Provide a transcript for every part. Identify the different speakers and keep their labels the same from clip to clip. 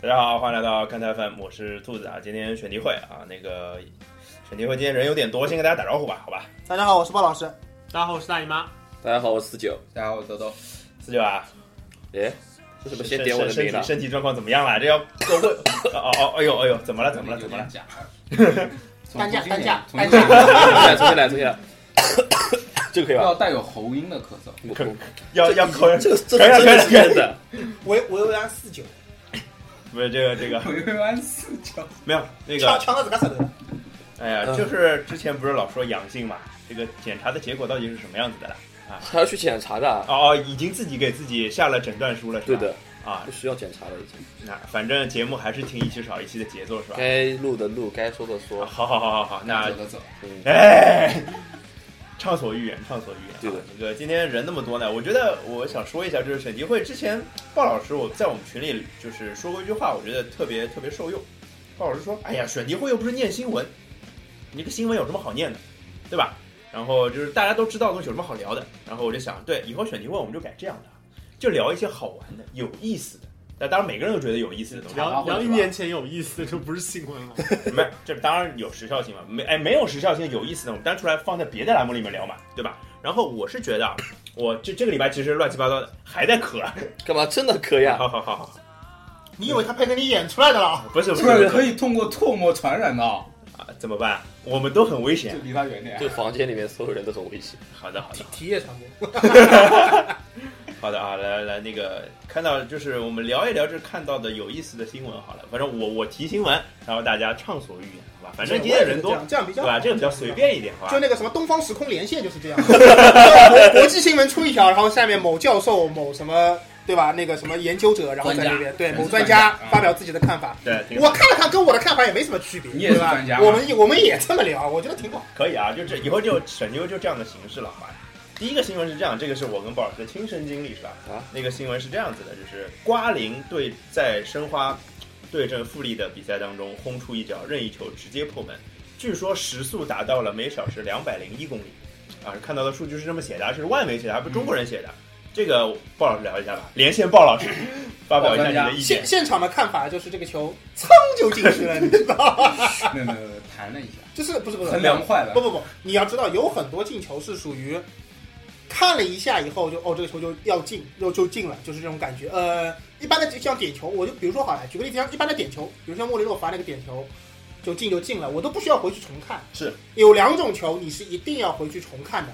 Speaker 1: 大家好，欢迎来到看台 FM，我是兔子啊。今天选题会啊，那个选题会今天人有点多，先跟大家打招呼吧，好吧？
Speaker 2: 大家好，我是鲍老师。
Speaker 3: 大家好，我是大姨妈。
Speaker 4: 大家好，我是四九。
Speaker 5: 大家好，我是豆豆。
Speaker 1: 四九啊，
Speaker 4: 哎，为什么先
Speaker 1: 身
Speaker 4: 点我的
Speaker 1: 身
Speaker 4: 名
Speaker 1: 体
Speaker 4: 了？
Speaker 1: 身体状况怎么样了？这要各位哦哦，哎呦哎呦，怎么了？怎么了？怎么了？
Speaker 5: 假？
Speaker 2: 单价单价
Speaker 5: 从今年
Speaker 4: 重新来，哎重新来，重 新来。这个可以吧
Speaker 5: 要？带有喉音的咳嗽。
Speaker 4: 我
Speaker 1: 可
Speaker 4: 我
Speaker 1: 要要口
Speaker 4: 这个这
Speaker 1: 可以了
Speaker 4: 个真的
Speaker 1: 可以了
Speaker 4: 是真的。
Speaker 2: 维维维安四九，
Speaker 1: 不是这个这个
Speaker 5: 回味安四角，
Speaker 1: 没有那
Speaker 2: 抢
Speaker 1: 个，
Speaker 2: 抢到自家手头。
Speaker 1: 哎呀，就是之前不是老说阳性嘛，这个检查的结果到底是什么样子的了？
Speaker 4: 还要去检查的啊。
Speaker 1: 哦哦，已经自己给自己下了诊断书了，是
Speaker 4: 对
Speaker 1: 吧？
Speaker 4: 的，
Speaker 1: 啊
Speaker 4: 不，需要检查了已经。
Speaker 1: 那反正节目还是听一期少一期的节奏是吧？
Speaker 4: 该录的录，该说的说。
Speaker 1: 好好好好好，那
Speaker 5: 走的走。
Speaker 4: 嗯，
Speaker 1: 哎，畅所欲言，畅所欲言。
Speaker 4: 对的，
Speaker 1: 那个今天人那么多呢，我觉得我想说一下，就是选题会之前，鲍老师我在我们群里就是说过一句话，我觉得特别特别受用。鲍老师说：“哎呀，选题会又不是念新闻，你这个新闻有什么好念的，对吧？”然后就是大家都知道的东西有什么好聊的，然后我就想，对，以后选题会我们就改这样的，就聊一些好玩的、有意思的。那当然，每个人都觉得有意思的东西。
Speaker 3: 聊聊一年前有意思，这不是新闻了。
Speaker 1: 没，这当然有时效性嘛，没哎没有时效性有意思的，我们单出来放在别的栏目里面聊嘛，对吧？然后我是觉得，啊，我这这个礼拜其实乱七八糟的，还在咳。啊
Speaker 4: 干嘛？真的可以啊。
Speaker 1: 好好好好，
Speaker 2: 你以为他配给你演出来的了啊？
Speaker 1: 不是不
Speaker 5: 突然
Speaker 1: 是
Speaker 5: 可以通过唾沫传染的哦，
Speaker 1: 啊，怎么办？我们都很危
Speaker 5: 就
Speaker 1: 险。
Speaker 5: 离他远点
Speaker 4: 这。个房间里面所有人都很危险。
Speaker 1: 好的好的
Speaker 2: 体液场面，
Speaker 1: 好的啊，来来来，那个看到就是我们聊一聊这看到的有意思的新闻好了，反正我我提新闻，然后大家畅所欲言，好吧？反正今天人多，
Speaker 2: 这样比
Speaker 1: 对
Speaker 2: 较
Speaker 1: 吧？这个比较随。便一点，好
Speaker 2: 就
Speaker 1: 吧？
Speaker 2: 那个什么东方时空连线就是这样，国国际新闻出一条，然后下面某教授、某什么，对吧？那个什么研究者，然后在那边对
Speaker 5: 专家
Speaker 2: 某专家
Speaker 5: 嗯
Speaker 2: 发表自己的看法。
Speaker 1: 对，挺好
Speaker 2: 我看了看，跟我的看法也没什么区别，
Speaker 5: 你也是
Speaker 2: 对吧
Speaker 5: 专家吗
Speaker 2: 我们我们也这么聊，我觉得挺好。
Speaker 1: 可以啊，就这以后就选秀就这样的形式了，好吧？第一个新闻是这样，这个是我跟鲍老师的亲身经历，是吧？
Speaker 4: 啊，
Speaker 1: 那个新闻是这样子的，就是瓜林对在申花对阵富力的比赛当中轰出一脚任意球，直接破门，据说时速达到了每小时两百零一公里。啊，看到的数据是这么写的，这是外媒写的，还不是中国人写的。这个鲍老师聊一下吧，连线鲍老 师，发表一下你的意见
Speaker 2: 现。现场的看法就是这个球噌就进去了，你知道吗？
Speaker 5: 那那那弹了一下，
Speaker 2: 就是不是不是
Speaker 5: 衡量坏了
Speaker 2: 不。不不，你要知道，有很多进球是属于看了一下以后就哦，这个球就要进，就就进了，就是这种感觉。呃，一般的像点球，我就比如说好了，举个例子，像一般的点球，比如像莫雷诺罚那个点球，就进就进了，我都不需要回去重看。
Speaker 1: 是
Speaker 2: 有两种球你是一定要回去重看的，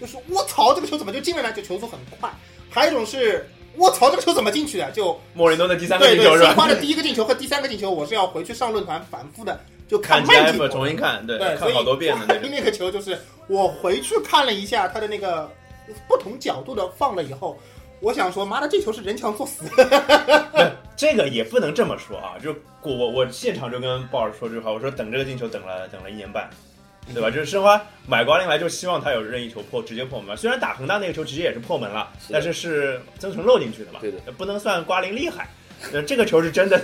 Speaker 2: 就是我操，这个球怎么就进了呢？就球速很快。还有一种是我操，这个球怎么进去的？就
Speaker 1: 莫雷诺的第三个
Speaker 2: 对
Speaker 1: 进球
Speaker 2: 对，
Speaker 1: 是
Speaker 2: 申
Speaker 1: 吧？
Speaker 2: 花的第一个进球和第三个进球，我是要回去上论坛反复的就
Speaker 1: 看
Speaker 2: 慢进
Speaker 1: GIF
Speaker 2: 球。
Speaker 1: 重新看，对，
Speaker 2: 对，所
Speaker 1: 看
Speaker 2: 以
Speaker 1: 好多遍的那种。
Speaker 2: 那个球就是我回去看了一下他的那个不同角度的放了以后，我想说，妈的，这球是人墙作死。
Speaker 1: 这个也不能这么说啊，就我我我现场就跟鲍尔说这句话，我说等这个进球等了等了一年半，对
Speaker 4: 嗯
Speaker 1: 吧？就是申花买瓜林来就希望他有任意球破直接破门嘛，虽然打恒大那个球直接也是破门了，
Speaker 4: 是的
Speaker 1: 但是是曾诚漏进去的嘛，
Speaker 4: 对的，
Speaker 1: 不能算瓜林厉害。呃，这个球是真的，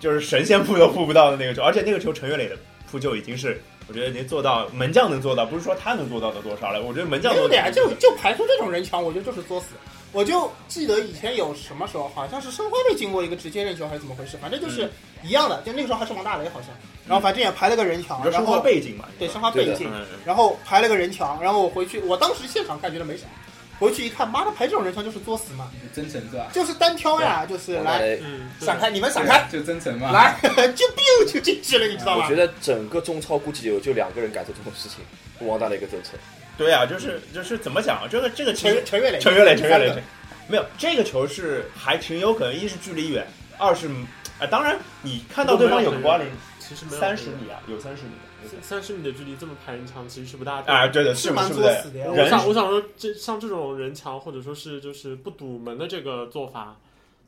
Speaker 1: 就是神仙扑都扑不到的那个球，而且那个球陈悦磊的扑救已经是。我觉得已经做到门将能做到，不是说他能做到的多少了。我觉得门将
Speaker 2: 对
Speaker 1: 做
Speaker 2: 不对
Speaker 1: 到
Speaker 2: 啊？就就排除这种人墙，我觉得就是作死。我就记得以前有什么时候，好像是申花队进过一个直接任意球还是怎么回事，反正
Speaker 1: 嗯
Speaker 2: 就是一样的。就那个时候还是王大雷好像，然后反正也排了个人墙
Speaker 1: 你，说
Speaker 2: 然
Speaker 1: 申花
Speaker 2: 后
Speaker 1: 背景嘛，
Speaker 2: 对
Speaker 1: 是
Speaker 2: 申
Speaker 1: 吧
Speaker 2: 花
Speaker 4: 对
Speaker 2: 背
Speaker 4: 的
Speaker 2: 景，
Speaker 1: 嗯，
Speaker 2: 然后排了个人墙，然后我回去，我当时现场看觉得没啥，回去一看，妈的，排这种人墙就是作死嘛，
Speaker 5: 真诚是吧？
Speaker 2: 就是单挑呀，就是
Speaker 4: 王大
Speaker 2: 来
Speaker 4: 雷
Speaker 3: 嗯，
Speaker 2: 闪
Speaker 3: 开。
Speaker 2: 开，你们闪开，
Speaker 5: 对就真诚嘛。，
Speaker 1: 啊
Speaker 2: 来 就 biu 就进去了，你知道
Speaker 4: 我
Speaker 2: 吧
Speaker 4: 觉？得整个中超估计有就两个人敢做这种事情，王大雷跟郑成。
Speaker 1: 对啊，就是就是怎么讲啊？这个这个其实
Speaker 2: 陈陈悦磊，
Speaker 1: 陈悦磊，陈悦
Speaker 2: 哎三
Speaker 1: 磊
Speaker 2: 个，，
Speaker 1: 没有这个球是还挺有可能，一是距离远，二是啊、当然你看到对方有个瓜林
Speaker 3: 其实没有
Speaker 1: 三十米啊，有三十米的
Speaker 3: 三十米的距离这么排人墙，其实是不大对
Speaker 1: 啊，对的，
Speaker 2: 是
Speaker 1: 是不
Speaker 2: 蛮
Speaker 1: 是
Speaker 2: 作死
Speaker 1: 的
Speaker 2: 的呀
Speaker 3: 我
Speaker 1: 人
Speaker 3: 想，我想说，这像这种人墙，或者说是就是不堵门的这个做法，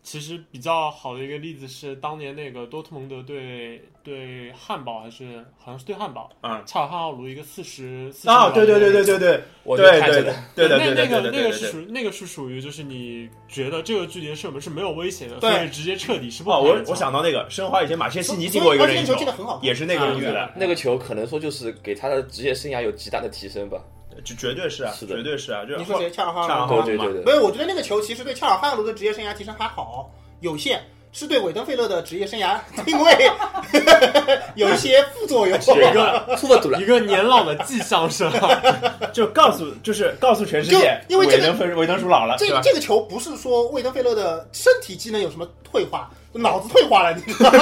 Speaker 3: 其实比较好的一个例子是当年那个多特蒙德对对汉堡，还是好像是对汉堡，
Speaker 1: 嗯，
Speaker 3: 恰尔汗奥卢一个四十四
Speaker 1: 啊，对对对对对对
Speaker 4: 我就
Speaker 1: 对
Speaker 4: 看
Speaker 1: 对
Speaker 4: 着
Speaker 1: 的
Speaker 4: 的，，
Speaker 1: 对的对的
Speaker 3: 那那
Speaker 1: 对
Speaker 3: 个
Speaker 1: 的
Speaker 3: 那
Speaker 1: 对
Speaker 3: 个
Speaker 1: 的
Speaker 3: 是
Speaker 1: 对的。
Speaker 3: 属于那个是属于就是你觉得这个距离是我们是没有威胁的，
Speaker 2: 对
Speaker 3: 所以直接彻底是不
Speaker 1: 哦，
Speaker 3: 排
Speaker 1: 我
Speaker 3: 人墙
Speaker 1: 我想到那个申花以前马切西尼进
Speaker 2: 所
Speaker 1: 过
Speaker 2: 以
Speaker 1: 一个
Speaker 2: 哦而且
Speaker 1: 任
Speaker 2: 那
Speaker 1: 意
Speaker 2: 球
Speaker 1: 球，
Speaker 2: 进的很好，
Speaker 1: 也是那个
Speaker 3: 啊
Speaker 1: 例子的，
Speaker 4: 那个球可能说就是给他的职业生涯有极大的提升吧。
Speaker 1: 就绝对是啊，
Speaker 4: 是的
Speaker 1: 绝对是啊，就
Speaker 2: 你
Speaker 1: 是
Speaker 2: 说谁？恰尔汗
Speaker 1: 恰尔
Speaker 2: 奥
Speaker 1: 汗
Speaker 2: 卢
Speaker 4: 对
Speaker 2: 吗？
Speaker 4: 对对对
Speaker 2: 没。有，我觉得那个球其实对恰尔汗奥卢的职业生涯提升还好，有限。是对韦登费勒的职业生涯 定位有一些副作用。
Speaker 1: 一个
Speaker 4: 错不堵了
Speaker 3: 一。个年老的季相声，
Speaker 1: 哦就告诉就是告诉全世界，
Speaker 2: 就因为这
Speaker 1: 韦
Speaker 2: 个
Speaker 1: 登分韦登叔老了，
Speaker 2: 这
Speaker 1: 是
Speaker 2: 个
Speaker 1: 吧？
Speaker 2: 这个球不是说魏登费勒的身体机能有什么退化，脑子退化了，你知道吗？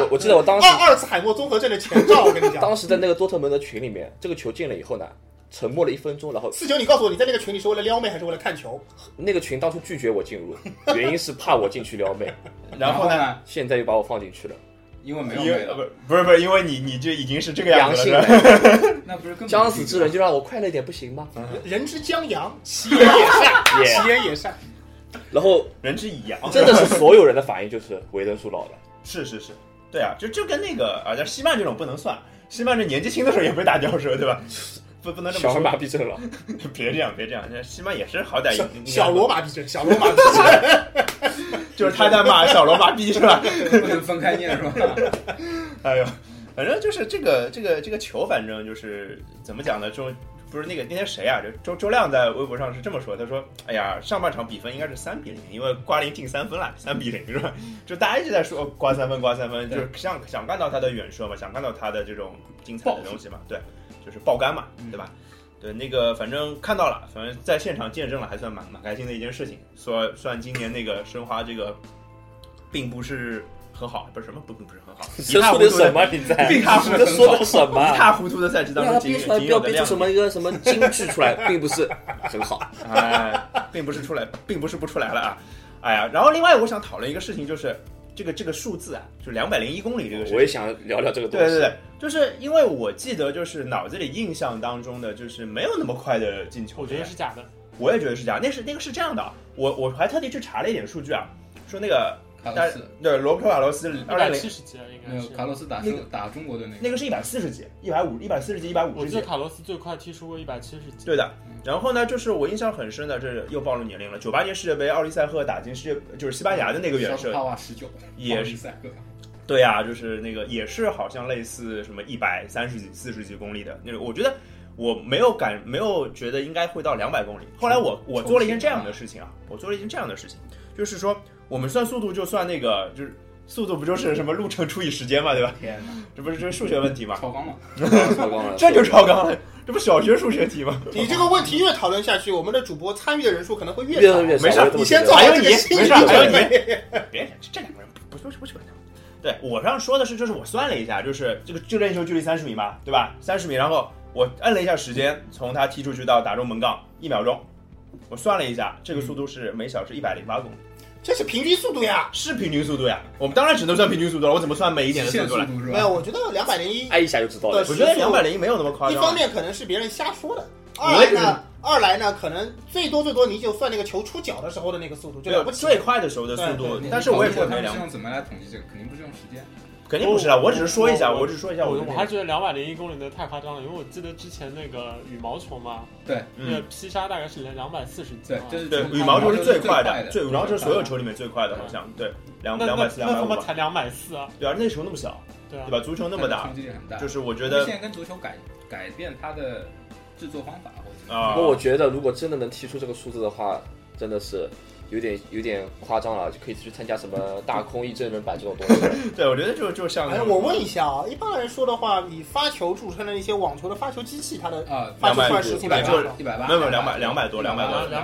Speaker 4: 我我记得我当 时
Speaker 2: 二二次海默综合症的前兆，我跟你讲。
Speaker 4: 当时在那个多特蒙德群里面，这个球进了以后呢，沉默了一分钟，然后
Speaker 2: 四九，你告诉我，你在那个群里是为了撩妹还是为了看球？
Speaker 4: 那个群当初拒绝我进入，原因是怕我进去撩妹，
Speaker 1: 然后呢？
Speaker 5: 呢？
Speaker 4: 现在又把我放进去了，
Speaker 5: 因为没有
Speaker 1: 因
Speaker 5: 没
Speaker 1: 为不
Speaker 5: 了，
Speaker 1: 是不是不是，因为你你就已经是这个样
Speaker 4: 良
Speaker 1: 子了
Speaker 4: 心
Speaker 1: 是吧，
Speaker 4: 来了，
Speaker 5: 那不是更
Speaker 4: 将死之人就让我快乐一点不行吗？
Speaker 2: 人之将阳，其言也善，
Speaker 4: 也，
Speaker 2: 其言也善。
Speaker 4: 然后
Speaker 1: 人之以阳，
Speaker 4: 真的是所有人的反应就是维登叔老了，
Speaker 1: 是是是，对啊，就就跟那个啊，像西曼这种不能算，西曼这年纪轻的时候也被打吊车，对吧？不不能这
Speaker 4: 小
Speaker 1: 么
Speaker 4: 儿
Speaker 1: 说，
Speaker 4: 麻痹症了，
Speaker 1: 别这样别这样，那西曼也是好歹
Speaker 2: 小
Speaker 1: 也
Speaker 2: 小罗，马逼症，小罗马逼症，
Speaker 1: 就是他在骂小罗麻痹是 吧？
Speaker 5: 不能分开 念是吧？
Speaker 1: 哎呦，反正就是这个这个这个球，反正就是怎么讲呢？就不是那个那天谁啊？就周周亮在微博上是这么说，他说：“哎呀，上半场比分应该是三比零，因为瓜林进三分了， 三比零是吧？就大家一直在说哦瓜三分瓜三分，就是想想看到他的远射嘛，想看到他的这种精彩的东西嘛，对，就是爆肝嘛，对吧？”对，那个反正看到了，反正在现场见证了，还算蛮蛮开心的一件事情。算算今年那个申花这个，并不是很好，不是什么不不是很好，
Speaker 4: 你
Speaker 1: 一
Speaker 4: 在
Speaker 1: 塌
Speaker 4: 说
Speaker 1: 糊涂的
Speaker 4: 的什么？你在
Speaker 1: 并不是很
Speaker 4: 你在说
Speaker 1: 好
Speaker 4: 的什
Speaker 1: 一
Speaker 4: 么？
Speaker 1: 塌糊涂的赛季当
Speaker 4: 让
Speaker 1: 中
Speaker 4: 他
Speaker 1: 仅仅
Speaker 4: 编出来，
Speaker 1: 仅
Speaker 4: 不
Speaker 1: 有
Speaker 4: 要
Speaker 1: 的
Speaker 4: 编出
Speaker 1: 亮
Speaker 4: 什么一个什么金句出来，并不是很好。
Speaker 1: 点，哎， 并不是出来，并不是不出来了啊，哎呀，然后另外我想讨论一个事情，就是这个这个数字啊，就两百零一公里这个事情。
Speaker 4: 我也想聊聊这个东
Speaker 1: 对
Speaker 4: 西。
Speaker 1: 对对，就是因为我记得，就是脑子里印象当中的，就是没有那么快的进球。
Speaker 3: 我觉得是假的。
Speaker 1: 我也觉得是这样。那是那个是这样的啊，我我还特地去查了一点数据啊，说那个
Speaker 5: 卡
Speaker 1: 但
Speaker 5: 洛斯
Speaker 1: 对罗伯特瓦罗斯
Speaker 3: 一
Speaker 1: 二
Speaker 3: 百
Speaker 1: 零
Speaker 3: 七
Speaker 1: 零
Speaker 3: 十级了，应
Speaker 5: 没
Speaker 3: 该
Speaker 5: 有
Speaker 3: 是。
Speaker 5: 卡洛斯打
Speaker 1: 那个
Speaker 5: 中打中国的那
Speaker 1: 那
Speaker 5: 个，
Speaker 1: 个是一百四十几，一百五一百四十几，一百五
Speaker 3: 我
Speaker 1: 十
Speaker 3: 记
Speaker 1: 几
Speaker 3: 得。卡洛斯最快踢出过一百七十级。
Speaker 1: 对的
Speaker 5: 嗯，
Speaker 1: 然后呢，就是我印象很深的，这是又暴露年龄了。九八年世界杯，奥利塞赫打进世界就是西班牙的那个远射，
Speaker 5: 帕瓦啊十九
Speaker 1: 也是
Speaker 5: 三个，
Speaker 1: 对呀、就是那个也是好像类似什么一百三十几、四十几公里的那种。我觉得我没有感，没有觉得应该会到两百公里。后来我我做了一件这样的事情啊，我做了一件这样的事情，就是说我们算速度就算那个就是速度不就是什么路程除以时间嘛，对吧？
Speaker 5: 天哪，
Speaker 1: 这不是这是数学问题嘛？
Speaker 5: 超纲嘛，
Speaker 4: 超纲了，
Speaker 1: 这就超纲了，这不小学数学题吗？
Speaker 2: 你这个问题越讨论下去，我们的主播参与的人数可能会越
Speaker 4: 越
Speaker 2: 少
Speaker 4: 来。越少
Speaker 1: 没事
Speaker 4: 我也这么觉得
Speaker 2: 你先造
Speaker 1: 还有
Speaker 2: 这
Speaker 1: 你
Speaker 2: 个心理
Speaker 1: 没事还有
Speaker 2: 准 备。
Speaker 1: 别，这这两个人不不不不扯淡。对我刚说的是，就是我算了一下，就是这个这个练球距离三十米嘛，对吧？三十米，然后我摁了一下时间，从他踢出去到打中门杠一秒钟，我算了一下，
Speaker 2: 嗯
Speaker 1: 这个速度是每小时一百零八公里，
Speaker 2: 这是平均速度呀。
Speaker 1: 是平均速度呀。我们当然只能算平均速度了，我怎么算每一点的
Speaker 5: 限
Speaker 1: 速度
Speaker 5: 速
Speaker 1: 了？
Speaker 5: 度是
Speaker 2: 没
Speaker 5: 吧？
Speaker 2: 有，我觉得两百零一，
Speaker 4: 挨一下就知道了
Speaker 2: 对。
Speaker 1: 我觉得两百零没有那么夸
Speaker 2: 一
Speaker 1: 张
Speaker 2: 方
Speaker 1: 啊。
Speaker 2: 面可能是别人瞎说的，二
Speaker 1: 我也
Speaker 2: 来呢，二来呢，可能最多最多你就算那个球出脚的时候的那个速度，就
Speaker 1: 没
Speaker 2: 了
Speaker 1: 有
Speaker 2: 不起。
Speaker 1: 最快的时候的速度
Speaker 2: 对对，
Speaker 1: 但是我也
Speaker 5: 你
Speaker 1: 觉得
Speaker 5: 考
Speaker 1: 没
Speaker 5: 虑过他们
Speaker 1: 两
Speaker 5: 是，用怎么来统计这个？肯定不是用时间，
Speaker 1: 肯定不是了。啊我只是说一下，
Speaker 3: 我
Speaker 1: 我只是说一下，
Speaker 3: 我
Speaker 1: 觉
Speaker 3: 我
Speaker 1: 得
Speaker 3: 还觉得两百零一公里的太夸张了，因为我记得之前那个羽毛球嘛，那个
Speaker 1: 嗯，
Speaker 3: 劈杀大概是两百四十级
Speaker 5: 对
Speaker 3: 嘛。，
Speaker 5: 这是
Speaker 1: 对，
Speaker 5: 从
Speaker 1: 羽毛球是最快
Speaker 5: 的
Speaker 1: 的，，最羽毛球是所有球里面最快的，好像对，两
Speaker 3: 那
Speaker 1: 两
Speaker 3: 那
Speaker 1: 百四、两
Speaker 3: 那
Speaker 1: 百
Speaker 3: 他
Speaker 1: 五
Speaker 3: 妈。才两百四啊！
Speaker 1: 对啊，那球那么小，
Speaker 3: 对啊
Speaker 1: 对，吧？足球那么大
Speaker 5: 冲，击力很大。
Speaker 1: 就是我觉
Speaker 5: 觉
Speaker 1: 得
Speaker 5: 现在跟足球改改变它的制作方法，我觉得
Speaker 1: 啊
Speaker 4: 不过我觉得如果真的能踢出这个数字的话，真的是有点有点夸张了，就可以去参加什么大空翼真人版这种东西了。
Speaker 1: 对，我觉得就就像
Speaker 2: 哎，我问一下啊，一般来说的话，以发球著称的那些网球的发球机器，它的
Speaker 5: 啊，
Speaker 2: 发球
Speaker 1: 200
Speaker 2: 出来啊时速
Speaker 5: 一
Speaker 1: 一
Speaker 5: 百
Speaker 1: 百
Speaker 2: 多
Speaker 1: 就是
Speaker 5: 八，一百八，
Speaker 1: 没有没有200 200多200多
Speaker 3: 两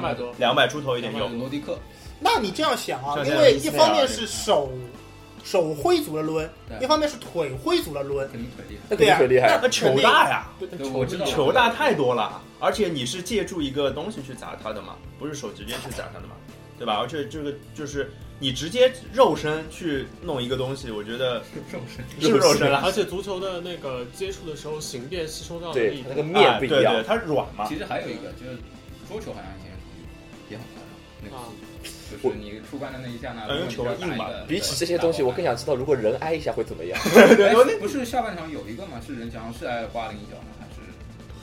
Speaker 3: 百多，
Speaker 1: 两百出头一点有，
Speaker 5: 罗迪克，
Speaker 2: 那你这样想啊，
Speaker 1: 像
Speaker 2: 因
Speaker 1: 这
Speaker 2: 为
Speaker 1: 样
Speaker 2: 一
Speaker 1: 的
Speaker 2: 方
Speaker 1: 对
Speaker 2: 面
Speaker 1: 啊
Speaker 2: 是手手挥足的抡，
Speaker 5: 对
Speaker 2: 一方面是腿挥足的抡，
Speaker 5: 肯定腿厉害。
Speaker 4: 那
Speaker 2: 对
Speaker 4: 肯定
Speaker 2: 呀、
Speaker 4: 很厉害。
Speaker 1: 那球大呀，
Speaker 5: 对我知道，
Speaker 1: 球大太多了，而且你是借助一个东西去砸它的嘛，不是手直接去砸它的嘛，对吧？而且这个就是你直接肉身去弄一个东西，我觉得
Speaker 5: 肉身，
Speaker 1: 是不是肉身啊了？
Speaker 3: 而且足球的那个接触的时候，形变吸收到的
Speaker 4: 对
Speaker 3: 力，
Speaker 4: 那个
Speaker 3: 度，
Speaker 4: 面不
Speaker 1: 哎对
Speaker 4: 一
Speaker 1: 对，
Speaker 4: 样。
Speaker 1: 它软嘛
Speaker 5: 其，实还有一个就是桌球，好像以前也很夸张，那个
Speaker 3: 啊
Speaker 5: 速度，就是你出杆的那一下呢，
Speaker 1: 嗯用球硬嘛
Speaker 5: 吧。
Speaker 4: 比起这些东西，我更想知道，如果人挨一下会怎么样？
Speaker 1: 对，我那
Speaker 5: 哎，不是下半场有一个吗？是人墙是挨瓜林一脚吗？还是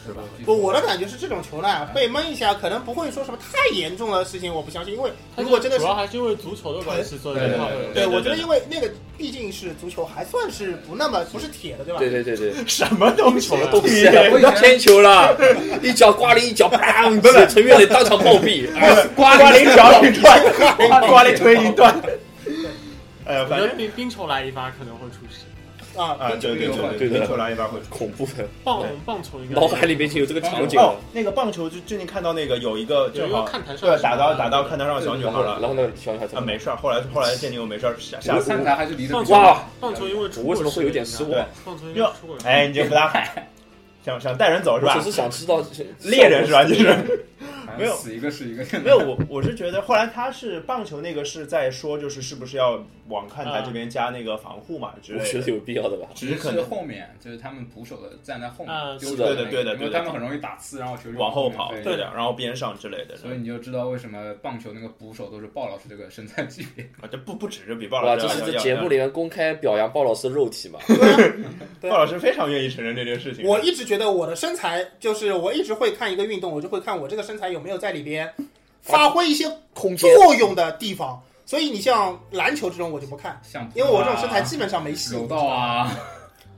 Speaker 1: 是吧？
Speaker 2: 不，我的感觉是这种球呢，被闷一下可能不会说什么太严重的事情，我不相信，因为
Speaker 3: 它
Speaker 2: 如果真的是
Speaker 3: 主要还是因为足球的关系，所以
Speaker 5: 对
Speaker 3: 它会
Speaker 2: 对，
Speaker 5: 对
Speaker 1: 对
Speaker 2: 我觉得
Speaker 1: 对
Speaker 2: 因为那个毕竟是足球，还算是不那么不是铁的，对吧？
Speaker 4: 对对对对，
Speaker 1: 什么东西
Speaker 4: 什么
Speaker 1: 啊？
Speaker 4: 东西啊？
Speaker 5: 我
Speaker 4: 不
Speaker 5: 以前
Speaker 4: 要铅球了，一脚刮了一脚，砰！不是陈月磊当场暴毙，啊
Speaker 1: 瓜林脚一断，瓜林腿一断。哎呀，
Speaker 3: 我
Speaker 1: 反
Speaker 3: 觉得
Speaker 1: 正
Speaker 3: 冰冰球来一发可能会出事。
Speaker 2: 啊
Speaker 1: 啊，对对对
Speaker 4: 对的
Speaker 1: 冰球来一发会出。
Speaker 4: 恐怖的，
Speaker 3: 棒棒球应该
Speaker 4: 脑海里面已经有这个场景
Speaker 1: 哦
Speaker 4: 了。，
Speaker 1: 那个棒球就最近看到那个有一个
Speaker 3: 有
Speaker 1: 正
Speaker 3: 一个
Speaker 1: 好
Speaker 3: 看台上
Speaker 1: 对打到打到看台上的小女
Speaker 4: 然
Speaker 1: 孩
Speaker 4: 后，
Speaker 1: 了
Speaker 4: 然后那个小女孩怎
Speaker 1: 啊，
Speaker 4: 么？
Speaker 1: 没事儿。后来后来鉴定我没事儿，下下
Speaker 5: 我
Speaker 1: 次
Speaker 5: 看台还是离得
Speaker 3: 棒
Speaker 5: 比
Speaker 3: 球
Speaker 5: 较
Speaker 4: 哇
Speaker 3: 棒球因为出
Speaker 4: 我为
Speaker 3: 过
Speaker 4: 什么会有点失
Speaker 3: 事
Speaker 4: 望
Speaker 3: 应该？啊棒球因为出过啊事
Speaker 1: 哎，你这不大好，想想带人走是
Speaker 4: 我
Speaker 1: 吧
Speaker 4: 只？是想知道
Speaker 1: 猎人是吧？你是。
Speaker 5: 好像
Speaker 1: 没有
Speaker 5: 死一个是一个。
Speaker 1: 没有，我我是觉得后来他是棒球那个是在说，就是是不是要往看台这边加那个防护嘛之
Speaker 4: 我
Speaker 1: 类
Speaker 4: 觉
Speaker 1: 的。
Speaker 4: 得有必要的吧。
Speaker 5: 只
Speaker 1: 可
Speaker 5: 是
Speaker 1: 能
Speaker 5: 后面就是他们捕手的站在后
Speaker 3: 啊
Speaker 5: 面，丢
Speaker 4: 是
Speaker 5: 球
Speaker 4: 的
Speaker 5: 那个
Speaker 1: 对的对的
Speaker 5: 因
Speaker 1: 对
Speaker 5: 为
Speaker 1: 的
Speaker 5: 他们很容易打刺，然后球就
Speaker 1: 往后跑，
Speaker 5: 面飞
Speaker 1: 对的，然后边上之类的，
Speaker 5: 所以你就知道为什么棒球那个捕手都是鲍老师这个身材级别。
Speaker 1: 啊，这不不止这比鲍
Speaker 4: 哇，
Speaker 1: 老师
Speaker 4: 这啊是
Speaker 1: 要
Speaker 4: 这
Speaker 1: 要
Speaker 4: 节目里面公开表扬鲍老师的肉 体嘛？
Speaker 1: 要鲍老师非常愿意承认这件事情。
Speaker 2: 我一直觉得我的身材，就是我一直会看一个运动，我就会看我这个身材有没有在里边发挥一些
Speaker 4: 空间
Speaker 2: 作用的地方。所以你像篮球这种我就不看，
Speaker 5: 像
Speaker 2: 因为我这种身材基本上没戏。
Speaker 5: 啊柔道啊，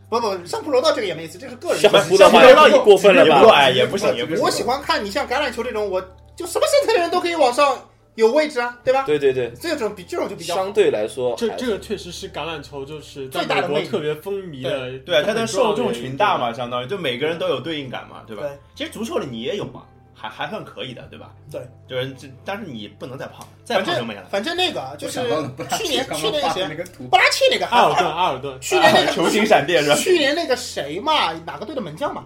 Speaker 2: 不不，上扑柔道这个也没戏，这是个人。
Speaker 4: 像
Speaker 1: 不
Speaker 4: 葡萄
Speaker 1: 像
Speaker 4: 嘛，
Speaker 1: 葡萄
Speaker 4: 也过分了
Speaker 1: 也不够
Speaker 4: 吧？
Speaker 1: 矮，也不行，也不行。
Speaker 2: 我喜欢看你像橄榄球这种，我就什么身材的人都可以往上有位置啊，对吧？
Speaker 4: 对对对，
Speaker 2: 这种比这种就比较
Speaker 4: 相对来说，
Speaker 3: 这
Speaker 4: 还
Speaker 3: 这个确实是橄榄球，就是在
Speaker 2: 最大
Speaker 3: 美
Speaker 2: 的
Speaker 3: 国
Speaker 2: 魅力
Speaker 3: 特别风靡的，
Speaker 1: 对啊，他的
Speaker 3: 很重要
Speaker 1: 受
Speaker 3: 的
Speaker 1: 众
Speaker 3: 原因
Speaker 1: 群大嘛，，相当于就每个人都有对应感嘛，对吧
Speaker 2: 对？
Speaker 1: 其实足球里你也有嘛，还还算可以的，对吧？
Speaker 2: 对，
Speaker 1: 就是这，但是你不能再胖，再
Speaker 2: 反
Speaker 1: 胖就没
Speaker 2: 正
Speaker 1: 了。
Speaker 2: 反正那个啊就是
Speaker 5: 我想到了布拉
Speaker 2: 去年
Speaker 5: 刚
Speaker 2: 去
Speaker 5: 刚
Speaker 2: 年
Speaker 5: 发
Speaker 2: 谁
Speaker 5: 的那个图，
Speaker 2: 布拉切那个
Speaker 3: 对阿尔
Speaker 2: 还
Speaker 3: 顿，阿尔顿，
Speaker 2: 去年那 个
Speaker 1: 球形闪电是吧？
Speaker 2: 去年那个谁嘛，哪个队的门将嘛，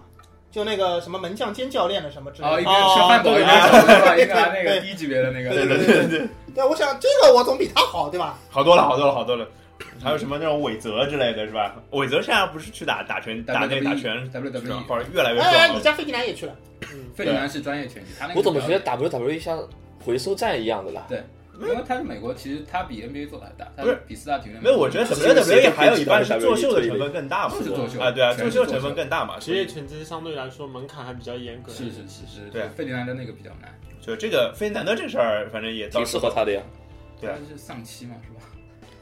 Speaker 2: 就那个什么门将兼教练的什么之类
Speaker 5: 啊然后一
Speaker 2: 的。
Speaker 5: 边吃汉堡一边走，
Speaker 2: 啊
Speaker 5: 对吧？一边拿那个低级别的那
Speaker 1: 对
Speaker 5: 个，
Speaker 1: 对对对，
Speaker 2: 对，我想这个我总比他好，对吧？
Speaker 1: 好多了，好多了，好多了。还有什么那种韦泽之类的是吧？韦泽现在不是去打打拳，打那
Speaker 5: WWE
Speaker 1: 打拳，是吧
Speaker 5: WWE，
Speaker 1: 反正越来越
Speaker 2: 哎，
Speaker 1: 壮
Speaker 2: 你
Speaker 1: 了。
Speaker 2: 家费迪南也去了，
Speaker 5: E
Speaker 3: 嗯
Speaker 5: 费迪南是专业拳击，他那个
Speaker 4: 我怎么
Speaker 5: 比
Speaker 4: 觉
Speaker 5: 较
Speaker 4: 得 WWE 像回收站一样的啦？
Speaker 5: 因为他是美国，其实他比 NBA 做的还大，他
Speaker 1: 不是
Speaker 5: 比四大体育联
Speaker 1: 没
Speaker 5: 盟
Speaker 1: 有，我觉得
Speaker 4: 这个
Speaker 1: WWE E 还有一半是
Speaker 4: 这个
Speaker 1: 作秀的成分更大嘛
Speaker 5: 都是作秀
Speaker 1: 啊，对啊，作
Speaker 5: 全是
Speaker 1: 秀
Speaker 5: 作秀
Speaker 1: 成分更大嘛。
Speaker 3: 职业拳击相对来说门槛还比较严格，
Speaker 5: 是是是是，
Speaker 1: 对啊
Speaker 5: 费迪南的那个比较难，
Speaker 1: 所以就这个费迪南德这个事儿，反正也到
Speaker 4: 挺
Speaker 1: 时
Speaker 4: 适合
Speaker 1: 候
Speaker 4: 他的呀。
Speaker 1: 对啊
Speaker 5: 他是丧妻嘛，是吧？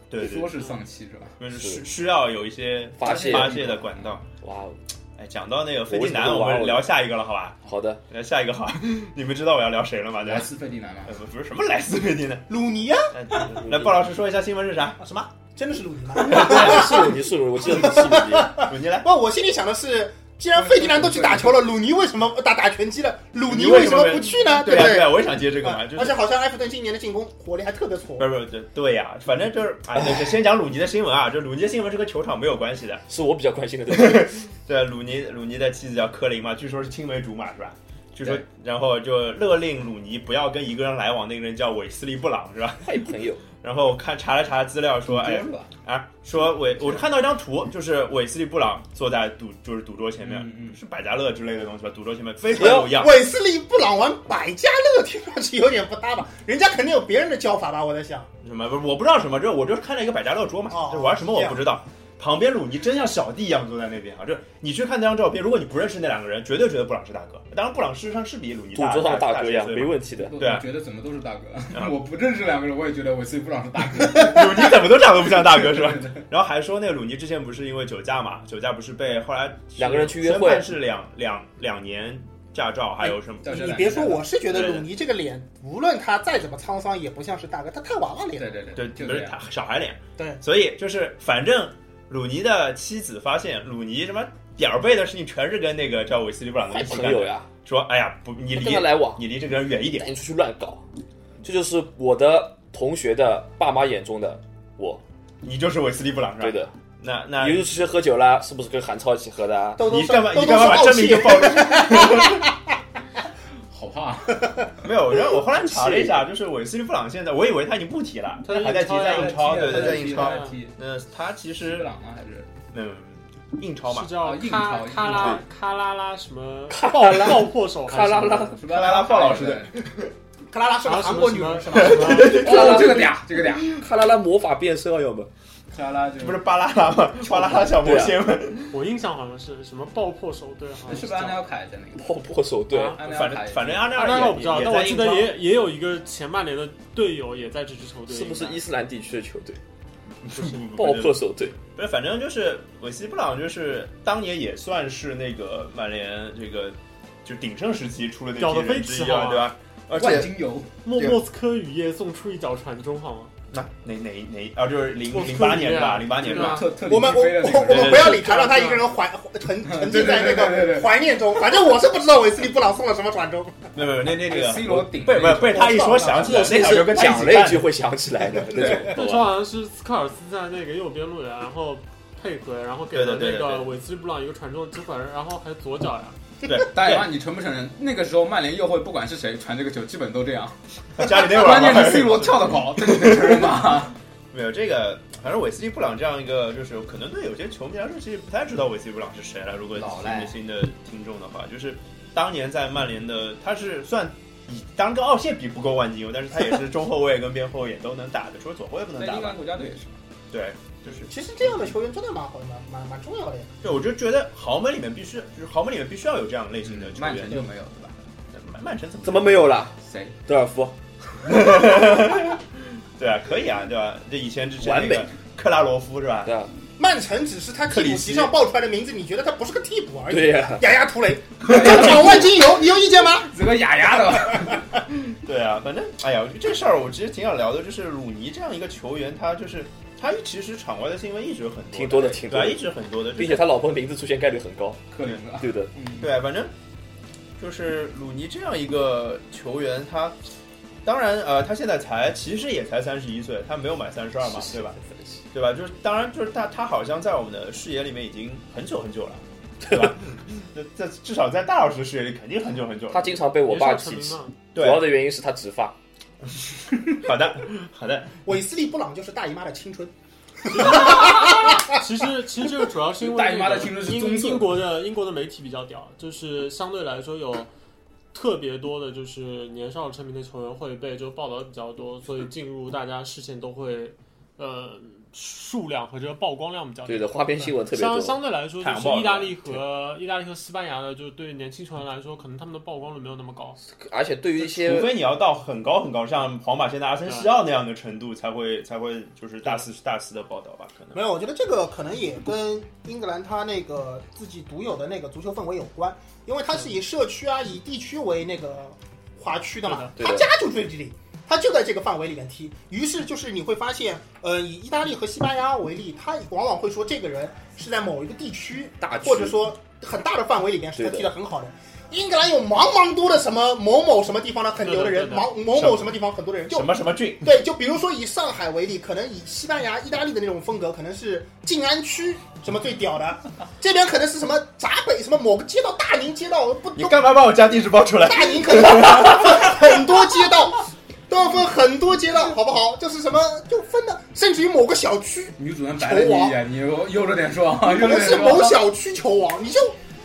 Speaker 1: 对对
Speaker 5: 说是丧妻是吧？
Speaker 1: 对，就是
Speaker 4: 是
Speaker 1: 需需要有一些
Speaker 4: 发泄
Speaker 1: 发泄的管道。
Speaker 4: 哇，哦，
Speaker 1: 哎，讲到那个费迪
Speaker 4: 我为什
Speaker 1: 南，
Speaker 4: 么
Speaker 1: 我
Speaker 4: 玩
Speaker 1: 们
Speaker 4: 我
Speaker 1: 聊下一个了，好吧？
Speaker 4: 好的，
Speaker 1: 聊下一个好吧，你们知道我要聊谁了吗？对
Speaker 5: 莱
Speaker 1: 吧？
Speaker 5: 斯费迪南嘛
Speaker 1: 呃，，不不是什么莱斯费迪南，
Speaker 2: 鲁尼啊，
Speaker 1: 哎对对对来鲍 老师说一下新闻是啥？
Speaker 2: 啊什么？真的是鲁尼 吗？
Speaker 4: 哎是鲁尼是鲁尼，我记得你是鲁尼。
Speaker 1: 鲁尼来。
Speaker 2: 不，我心里想的是，既然费迪南都去打球了，鲁尼为什么打打拳击了？鲁尼为什么不去呢？
Speaker 1: 对
Speaker 2: 不
Speaker 1: 呀、
Speaker 2: 啊对
Speaker 1: 对呀、？我也想接这个嘛，
Speaker 2: 啊
Speaker 1: 就
Speaker 2: 而
Speaker 1: 是
Speaker 2: 且好像埃弗顿今年的进攻火力还特别挫
Speaker 1: 不。是不是对对呀、反正就是啊，对对，先讲鲁尼的新闻啊，这鲁尼的新闻是跟球场没有关系的。
Speaker 4: 是我比较关心的这个。
Speaker 1: 对，鲁尼鲁尼的妻子叫科林嘛，据说是青梅竹马是吧？据说
Speaker 5: 对，
Speaker 1: 然后就勒令鲁尼不要跟一个人来往，那个人叫韦斯利·布朗是吧？
Speaker 4: 太朋友，
Speaker 1: 然后我看查了查资料说，哎
Speaker 5: 是吧？
Speaker 1: 啊，说韦我看到一张图，就是韦斯利·布朗坐在赌就是赌桌前面，
Speaker 5: 嗯嗯
Speaker 1: 是百家乐之类的东西吧？赌桌前面非常有样，
Speaker 2: 韦斯利布朗玩百家乐，听上去有点不搭吧？人家肯定有别人的教法吧？我在想，
Speaker 1: 什么？不是我不知道什么，这我就是看了一个百家乐桌嘛，
Speaker 2: 哦
Speaker 1: 这玩什么我
Speaker 2: 这样
Speaker 1: 不知道。旁边鲁尼真像小弟一样坐在那边啊！这你去看那张照片，如果你不认识那两个人，绝对觉得布朗是大哥。当然，布朗事实上是比鲁尼
Speaker 4: 赌
Speaker 1: 大
Speaker 4: 桌上的
Speaker 1: 大
Speaker 4: 大哥
Speaker 1: 些
Speaker 4: 呀，
Speaker 1: 岁
Speaker 4: 没问题的。
Speaker 5: 我
Speaker 1: 对啊
Speaker 5: 觉得怎么都是大哥
Speaker 1: 啊，
Speaker 5: 我不认识两个人，我也觉得我自己不朗是大哥。
Speaker 1: 嘛 鲁尼怎么都长得不像大哥是吧？然后还说那个鲁尼之前不是因为酒驾嘛，酒驾不是被后来是
Speaker 4: 两个人去约会哎
Speaker 1: 宣判是两两两年驾照，还有什么？
Speaker 5: 对
Speaker 2: 你别说，我是觉得鲁尼这个脸，无论他再怎么沧桑，也不像是大哥，他太娃娃脸了。
Speaker 5: 对对
Speaker 1: 对，
Speaker 5: 就
Speaker 1: 不
Speaker 5: 这
Speaker 1: 是
Speaker 5: 样。
Speaker 1: 他小孩脸。
Speaker 2: 对，
Speaker 1: 所以就是反正鲁尼的妻子发现鲁尼什么点儿背的事情全是跟那个叫韦斯利布朗的
Speaker 4: 坏
Speaker 1: 一起
Speaker 4: 朋
Speaker 1: 干的
Speaker 4: 友。呀，
Speaker 1: 说哎呀不，你
Speaker 4: 不
Speaker 1: 离
Speaker 4: 跟他来往，
Speaker 1: 你离这个人远一点
Speaker 4: 带。你出去乱搞，这就是我的同学的爸妈眼中的我。
Speaker 1: 你就是韦斯利布朗是吧？
Speaker 4: 对。的，
Speaker 1: 那那
Speaker 4: 你又出去喝酒啦，是不是跟韩超一起喝的啊？
Speaker 2: 豆豆
Speaker 1: 你
Speaker 2: 上
Speaker 1: 干嘛
Speaker 2: 豆
Speaker 1: 你
Speaker 2: 豆
Speaker 1: 干嘛把
Speaker 2: 上
Speaker 1: 真名就
Speaker 2: 气
Speaker 1: 暴露出来？
Speaker 5: 好怕，啊
Speaker 1: 没有，然后我后来查了一下，就是韦斯利布朗现在，我以为他已经不提了，
Speaker 3: 他在
Speaker 1: 还在提，在
Speaker 3: 英
Speaker 1: 印超，对
Speaker 5: 他
Speaker 1: 对，
Speaker 5: 在
Speaker 1: 在英超。
Speaker 5: 踢，踢
Speaker 1: 嗯，他其
Speaker 5: 是布
Speaker 1: 实
Speaker 5: 朗吗？还是
Speaker 1: 嗯，印超嘛
Speaker 3: 是，叫
Speaker 5: 啊硬
Speaker 3: 哦卡
Speaker 5: 超
Speaker 3: 卡
Speaker 5: 硬
Speaker 3: 拉
Speaker 5: 超
Speaker 3: 卡拉拉什么
Speaker 4: 卡
Speaker 3: 爆
Speaker 4: 拉
Speaker 3: 爆破手还是什么
Speaker 4: 卡拉拉
Speaker 5: 是
Speaker 1: 克拉拉鲍老师的
Speaker 5: 的？
Speaker 2: 克拉拉是
Speaker 3: 然后
Speaker 2: 个
Speaker 3: 什
Speaker 2: 韩
Speaker 3: 么
Speaker 2: 国
Speaker 3: 什
Speaker 2: 女
Speaker 3: 么
Speaker 2: 人，
Speaker 3: 什么，
Speaker 5: 哦，这个嗲，这个嗲，
Speaker 4: 哈啦啦魔法变身啊，要么
Speaker 5: 克拉拉就
Speaker 1: 不是巴拉拉吗？巴拉拉小魔仙吗？
Speaker 3: 我印象好像是什么爆破手队，好像
Speaker 5: 是不是
Speaker 3: 这
Speaker 5: 安
Speaker 3: 样
Speaker 5: 廖凯在那个？
Speaker 4: 爆破手对，
Speaker 3: 啊
Speaker 5: 安廖凯
Speaker 1: 反正 反正阿
Speaker 3: 啊，那
Speaker 1: 纳
Speaker 3: 个
Speaker 1: 尔
Speaker 3: 我不知道，
Speaker 1: 也
Speaker 3: 但
Speaker 1: 也在
Speaker 3: 我记
Speaker 1: 印
Speaker 3: 得
Speaker 1: 超，
Speaker 3: 也也有一个前曼联的队友也在这支球队，
Speaker 4: 是不是伊斯兰地区的球队？
Speaker 1: 不
Speaker 4: 爆
Speaker 1: 不不
Speaker 4: 破手队，
Speaker 1: 不是，反正就是韦斯利布朗，就是当年也算是那个曼联这个就鼎盛时期出了那
Speaker 3: 屌
Speaker 1: 批
Speaker 3: 得飞
Speaker 1: 人之
Speaker 3: 起
Speaker 1: 一
Speaker 3: 好
Speaker 1: 啊，
Speaker 3: 啊
Speaker 1: 对吧？而
Speaker 5: 万
Speaker 1: 且
Speaker 5: 金油，
Speaker 3: 莫莫斯科雨夜送出一脚传中好吗？
Speaker 1: 那哪哪哪啊，就是零
Speaker 3: 我
Speaker 1: 零八
Speaker 3: 突
Speaker 1: 年是吧？
Speaker 3: 然啊
Speaker 1: 零八年是吧？
Speaker 5: 特特里
Speaker 2: 我们
Speaker 5: 皮
Speaker 2: 我
Speaker 5: 菲的那
Speaker 2: 我
Speaker 5: 个
Speaker 2: 我
Speaker 5: 人
Speaker 2: 们不要理他，让他一个人怀沉沉浸在那个怀念中。反正我是不知道维斯利布朗送了什么传中。
Speaker 1: 没有没有，那那那个
Speaker 5: C 罗顶
Speaker 1: 被被被他一说想起来，那场就跟他
Speaker 4: 讲
Speaker 1: 起
Speaker 4: 了一
Speaker 1: 看
Speaker 4: 句会想起来的那种。
Speaker 3: 那球好像是斯科尔斯在那个右边路呀，然后配合，然后给
Speaker 1: 对
Speaker 3: 了
Speaker 1: 对对
Speaker 3: 那
Speaker 1: 对
Speaker 3: 个
Speaker 1: 对
Speaker 3: 韦斯利布朗一个传中的机会，然后还是左脚呀。
Speaker 5: 大野妈，你承不承认？那个时候曼联右后卫不管是谁传这个球，基本都这样。
Speaker 1: 家里那会儿
Speaker 5: 关键
Speaker 1: 还
Speaker 5: 是 C 罗跳得高，这你能承 认吗？
Speaker 1: 没有这个，反正韦斯利布朗这样一个，就是可能对有些球迷来说，其实不太知道韦斯利布朗是谁了。如果
Speaker 5: 老
Speaker 1: 新
Speaker 5: 赖
Speaker 1: 的新的听众的话，就是当年在曼联的，他是算以当然跟奥谢比不过万金油，但是他也是中后卫跟边后卫也都能打的，除了左后卫不能
Speaker 5: 在
Speaker 1: 打
Speaker 5: 英格
Speaker 1: 吧
Speaker 5: 兰？国家队也是，
Speaker 1: 对，就是
Speaker 2: 其实这样的球员真的蛮好的，蛮蛮蛮重要的呀。
Speaker 1: 对，我就觉得豪门里面必须，就是豪门里面必须要有这样类型的球
Speaker 5: 嗯曼
Speaker 1: 员
Speaker 5: 城。就没有对吧？
Speaker 1: 曼曼城怎么
Speaker 4: 怎么没有了？
Speaker 5: 谁？
Speaker 4: 德尔夫
Speaker 1: 对啊？可以啊，对吧？这以前之前
Speaker 4: 完
Speaker 1: 那
Speaker 4: 美
Speaker 1: 个克拉罗夫是吧？
Speaker 4: 对啊，
Speaker 2: 曼城只是他替补席上报出来的名字，你觉得他不是个替补而已。
Speaker 4: 对啊呀，
Speaker 2: 雅雅图雷，就场万金油，你有意见吗？
Speaker 5: 这个雅雅 的，
Speaker 1: 对啊，反正哎呀，这事儿我其实挺想聊的，就是鲁尼这样一个球员，他就是他其实场外的新闻一直有很多，
Speaker 4: 挺多的，挺
Speaker 1: 对啊吧？
Speaker 4: 多
Speaker 1: 一
Speaker 4: 的，
Speaker 1: 直很多的，就是
Speaker 4: 并且他老婆名字出现概率很高，
Speaker 5: 克林的。
Speaker 4: 对的。
Speaker 5: 嗯，
Speaker 1: 对啊，反正就是鲁尼这样一个球员，他当然呃，他现在才其实也才三十一岁，他没有满三十二嘛，对吧？？对吧？就是当然就是他他好像在我们的视野里面已经很久很久了，对 吧？那在至少在大老师的视野里肯定很久很久了。
Speaker 4: 他经常被我爸
Speaker 3: 也
Speaker 4: 提
Speaker 3: 是成名
Speaker 4: 起，
Speaker 3: 嘛，
Speaker 4: 主
Speaker 1: 对，
Speaker 4: 要的原因是他直发。
Speaker 1: 好的好的，
Speaker 2: 韦斯利布朗就是大姨妈的青春，
Speaker 3: 其实 其实这个主要是因为
Speaker 5: 大姨
Speaker 3: 那
Speaker 5: 妈
Speaker 3: 个
Speaker 5: 的听着是棕
Speaker 3: 英
Speaker 5: 色
Speaker 3: 英国的英国的媒体比较屌，就是相对来说有特别多的就是年少成名的球员会被就报道得比较多，所以进入大家视线都会呃数量和这个曝光量比较
Speaker 4: 对
Speaker 3: 大。
Speaker 4: 的，花边新闻特别
Speaker 3: 相
Speaker 4: 多。
Speaker 3: 相对来说，
Speaker 1: 太
Speaker 3: 就
Speaker 1: 阳
Speaker 3: 是
Speaker 1: 报
Speaker 3: 意大利和意大利和西班牙的，就是对年轻球员来说，可能他们的曝光率没有那么高。
Speaker 4: 而且对于一
Speaker 1: 除
Speaker 4: 些
Speaker 1: 非你要到很高很高，像皇马现在阿森西奥那样的程度，才会才会就是大肆大肆的报道吧？可能
Speaker 2: 没有，我觉得这个可能也跟英格兰他那个自己独有的那个足球氛围有关，因为他是以社区啊、以地区为那个划区的嘛，
Speaker 4: 对
Speaker 2: 他
Speaker 4: 的
Speaker 2: 家就住这里，他就在这个范围里面踢。于是就是你会发现，呃，以意大利和西班牙为例，他往往会说这个人是在某一个地区
Speaker 4: 大区
Speaker 2: 或者说很大的范围里面是他
Speaker 4: 啊对的
Speaker 2: 踢得很好的。英格兰有茫茫多的什么某某什么地方的很牛的人，
Speaker 3: 对的对的
Speaker 2: 某某
Speaker 1: 什
Speaker 2: 某
Speaker 1: 么
Speaker 2: 什么地方很多的人，就
Speaker 1: 什么什么郡，
Speaker 2: 对，就比如说以上海为例，可能以西班牙、意大利的那种风格，可能是静安区什么最屌的，这边可能是什么闸北什么某个街道，大宁街道不
Speaker 1: 你
Speaker 2: 都
Speaker 1: 干嘛把我家地址报出来？
Speaker 2: 大宁可能分很多街道，都要分很多街道，好不好？就是什么就分的，甚至于某个小区，
Speaker 5: 女主人白了你一眼，你悠悠着点说啊，悠
Speaker 2: 可
Speaker 5: 着
Speaker 2: 能
Speaker 5: 点
Speaker 2: 是
Speaker 5: 说。
Speaker 2: 某小区球王，你就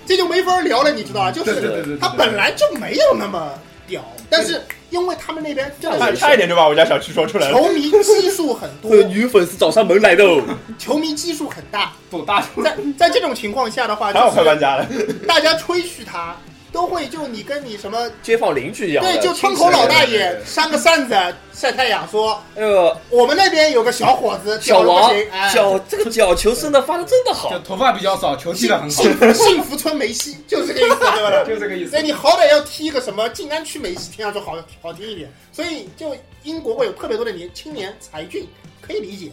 Speaker 2: 这就没法聊了，你知道吧？就
Speaker 5: 对对对对
Speaker 2: 是
Speaker 5: 对，
Speaker 2: 他本来就没有那么屌，但是因为他们那边真
Speaker 1: 差
Speaker 2: 的
Speaker 1: 差一
Speaker 2: 是
Speaker 1: 点就把我家小区说出来了。
Speaker 2: 球迷基数很多
Speaker 4: 会，有女粉丝找上门来的哦。
Speaker 2: 球迷基数很大。
Speaker 5: 走大 出
Speaker 2: 在在这种情况下的话，
Speaker 1: 还好
Speaker 2: 就
Speaker 1: 快
Speaker 2: 是
Speaker 1: 搬家了，
Speaker 2: 大家吹嘘他，都会就你跟你什么，
Speaker 4: 街坊邻居一样的。
Speaker 2: 对，就
Speaker 4: 亲
Speaker 2: 窗
Speaker 4: 戚
Speaker 2: 口老大
Speaker 5: 对对对
Speaker 2: 爷
Speaker 5: 对来
Speaker 2: 扇个扇子晒太阳说，
Speaker 4: 那个
Speaker 2: 我们那边有个小伙子
Speaker 4: 哎
Speaker 2: 屌
Speaker 4: 小
Speaker 2: 得
Speaker 4: 王
Speaker 2: 不行，哎，
Speaker 4: 脚这个脚球伸的发的真的好
Speaker 5: 就。头发比较少，球踢得很
Speaker 2: 幸
Speaker 5: 好，
Speaker 2: 幸福幸福村梅西就是这个意思，对吧？
Speaker 5: 就这个意思
Speaker 2: 所以。你好歹要踢个什么静安区梅西，听上去好好听一点。所以就英国会有特别多的年青年才俊，可以理解。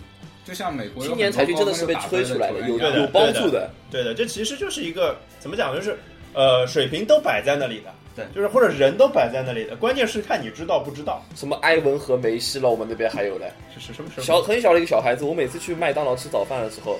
Speaker 5: 就像美国有
Speaker 4: 青年才俊真的是被吹出来的，有
Speaker 5: 很多高
Speaker 1: 对的
Speaker 4: 有帮
Speaker 5: 分就打出来
Speaker 4: 助的。
Speaker 1: 对的，这其实就是一个怎么讲，就是呃，水平都摆在那里的，
Speaker 5: 对
Speaker 1: 就是或者人都摆在那里的，关键是看你知道不知道。
Speaker 4: 什么埃文和梅西了，我们那边还有嘞。
Speaker 1: 是是什么什么
Speaker 4: 小很小的一个小孩子，我每次去麦当劳吃早饭的时候，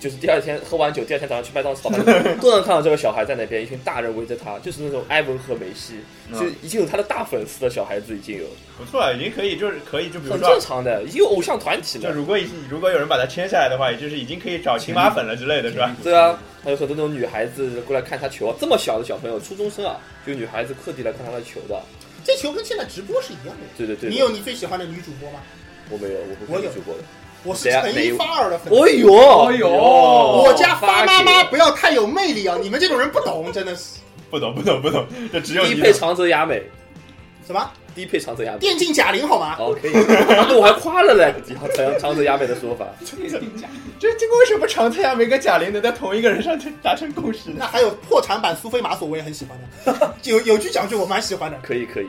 Speaker 4: 就是第二天喝完酒，第二天早上去麦当劳吃早饭，都能看到这个小孩在那边，一群大人围着他，就是那种埃文和梅西，
Speaker 1: 嗯
Speaker 4: 就已经有他的大粉丝的小孩子已经有，
Speaker 1: 不错啊，已经可以就是可以，就比如
Speaker 4: 很正
Speaker 1: 说。啊
Speaker 4: 常的，已经有偶像团体
Speaker 1: 就
Speaker 4: 了。
Speaker 1: 如果如果有人把它签下来的话，也就是已经可以找亲妈粉了之类的，是吧？
Speaker 4: 对啊，还有很多那种女孩子过来看他球，啊这么小的小朋友，初中生啊，就女孩子特地来看他的球的。
Speaker 2: 这球跟现在直播是一样的。
Speaker 4: 对对对，
Speaker 2: 你有你最喜欢的女主播吗？
Speaker 4: 我没有，我不
Speaker 2: 我
Speaker 4: 会
Speaker 2: 有
Speaker 4: 主播的。
Speaker 2: 我是
Speaker 4: 谁啊
Speaker 2: 陈
Speaker 4: 哪一
Speaker 2: 一
Speaker 4: 位
Speaker 2: 发儿的粉丝。
Speaker 4: 哦呦，哎
Speaker 5: 哦呦
Speaker 2: 我家发妈妈
Speaker 4: 发
Speaker 2: 不要太有魅力啊！你们这种人不懂，真的是
Speaker 1: 不懂不懂不懂，这只有
Speaker 4: 给低
Speaker 1: 你
Speaker 4: 配
Speaker 1: 懂。
Speaker 4: 长泽雅美，
Speaker 2: 什么
Speaker 4: 低配长泽雅美。
Speaker 2: 电竞贾玲好吗？
Speaker 4: 哦，可以，那我还夸了嘞，长长泽雅美的说法。
Speaker 1: 这这个为什么长泰亚梅跟贾玲能在同一个人上达成共识呢？
Speaker 2: 那还有破 产版苏菲玛索，我也很喜欢的。有有句讲句我蛮喜欢的，
Speaker 4: 可以可以，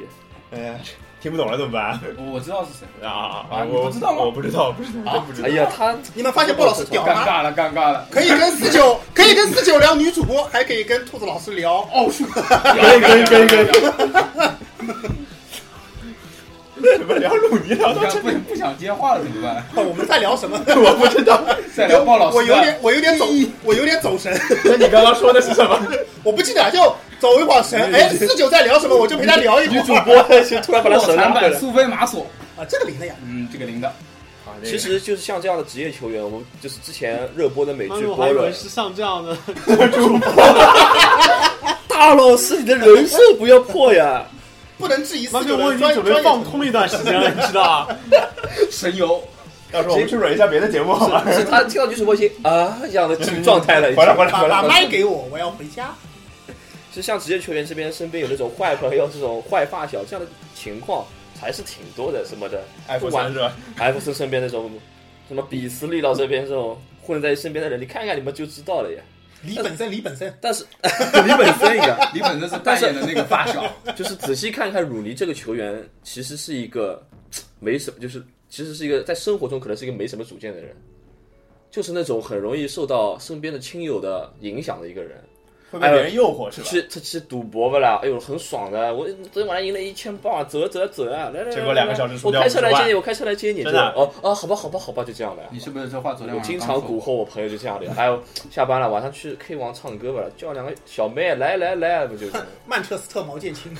Speaker 1: 哎呀，听不懂了怎么办？
Speaker 5: 我我知道是谁，
Speaker 1: 啊
Speaker 5: 啊你
Speaker 1: 我
Speaker 5: 不知道吗
Speaker 1: 我不知道，不知道，
Speaker 5: 啊
Speaker 1: 真不知道。
Speaker 4: 哎呀，他
Speaker 2: 你们发现鲍老师屌
Speaker 5: 尴
Speaker 2: 吗？
Speaker 5: 尬了，尴尬了。
Speaker 2: 可以跟四九，可以跟四九聊女主播，还可以跟兔子老师聊哦奥数。
Speaker 1: 跟跟跟跟，怎么聊鲁尼聊
Speaker 5: 你
Speaker 1: 到
Speaker 5: 看
Speaker 1: 这
Speaker 5: 不
Speaker 1: 里？
Speaker 5: 不想接话了怎么办？
Speaker 2: 我们在聊什么？
Speaker 1: 我不知道。
Speaker 5: 再聊鲍老哦师
Speaker 2: 我
Speaker 5: 吧。
Speaker 2: 有点，我有点走，我有点走神，
Speaker 1: 那你刚刚说的是 什么？
Speaker 2: 我不记得，就走一会儿神。哎，四九在聊什么？我就陪他聊一会
Speaker 4: 女主
Speaker 2: 儿。
Speaker 4: 播就突然把他
Speaker 5: 卧
Speaker 4: 手拉
Speaker 5: 蚕
Speaker 4: 回
Speaker 5: 版
Speaker 4: 来。
Speaker 5: 苏菲玛索，
Speaker 2: 啊，这个灵的呀，
Speaker 5: 嗯，这个铃铛，
Speaker 4: 其实就是像这样的职业球员，我们就是之前热播的美
Speaker 3: 当
Speaker 4: 剧
Speaker 3: 时我
Speaker 4: 播
Speaker 3: 还以为
Speaker 4: 了。
Speaker 3: 是像这样 的，
Speaker 4: 大老师，你的人设不要破呀！
Speaker 2: 不能质疑四
Speaker 3: 当时
Speaker 2: 九
Speaker 3: 我
Speaker 2: 的
Speaker 3: 已
Speaker 2: 专
Speaker 3: 经准备
Speaker 2: 专
Speaker 3: 放
Speaker 2: 业。
Speaker 3: 空一段时间了， 你知道吧？
Speaker 5: 神游，
Speaker 1: 到时候我们去蕊一下别的节目好吗？
Speaker 4: 是他听到女主播已经啊这样的进入状态嗯了，已
Speaker 1: 回来
Speaker 4: 经。
Speaker 1: 回来
Speaker 2: 把
Speaker 1: 回来
Speaker 2: 把
Speaker 1: 回来。
Speaker 2: 麦给我，我要回家。
Speaker 4: 就像职业球员这边身边有那种坏朋友、这种坏发小这样的情况，还是挺多的什么的。
Speaker 1: iPhone
Speaker 4: 不玩
Speaker 1: 三是吧？
Speaker 4: 艾弗森身边那种什么比斯利到这边这种混在身边的人，你看看你们就知道了呀。
Speaker 2: 李本森，李本森，
Speaker 4: 但是李本森一个，
Speaker 5: 你本身是扮演的那个发 小，
Speaker 4: 就是仔细看看鲁尼这个球员，其实是一个没什么，就是其实是一个在生活中可能是一个没什么主见的人，就是那种很容易受到身边的亲友的影响的一个人。
Speaker 1: 会被别人诱哎惑是吧？
Speaker 4: 去他去赌博不啦？哎呦，很爽的！我昨天晚上赢了一千八，折折折啊！来来来，
Speaker 1: 结果两个小时输
Speaker 4: 我
Speaker 1: 掉
Speaker 4: 开车来
Speaker 1: 50
Speaker 4: 接
Speaker 1: 万
Speaker 4: 你，我开车来接你。
Speaker 1: 真的
Speaker 4: 这种哦哦，好吧好吧好吧，就这样的。
Speaker 5: 你是不是这话昨天
Speaker 4: 我
Speaker 5: 晚上
Speaker 4: 经常
Speaker 5: 刚
Speaker 4: 蛊
Speaker 5: 说
Speaker 4: 惑我朋友就这样的，哎呦，下班了晚上去 K 王唱歌吧，叫两个小妹来来来，不 就是？
Speaker 2: 曼彻斯特毛剑卿，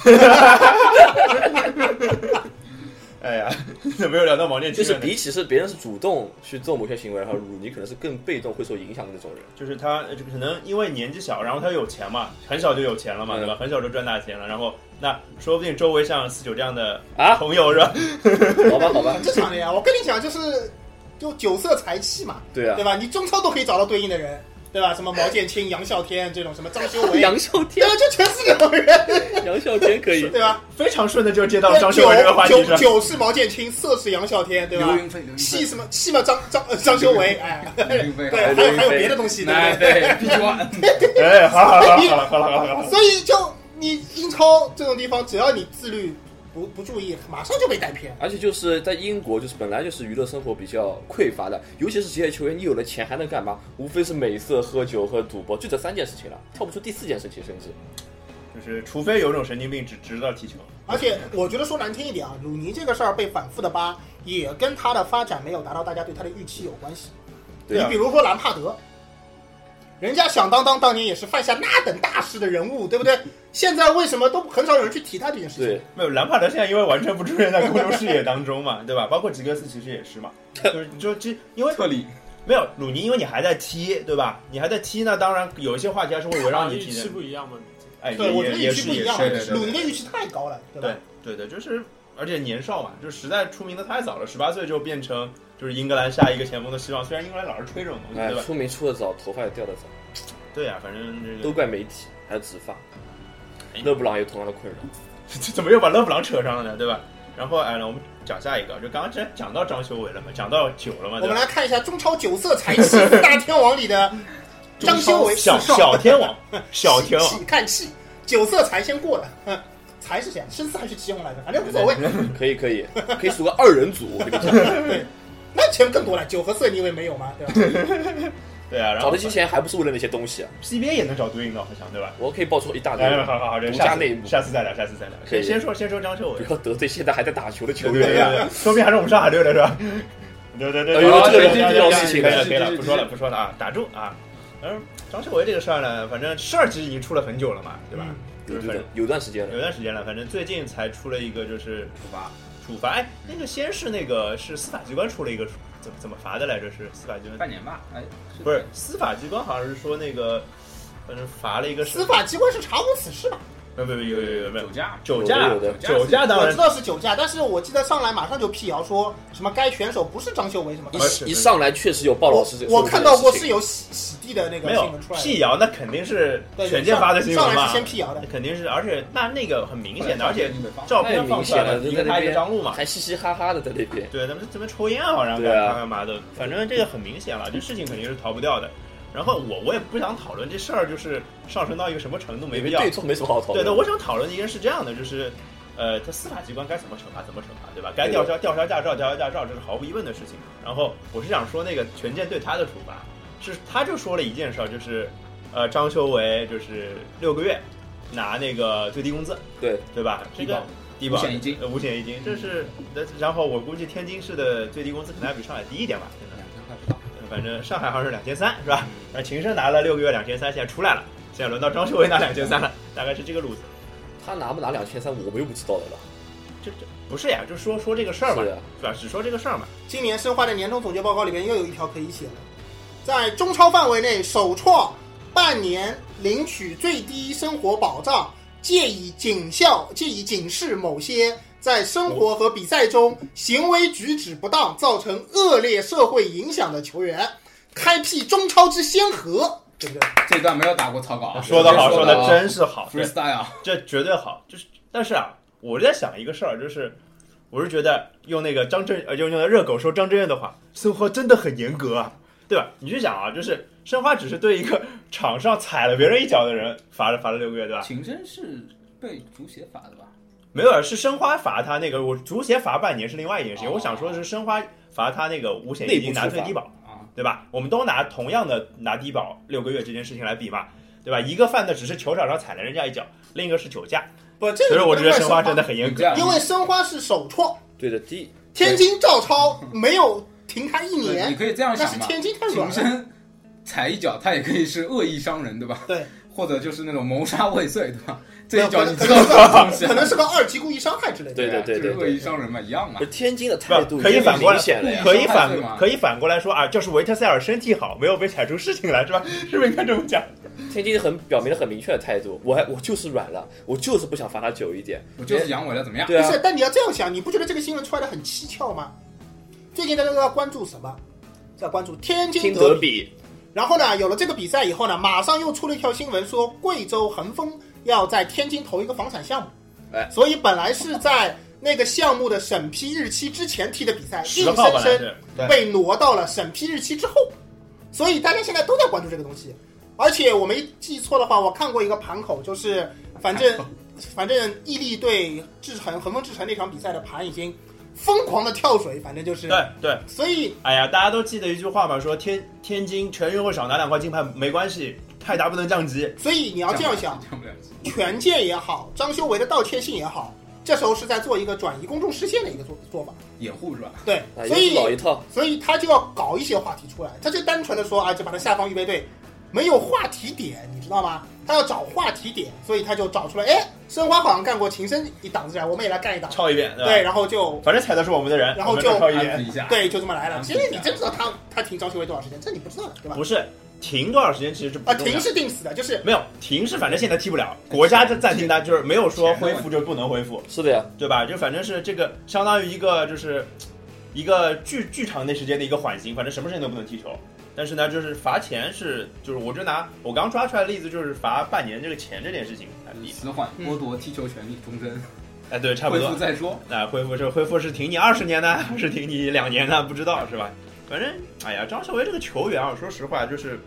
Speaker 1: 哎呀， 怎么没有聊到毛念
Speaker 4: 就
Speaker 1: 青
Speaker 4: 是
Speaker 1: 了呢？
Speaker 4: 比起是别人是主动去做某些行为，然后鲁尼可能是更被动会受影响的那种人。
Speaker 1: 就是他呃就可能因为年纪小，然后他有钱嘛，很小就有钱了嘛，
Speaker 4: 嗯
Speaker 1: 对吧？很小就赚大钱了，然后那说不定周围像四九这样的
Speaker 4: 啊
Speaker 1: 朋友是吧？
Speaker 4: 好吧好吧
Speaker 2: 很，啊正常的呀。我跟你讲，就是就酒色财气嘛，
Speaker 4: 对啊
Speaker 2: 对，吧？你中超都可以找到对应的人，对吧？什么毛剑卿、杨啸天这种，什么张修为，
Speaker 4: 杨啸
Speaker 2: 对
Speaker 4: 天
Speaker 2: 啊，，就全是这种人，
Speaker 4: 杨啸天可以。
Speaker 2: 对吧？
Speaker 1: 非常顺的就接到了
Speaker 2: 酒
Speaker 1: 张秀文这个话题
Speaker 2: 酒
Speaker 1: 是吧？
Speaker 2: 酒是毛剑卿，色是杨啸天，对吧
Speaker 5: 刘？云飞，刘云
Speaker 2: 戏
Speaker 5: 飞，
Speaker 2: 什么戏嘛张张呃张修为，哎，
Speaker 5: 刘云飞，
Speaker 2: 对，还
Speaker 4: 刘
Speaker 2: 有
Speaker 4: 亦
Speaker 2: 还有
Speaker 4: 菲
Speaker 2: 别的东西，对
Speaker 5: 奶
Speaker 2: 不
Speaker 5: 飞 B One，
Speaker 1: 哎，好好好好了好了好了好
Speaker 2: 对？
Speaker 1: 了，
Speaker 2: 所以就你英超这种地方，只要你自律不不注意，马上就被带偏。
Speaker 4: 而且就是在英国，就是本来就是娱乐生活比较匮乏的，尤其是职业球员，你有了钱还能干嘛？无非是美色、喝酒和赌博，就这三件事情了，跳不出第四件事情，甚至
Speaker 1: 就是除非有一种神经病只只知道踢球，
Speaker 2: 而且我觉得说难听一点啊，鲁尼这个事儿被反复的扒，也跟他的发展没有达到大家对他的预期有关系。
Speaker 1: 对
Speaker 2: 你
Speaker 1: 啊
Speaker 2: 比，如说兰帕德，人家响当当当年也是犯下那等大事的人物，对不对？现在为什么都很少有人去提他这件事情
Speaker 4: 对？，
Speaker 1: 没有兰帕德现在因为完全不出现在公众视野当中嘛，对吧？包括吉格斯其实也 是嘛，就是就这因为
Speaker 5: 特里，
Speaker 1: 没有鲁尼，因为你还在踢，对吧？你还在踢，那当然有一些话题还是会围绕
Speaker 3: 啊
Speaker 1: 你
Speaker 3: 预
Speaker 1: 踢
Speaker 3: 期
Speaker 1: 的，
Speaker 3: 不一样嘛。
Speaker 1: 哎，
Speaker 2: 对，我觉
Speaker 1: 也
Speaker 2: 得
Speaker 1: 也
Speaker 2: 预期
Speaker 1: 是
Speaker 2: 不一
Speaker 1: 也
Speaker 2: 样
Speaker 1: 是，
Speaker 5: 对对，对
Speaker 2: 鲁尼的预期太高了，对吧？
Speaker 1: 对对对，就是而且年少嘛，就实在出名的太早了，十八岁就变成就是英格兰下一个前锋的希望。虽然英格兰老是吹这种东西，
Speaker 4: 哎
Speaker 1: 对，吧？
Speaker 4: 出名出的早，头发也掉的早，
Speaker 1: 对呀、反正这
Speaker 4: 都
Speaker 1: 个
Speaker 4: 怪媒体，还有植发
Speaker 1: 哎。
Speaker 4: 勒布朗有同样的困扰，
Speaker 1: 这 怎么又把勒布朗扯上了呢？对吧？然后哎，那我们讲下一个，就刚刚讲讲到张修伟了嘛，讲到酒了嘛，
Speaker 2: 我
Speaker 1: 对
Speaker 2: 们
Speaker 1: 吧？
Speaker 2: 来看一下中超九色财气四大天王 里的张修为
Speaker 1: 小
Speaker 2: 四少
Speaker 1: 小天 王，小天王，
Speaker 2: 喜看气，九色财先过了，哼财是谁？深思还是祁宏来着？反正无所谓。
Speaker 4: 可以可以可以组个二人组，我跟你讲，
Speaker 2: 那钱更多了，九和色你以为没有吗？对吧？
Speaker 1: 对啊，然
Speaker 4: 找
Speaker 1: 后
Speaker 4: 的些钱还不是为了那些东西啊，
Speaker 1: CBA 也能找对应的，好像对吧？
Speaker 4: 我可以爆出一大堆，
Speaker 1: 哎，好好好，这
Speaker 4: 独家
Speaker 1: 下
Speaker 4: 内幕
Speaker 1: 次下次再聊，下次再聊。
Speaker 4: 可以
Speaker 1: 先先说先说张秀伟
Speaker 4: 不，要得罪现在还在打球的球
Speaker 1: 对对
Speaker 4: 员啊。
Speaker 1: 对，说不定还是我们上海队的是吧？对对对，
Speaker 4: 哎呦
Speaker 1: 对
Speaker 4: 这
Speaker 1: 对
Speaker 4: 个
Speaker 1: 对
Speaker 4: 这
Speaker 1: 对
Speaker 4: 种
Speaker 1: 对
Speaker 4: 事情
Speaker 1: 可以了，可以
Speaker 5: 这
Speaker 1: 了，
Speaker 5: 这
Speaker 1: 不说了，
Speaker 5: 这
Speaker 1: 不说了啊，打住啊。而张秀维这个事儿呢，反正事儿其实已经出了很久了嘛，对吧？
Speaker 4: 有
Speaker 1: 就是反正
Speaker 4: 有段时间了，
Speaker 1: 有段时间了，反正最近才出了一个就是
Speaker 5: 处罚，
Speaker 1: 处罚，哎，那个先是那个是司法机关出了一个怎么怎么罚的来着？是司法机
Speaker 5: 半
Speaker 1: 关
Speaker 5: 年吧，哎，
Speaker 1: 不是司法机关好像是说那个，反正罚了一个
Speaker 2: 司，法机关是查无此事吧？
Speaker 1: 没没没有有有没有
Speaker 5: 酒驾，
Speaker 1: 酒驾
Speaker 4: 有的有的
Speaker 1: 酒驾当
Speaker 2: 我
Speaker 1: 然
Speaker 2: 知道是酒驾，但是我记得上来马上就辟谣说什么该选手不是张秀维什么的
Speaker 1: 不。是
Speaker 4: 一一上来确实有鲍老
Speaker 2: 我
Speaker 4: 师这，
Speaker 2: 我看到过
Speaker 4: 这个事
Speaker 2: 是
Speaker 4: 情
Speaker 2: 有洗洗地的那个
Speaker 1: 没
Speaker 2: 新
Speaker 1: 有
Speaker 2: 闻出来的
Speaker 1: 辟谣，那肯定是
Speaker 2: 对
Speaker 1: 权健发的新闻
Speaker 2: 上来
Speaker 1: 嘛，
Speaker 2: 是先辟谣的
Speaker 1: 那肯定是，而且那那个很明显的，而且
Speaker 5: 你得放
Speaker 1: 照
Speaker 4: 太
Speaker 1: 片放
Speaker 4: 明
Speaker 1: 出
Speaker 4: 显
Speaker 1: 来
Speaker 4: 了，
Speaker 1: 了，
Speaker 4: 就
Speaker 1: 一
Speaker 4: 在
Speaker 1: 个
Speaker 4: 那
Speaker 1: 他一个
Speaker 4: 边
Speaker 1: 张路嘛。
Speaker 4: 还嘻嘻哈哈的在那边。
Speaker 1: 对，咱们咱们抽烟啊好像
Speaker 4: 对啊
Speaker 1: 干干嘛的，反正这个很明显了，这事情肯定是逃不掉的。然后我我也不想讨论这事儿，就是上升到一个什么程度，没
Speaker 4: 你们
Speaker 1: 必要
Speaker 4: 对。错没什么好讨
Speaker 1: 对
Speaker 4: 论。
Speaker 1: 对，我想讨论的一件事是这样的，就是呃，他司法机关该怎么惩罚怎么惩罚，对吧？该吊销吊销驾照，吊销驾照，这是毫无疑问的事情。然后我是想说，那个权健对他的处罚是，他就说了一件事儿，就是呃，张修为就是六个月拿那个最低工资，
Speaker 4: 对
Speaker 1: 对吧？这个低保
Speaker 5: 五险一金嗯
Speaker 1: 呃五险一金，这是那然后我估计天津市的最低工资可能还比上海低一点吧，现在
Speaker 5: 两千块不到，
Speaker 1: 呃反正上海好像是两千三，是吧？
Speaker 5: 嗯
Speaker 1: 那秦升拿了六个月两千三，现在出来了，现在轮到张修为拿两千三了，
Speaker 5: 嗯
Speaker 1: 大概是这个路子。
Speaker 4: 他拿不拿两千三，我们又不知道的了。
Speaker 1: 这这不是呀，就说说这个事儿嘛，
Speaker 4: 是啊
Speaker 1: 对吧？只说这个事儿嘛。
Speaker 2: 今年申花的年终总结报告里面又有一条可以写了，在中超范围内首创半年领取最低生活保障，借以警效，借以警示某些在生活和比赛中行为举止不当造成恶劣社会影响的球员，开辟中超之先河，对不对？
Speaker 5: 这段没有打过草稿啊，
Speaker 1: 说得好，
Speaker 5: 直接
Speaker 1: 说
Speaker 5: 的
Speaker 1: 的真是好，对，
Speaker 5: freestyle，
Speaker 1: 这绝对好。就是，但是啊，我在想一个事儿，就是，我是觉得用那个张震，呃，用那个热狗说张震岳的话，申花真的很严格啊，对吧？你去想啊，就是申花只是对一个场上踩了别人一脚的人罚了罚了六个月，对吧？
Speaker 5: 秦升是被足协罚的吧？
Speaker 1: 没有，啊是申花罚他那个，我足协罚半年是另外一件事情。
Speaker 5: 哦
Speaker 1: 我想说的是申花罚他那个五险一金
Speaker 4: 内部处
Speaker 1: 拿
Speaker 4: 罚
Speaker 1: 最低保，
Speaker 5: 啊，
Speaker 1: 对吧？我们都拿同样的拿低保六个月这件事情来比嘛，对吧？一个犯的只是球场上踩了人家一脚，另一个是酒驾，
Speaker 2: 不，这
Speaker 1: 所以
Speaker 2: 个
Speaker 1: 我觉得申花真
Speaker 2: 的
Speaker 1: 的很严
Speaker 5: 你
Speaker 1: 格。
Speaker 5: 这样，
Speaker 2: 因为申花是首创，
Speaker 4: 对的，第一
Speaker 2: 天津照抄没有停刊一
Speaker 5: 对你
Speaker 2: 年，
Speaker 5: 可以这样
Speaker 2: 那
Speaker 5: 想
Speaker 2: 是
Speaker 5: 吧，
Speaker 2: 天津太软
Speaker 5: 秦
Speaker 2: 了。
Speaker 5: 升踩一脚，他也可以是恶意伤人，对吧？
Speaker 2: 对，
Speaker 5: 或者就是那种谋杀未遂，对吧？这一脚
Speaker 2: 可能
Speaker 5: 你知道什么东西 啊？
Speaker 2: 可能是个二级故意伤害之类的。
Speaker 4: 对
Speaker 5: 啊
Speaker 4: 对对
Speaker 5: 就是
Speaker 4: 对
Speaker 5: 恶意伤人嘛，一样嘛
Speaker 4: 不。是天津的态度
Speaker 1: 不可以
Speaker 4: 已经
Speaker 1: 反过来
Speaker 4: 明显了呀。
Speaker 1: 可以
Speaker 5: 伤害
Speaker 1: 反
Speaker 5: 罪 嘛
Speaker 1: 可以反过来说啊，就是维特塞尔身体好，没有被踩出事情来，是吧？ 是不是应该这么讲？
Speaker 4: 天津很表明了很明确的态度，我还我就是软了，我就是不想罚他久一点。
Speaker 5: 我就是阳痿了，怎么样？
Speaker 4: 对
Speaker 2: 不
Speaker 4: 啊，
Speaker 2: 是，但你要这样想，你不觉得这个新闻出来的很蹊跷吗？最近大家都要关注什么？在关注天津
Speaker 4: 听
Speaker 2: 德
Speaker 4: 德
Speaker 2: 比。
Speaker 4: 比
Speaker 2: 然后呢，有了这个比赛以后呢，马上又出了一条新闻说，贵州恒丰要在天津投一个房产项目。
Speaker 4: 哎
Speaker 2: 所以本来是在那个项目的审批日期之前踢的比赛，
Speaker 1: 十
Speaker 2: 硬
Speaker 1: 号
Speaker 2: 生
Speaker 1: 本来
Speaker 2: 生
Speaker 1: 是，
Speaker 2: 被挪到了审批日期之后，所以大家现在都在关注这个东西。而且我没记错的话，我看过一个盘口，就是反正反正伊利对志诚恒丰志诚那场比赛的盘已经疯狂的跳水，反正就是
Speaker 1: 对对。
Speaker 2: 所以
Speaker 1: 哎呀，大家都记得一句话嘛，说天天津全运会少拿两块金牌没关系，泰达不能降级。
Speaker 2: 所以你要这样想，
Speaker 5: 降不了级，
Speaker 2: 权健也好，张修为的道歉信也好，这时候是在做一个转移公众视线的一个做做法。
Speaker 5: 掩护是吧？
Speaker 2: 对
Speaker 4: 啊，，又
Speaker 2: 所
Speaker 4: 是
Speaker 2: 以
Speaker 4: 老一套，
Speaker 2: 所以他就要搞一些话题出来，他就单纯的说啊，就把他下放预备队，没有话题点，你知道吗？他要找话题点，所以他就找出来，哎，申花好像干过秦升一档子呀，我们也来干一档，
Speaker 1: 抄一遍，对吧？
Speaker 2: 对，然后就
Speaker 1: 反正踩的是我们的人，
Speaker 2: 然后
Speaker 1: 我们再
Speaker 2: 就
Speaker 1: 抄一遍
Speaker 5: 安抚。一下。
Speaker 2: 对，就这么来了。
Speaker 5: 嗯
Speaker 2: 其实你真知道他他停张修为多少时间，这你不知道的，对吧？
Speaker 1: 不是停多少时间，其实是不
Speaker 2: 啊，
Speaker 1: 重要
Speaker 2: 停是定死的，就是
Speaker 1: 没有停是，反正现在踢不了，国家这暂停他就是没有说恢复就不能恢复，
Speaker 4: 是的呀，
Speaker 1: 对吧？就反正是这个相当于一个就是一个巨巨长的时间的一个缓刑，反正什么事情都不能踢球。但是呢，就是罚钱是，就是我就拿我刚抓出来的例子，就是罚半年这个钱这件事情来比，
Speaker 5: 迟缓剥夺踢球权利，终身
Speaker 1: 哎，对，差不
Speaker 5: 恢
Speaker 1: 多
Speaker 5: 复。再说。
Speaker 1: 那恢复是恢复是停你二十年呢，还是停你两年呢？不知道是吧？反正哎呀，张秀维这个球员啊，说实话就是，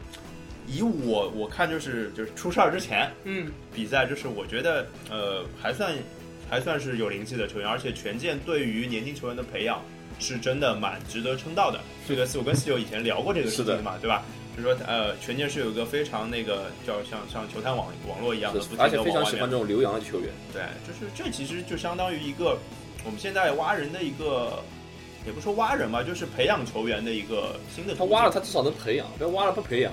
Speaker 1: 以我我看就是就是出事儿之前
Speaker 2: 嗯，
Speaker 1: 比赛，就是我觉得呃还算还算是有灵气的球员，而且权健对于年轻球员的培养是真的蛮值得称道的。这个四我跟四友以前聊过这个事
Speaker 4: 是的
Speaker 1: 情嘛，对吧？就说呃权健是有一个非常那个叫像像球探网网络一样的，
Speaker 4: 是
Speaker 1: 不停
Speaker 4: 而
Speaker 1: 的
Speaker 4: 且非
Speaker 1: 往
Speaker 4: 常
Speaker 1: 外
Speaker 4: 喜
Speaker 1: 面
Speaker 4: 欢这种留洋的球员。
Speaker 1: 对，就是这其实就相当于一个我们现在挖人的一个，也不说挖人吧，就是培养球员的一个新的途
Speaker 4: 他
Speaker 1: 径。
Speaker 4: 挖了，他至少能培养，不要挖了不培养，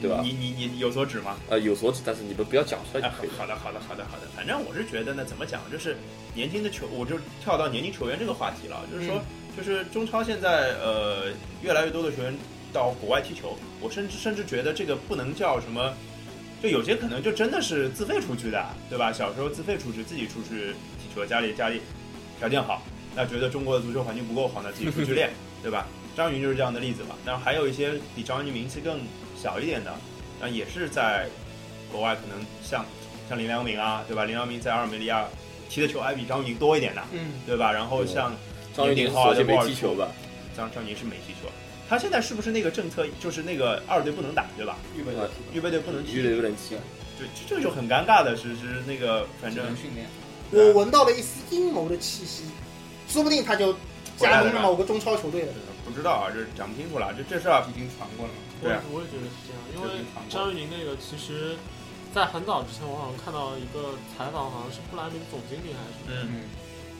Speaker 4: 对吧
Speaker 1: 你？你你你有所指吗？
Speaker 4: 呃，有所指，但是你们不要讲出来
Speaker 1: 哎，
Speaker 4: 就可以了。
Speaker 1: 好的，好的，好的，好的。反正我是觉得呢，怎么讲，就是年轻的球，我就跳到年轻球员这个话题了，就是说，
Speaker 4: 嗯
Speaker 1: 就是中超现在呃越来越多的球员到国外踢球，我甚至甚至觉得这个不能叫什么，就有些可能就真的是自费出去的，对吧？小时候自费出去，自己出去踢球，家里家里条件好，那觉得中国的足球环境不够好，那自己出 去练，对吧？张云就是这样的例子嘛。但还有一些比张云名气更小一点的，那也是在国外，可能像像林良铭啊，对吧？林良铭在阿尔梅利亚踢的球还比张云多一点的，
Speaker 2: 嗯，
Speaker 1: 对吧？然后
Speaker 4: 对
Speaker 1: 像
Speaker 4: 张云宁索性没踢球吧？
Speaker 1: 张张云是没踢球，他现在是不是那个政策就是那个二队不能打，对吧？
Speaker 5: 预备
Speaker 4: 队
Speaker 1: 预备队不能
Speaker 4: 一
Speaker 1: 踢，
Speaker 4: 律不能踢。
Speaker 1: 就这这就很尴尬的是是那个反
Speaker 5: 只
Speaker 1: 正
Speaker 5: 能训练，
Speaker 2: 我闻到了一丝阴谋的气息，说不定他就加盟了某个中超球队了。
Speaker 1: 不知道啊，这讲不清楚了，这这事儿啊
Speaker 5: 已经传过了嘛。
Speaker 1: 对啊
Speaker 3: 我也我也觉得是这样，
Speaker 5: 这
Speaker 3: 因为
Speaker 5: 是韩国
Speaker 3: 张玉宁那个其实，在很早之前我好像看到一个采访，好像是布莱明总经理还是什么，
Speaker 1: 嗯，
Speaker 5: 嗯，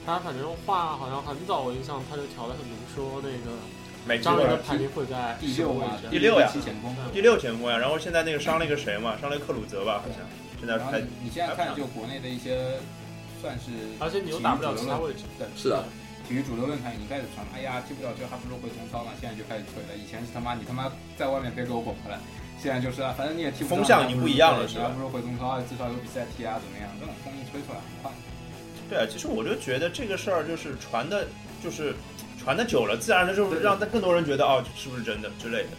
Speaker 3: 他反正话好像很早我印象他就调的很明，说那个
Speaker 1: 美
Speaker 3: 张
Speaker 1: 国人
Speaker 3: 玉宁的排名会在
Speaker 5: 第六
Speaker 3: 位
Speaker 5: 啊，
Speaker 3: 置，
Speaker 1: 第六呀
Speaker 5: 第七前锋。
Speaker 1: 第六前锋呀，啊然后现在那个伤了一个谁嘛，伤了一个克鲁泽吧，好像现在
Speaker 5: 然后
Speaker 1: 才
Speaker 5: 你现在看，就国内的一些算是，
Speaker 3: 而且你又打不了其他位置，
Speaker 5: 对，
Speaker 4: 是的，
Speaker 5: 体育主流论坛已经开始传了，哎呀，踢不了球还不如回中超嘛，现在就开始吹了。以前是他妈你他妈在外面别给我滚回来，现在就是啊，反正你也踢不上
Speaker 1: 风向已经不一样了
Speaker 5: 你
Speaker 1: 是吧
Speaker 5: 还不如回中超啊，至少有比赛踢啊，怎么样？这种风一吹出来很快。
Speaker 1: 对啊，其实我就觉得这个事儿就是传的，就是传的久了，自然而然就是让更多人觉得哦，是不是真的之类的。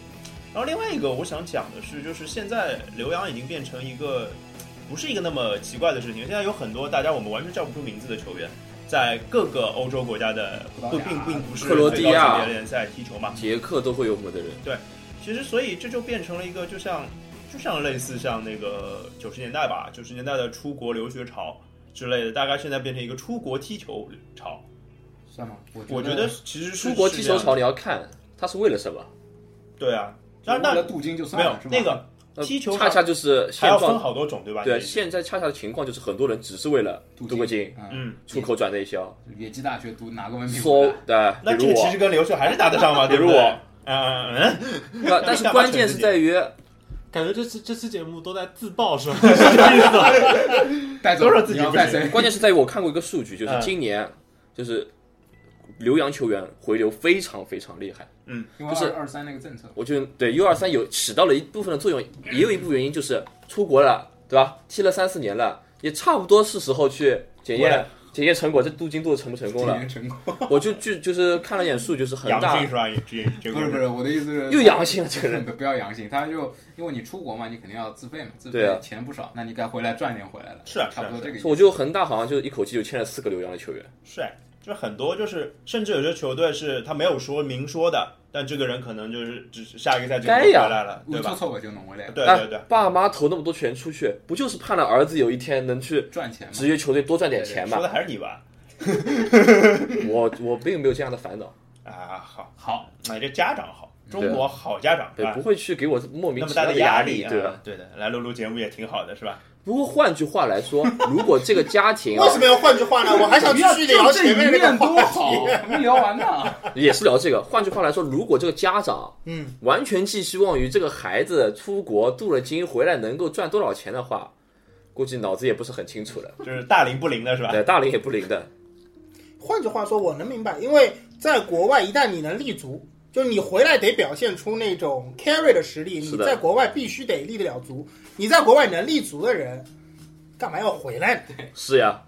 Speaker 1: 然后另外一个我想讲的是，就是现在刘洋已经变成一个不是一个那么奇怪的事情。现在有很多大家我们完全叫不出名字的球员，在各个欧洲国家的
Speaker 5: 葡萄牙
Speaker 1: 不并并不是
Speaker 4: 克罗地亚
Speaker 1: 最高级别联赛踢球嘛，
Speaker 4: 捷克都会有我们的人，
Speaker 1: 其实，所以这就变成了一个，就像就像类似像那个九十年代吧，九十年代的出国留学潮之类的，大概现在变成一个出国踢球潮。
Speaker 5: 是吗？
Speaker 1: 我觉得其实是
Speaker 4: 嗯出国踢球，
Speaker 1: 是这样
Speaker 4: 潮你要看他是为了什么，
Speaker 1: 的对啊，
Speaker 5: 那
Speaker 1: 但
Speaker 5: 那
Speaker 1: 那
Speaker 5: 镀金就
Speaker 1: 没
Speaker 5: 算
Speaker 1: 有
Speaker 5: 了，是吧？
Speaker 1: 那个
Speaker 4: 呃
Speaker 1: 踢球潮
Speaker 4: 恰恰就是
Speaker 1: 还
Speaker 4: 现
Speaker 1: 要分
Speaker 4: 状，
Speaker 1: 好多种，对吧？
Speaker 4: 对，
Speaker 1: 你
Speaker 4: 现在恰恰的情况就是很多人只是为了
Speaker 5: 镀
Speaker 4: 镀个金，
Speaker 5: 嗯，
Speaker 1: 嗯，
Speaker 4: 出口转内销，
Speaker 5: 野鸡大学读哪个文凭回
Speaker 4: 说
Speaker 5: 来？
Speaker 4: 对，
Speaker 1: 那
Speaker 4: 比
Speaker 1: 这
Speaker 4: 如
Speaker 1: 个其
Speaker 4: 我
Speaker 1: 实，跟留学还是搭得上嘛，
Speaker 4: 比
Speaker 1: 对不
Speaker 4: 如
Speaker 1: 对？
Speaker 4: 我，
Speaker 1: 嗯嗯嗯嗯，
Speaker 4: 那 但是关键是在于
Speaker 3: 感觉这次这期节目都在自爆是吧？
Speaker 5: 带走
Speaker 1: 都是自己
Speaker 5: 你要
Speaker 1: 不
Speaker 5: 带
Speaker 1: 行
Speaker 5: 谁？
Speaker 4: 关键是在于我看过一个数据，就是
Speaker 1: 嗯
Speaker 4: 今年就是留洋球员回流非常非常厉害。
Speaker 5: 因
Speaker 4: 就
Speaker 5: 为
Speaker 4: 是
Speaker 5: 二三那个政策，
Speaker 4: 我觉得对 U 二三有起到了一部分的作用，也有一部分原因就是出国了，对吧？踢了三四年了，也差不多是时候去检
Speaker 1: 回
Speaker 4: 验
Speaker 1: 来
Speaker 4: 检验成果，这镀金镀的成不成功
Speaker 5: 今
Speaker 4: 了？
Speaker 5: 年成功。
Speaker 4: 我就就就是看了一眼数，就是很
Speaker 1: 阳
Speaker 4: 大
Speaker 1: 性是吧？也这这
Speaker 5: 不是不
Speaker 1: 个
Speaker 5: 是，我的意思是
Speaker 4: 又阳性了，这个人。
Speaker 5: 不不要阳性，他就因为你出国嘛，你肯定要自费嘛，自
Speaker 4: 对
Speaker 5: 费
Speaker 4: 啊
Speaker 5: 钱不少，那你该回来赚点回来了，
Speaker 1: 是啊是啊
Speaker 5: 差不多这个意
Speaker 4: 所以我
Speaker 5: 思。
Speaker 4: 觉得恒大好像就是一口气就签了四个留洋的球员，
Speaker 1: 是哎，就是很多就是，甚至有些球队是他没有说明说的，但这个人可能就是只是下一个赛季就
Speaker 4: 该
Speaker 1: 回
Speaker 4: 呀
Speaker 1: 来了，对
Speaker 5: 我做
Speaker 1: 吧？
Speaker 5: 错我就弄回来，
Speaker 1: 对
Speaker 4: 但
Speaker 1: 对对。
Speaker 4: 爸妈投那么多钱出去，不就是盼着儿子有一天能去
Speaker 5: 赚钱嘛
Speaker 4: 职。业球队多赚点钱
Speaker 1: 说
Speaker 4: 嘛？
Speaker 1: 的还是你吧？
Speaker 4: 我我并没有这样的烦恼，
Speaker 1: 啊，好，
Speaker 5: 好，
Speaker 1: 哎，这家长好，
Speaker 5: 嗯
Speaker 1: 中国好家长是
Speaker 4: 对，
Speaker 1: 吧
Speaker 4: 不？会去给我莫
Speaker 1: 啊那
Speaker 4: 名
Speaker 1: 么
Speaker 4: 其
Speaker 1: 大
Speaker 4: 妙
Speaker 1: 的
Speaker 4: 压
Speaker 1: 力，
Speaker 4: 对吧
Speaker 1: 啊？？对的，来录录节目也挺好的，是吧？
Speaker 4: 不过换句话来说，如果这个家庭啊
Speaker 2: 为什么要换句话呢？我还想继续聊前面那个
Speaker 5: 多
Speaker 2: 话
Speaker 5: 好
Speaker 2: 题。，
Speaker 5: 没聊完呢。
Speaker 4: 也是聊这个。换句话来说，如果这个家长啊
Speaker 2: 嗯，
Speaker 4: 完全寄希望于这个孩子出国镀了金回来能够赚多少钱的话，估计脑子也不是很清楚的，
Speaker 1: 就是大龄不灵的是吧？
Speaker 4: 对，大龄也不 灵的。
Speaker 2: 换句话说，我能明白，因为在国外一旦你能立足，就是你回来得表现出那种 carry 的实力，你
Speaker 4: 是的
Speaker 2: 在国外必须得立得了足。你在国外能立足的人，干嘛要回来呢？
Speaker 4: 是呀，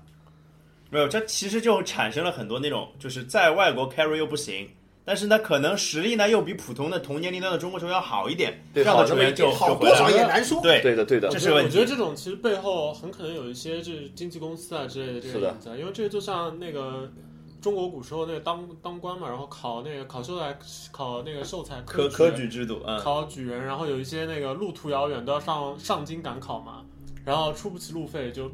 Speaker 1: 没有，这其实就产生了很多那种，就是在外国 carry 又不行，但是呢，可能实力呢又比普通的同年龄段的中国球员好一点，这
Speaker 4: 对
Speaker 1: 样的
Speaker 4: 好那
Speaker 1: 球
Speaker 4: 么
Speaker 1: 员
Speaker 4: 一点
Speaker 1: 就
Speaker 2: 好
Speaker 1: 就回
Speaker 2: 多
Speaker 1: 来
Speaker 2: 少
Speaker 1: 了。
Speaker 2: 也难说。
Speaker 1: 对，
Speaker 4: 对的，对的
Speaker 1: 这，
Speaker 3: 我
Speaker 1: 是
Speaker 3: 觉得
Speaker 1: 问
Speaker 3: 我
Speaker 1: 题
Speaker 3: 觉得这种其实背后很可能有一些就是经纪公司啊之类的这
Speaker 4: 是
Speaker 3: 个
Speaker 4: 的
Speaker 3: 影子啊，因为这个就像那个中国古时候那个当当官嘛，然后考那个考秀才，考那个秀才
Speaker 1: 科科
Speaker 3: 科
Speaker 1: 举制度，嗯，
Speaker 3: 考举人，然后有一些那个路途遥远都要上上京赶考嘛，然后出不起路费就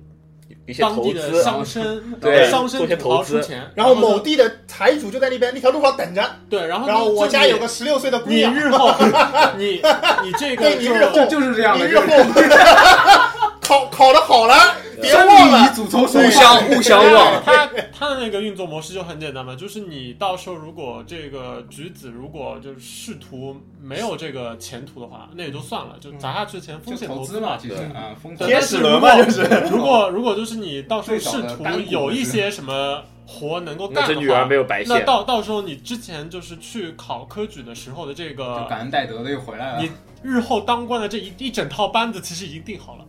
Speaker 4: 一些
Speaker 3: 当
Speaker 4: 投
Speaker 3: 地的
Speaker 4: 资，啊
Speaker 3: 乡绅
Speaker 4: 对
Speaker 3: 乡
Speaker 4: 做
Speaker 3: 绅
Speaker 4: 些
Speaker 3: 土豪
Speaker 4: 投
Speaker 3: 出
Speaker 4: 资
Speaker 3: 钱，
Speaker 2: 然后
Speaker 3: 就
Speaker 2: 某地的财主就在那边那条路上等着，
Speaker 3: 对，然后
Speaker 2: 然后
Speaker 3: 就
Speaker 2: 我
Speaker 3: 就
Speaker 2: 家
Speaker 3: 你
Speaker 2: 有个十六岁的姑
Speaker 3: 你
Speaker 2: 娘，
Speaker 3: 日后 你你这个
Speaker 2: 对你
Speaker 3: 就
Speaker 2: 日后
Speaker 5: 就是这样
Speaker 2: 你
Speaker 5: 的，
Speaker 2: 日后 考考的好了，别
Speaker 5: 生
Speaker 2: 忘了
Speaker 5: 米以祖宗
Speaker 4: 互
Speaker 5: 授信。
Speaker 4: 相互相望，
Speaker 3: 他他的那个运作模式就很简单嘛，就是你到时候如果这个橘子如果就是仕途没有这个前途的话，那也就算了，就砸下去的钱
Speaker 5: 嗯
Speaker 3: 风
Speaker 5: 就
Speaker 3: 险
Speaker 5: 投
Speaker 3: 资
Speaker 5: 资嘛，其实
Speaker 4: 对
Speaker 5: 啊，风
Speaker 3: 对
Speaker 1: 天
Speaker 3: 但
Speaker 1: 使轮嘛，
Speaker 3: 如
Speaker 1: 就
Speaker 3: 果
Speaker 1: 是
Speaker 3: 如果如果就是你到时候
Speaker 5: 最早
Speaker 3: 仕
Speaker 5: 的
Speaker 3: 途
Speaker 5: 单股
Speaker 3: 有一
Speaker 5: 是
Speaker 3: 些什么活能够
Speaker 4: 那
Speaker 3: 干
Speaker 4: 这
Speaker 3: 的
Speaker 4: 女儿
Speaker 3: 话
Speaker 4: 没，有白
Speaker 3: 那
Speaker 4: 献。
Speaker 3: 到到时候你之前就是去考科举的时候的这
Speaker 5: 就
Speaker 3: 个
Speaker 5: 感恩戴德的又回来了
Speaker 3: 你。日后当官的这一一整套班子其实已经定好了。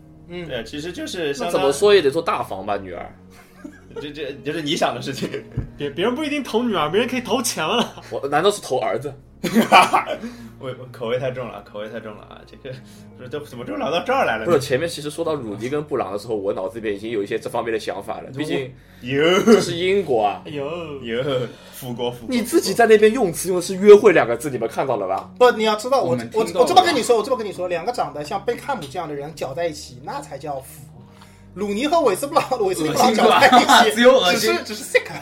Speaker 2: 嗯，
Speaker 1: 对，其实就是
Speaker 4: 那
Speaker 1: 相
Speaker 4: 怎
Speaker 1: 当
Speaker 4: 么说也得做大房吧，女儿。
Speaker 1: 这这就是你想的事情，
Speaker 3: 别别人不一定投女儿，别人可以投钱了。
Speaker 4: 我难道是投儿子？
Speaker 1: 我我口味太重了，口味太重了啊！这个不是这怎么就聊到这儿来了
Speaker 4: 不是，？前面其实说到鲁尼跟布朗的时候，我脑子里面已经有一些这方面的想法了。毕竟
Speaker 1: 有
Speaker 4: 这是英国啊，
Speaker 3: 哎呦，
Speaker 1: 有复国复国，
Speaker 4: 你自己在那边用词用的是“约会”两个字，你们看到了吧？
Speaker 2: 不，你要知道，我
Speaker 5: 我们
Speaker 2: 我
Speaker 5: 听到
Speaker 2: 我这么
Speaker 5: 了
Speaker 2: 跟你说，我这么跟你说，两个长得像贝克汉姆这样的人搅在一起，那才叫腐。鲁尼和韦斯布朗、韦斯利布
Speaker 5: 恶
Speaker 2: 朗
Speaker 5: 心
Speaker 2: 搅在一起，
Speaker 5: 只有恶
Speaker 2: 只
Speaker 5: 心
Speaker 2: 是。只是 sick 啊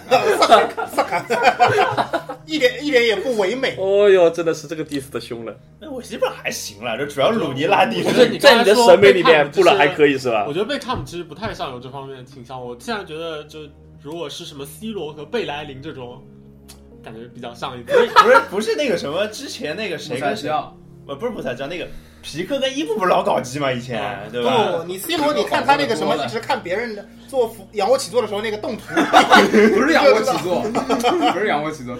Speaker 2: sick 啊 sick，一啊 点一点也不唯美。
Speaker 4: 哦哟，真的是这个 diss 的凶了，
Speaker 1: 那我基本还行了，这主要鲁尼拉低
Speaker 3: 我觉得
Speaker 1: 了。
Speaker 3: 你刚
Speaker 4: 在
Speaker 3: 才
Speaker 4: 你的
Speaker 3: 说
Speaker 4: 审美
Speaker 3: 被
Speaker 4: 里
Speaker 3: 看
Speaker 4: 面，
Speaker 3: 就
Speaker 4: 布朗
Speaker 3: 是
Speaker 4: 还可以是吧
Speaker 1: 啊
Speaker 3: 我？觉得贝克汉姆其实不太像有这方面的倾向。我现在觉得，就如果是什么 C 罗和贝莱林这种，感觉比较 像一点。
Speaker 1: 不是不是那个什么，之前那个谁
Speaker 5: 穆萨
Speaker 1: 跟
Speaker 5: 西
Speaker 1: 谁？
Speaker 5: 奥
Speaker 1: 呃，不是穆萨西奥，那个皮克跟伊布不是老搞基吗？以
Speaker 5: 哎
Speaker 1: 前对
Speaker 2: 不，
Speaker 1: 吧？
Speaker 2: 你 C 罗，你看他那个什么，一直看别人的做俯仰卧起坐的时候那个动图
Speaker 5: 不是仰卧起 坐，不是仰卧起坐，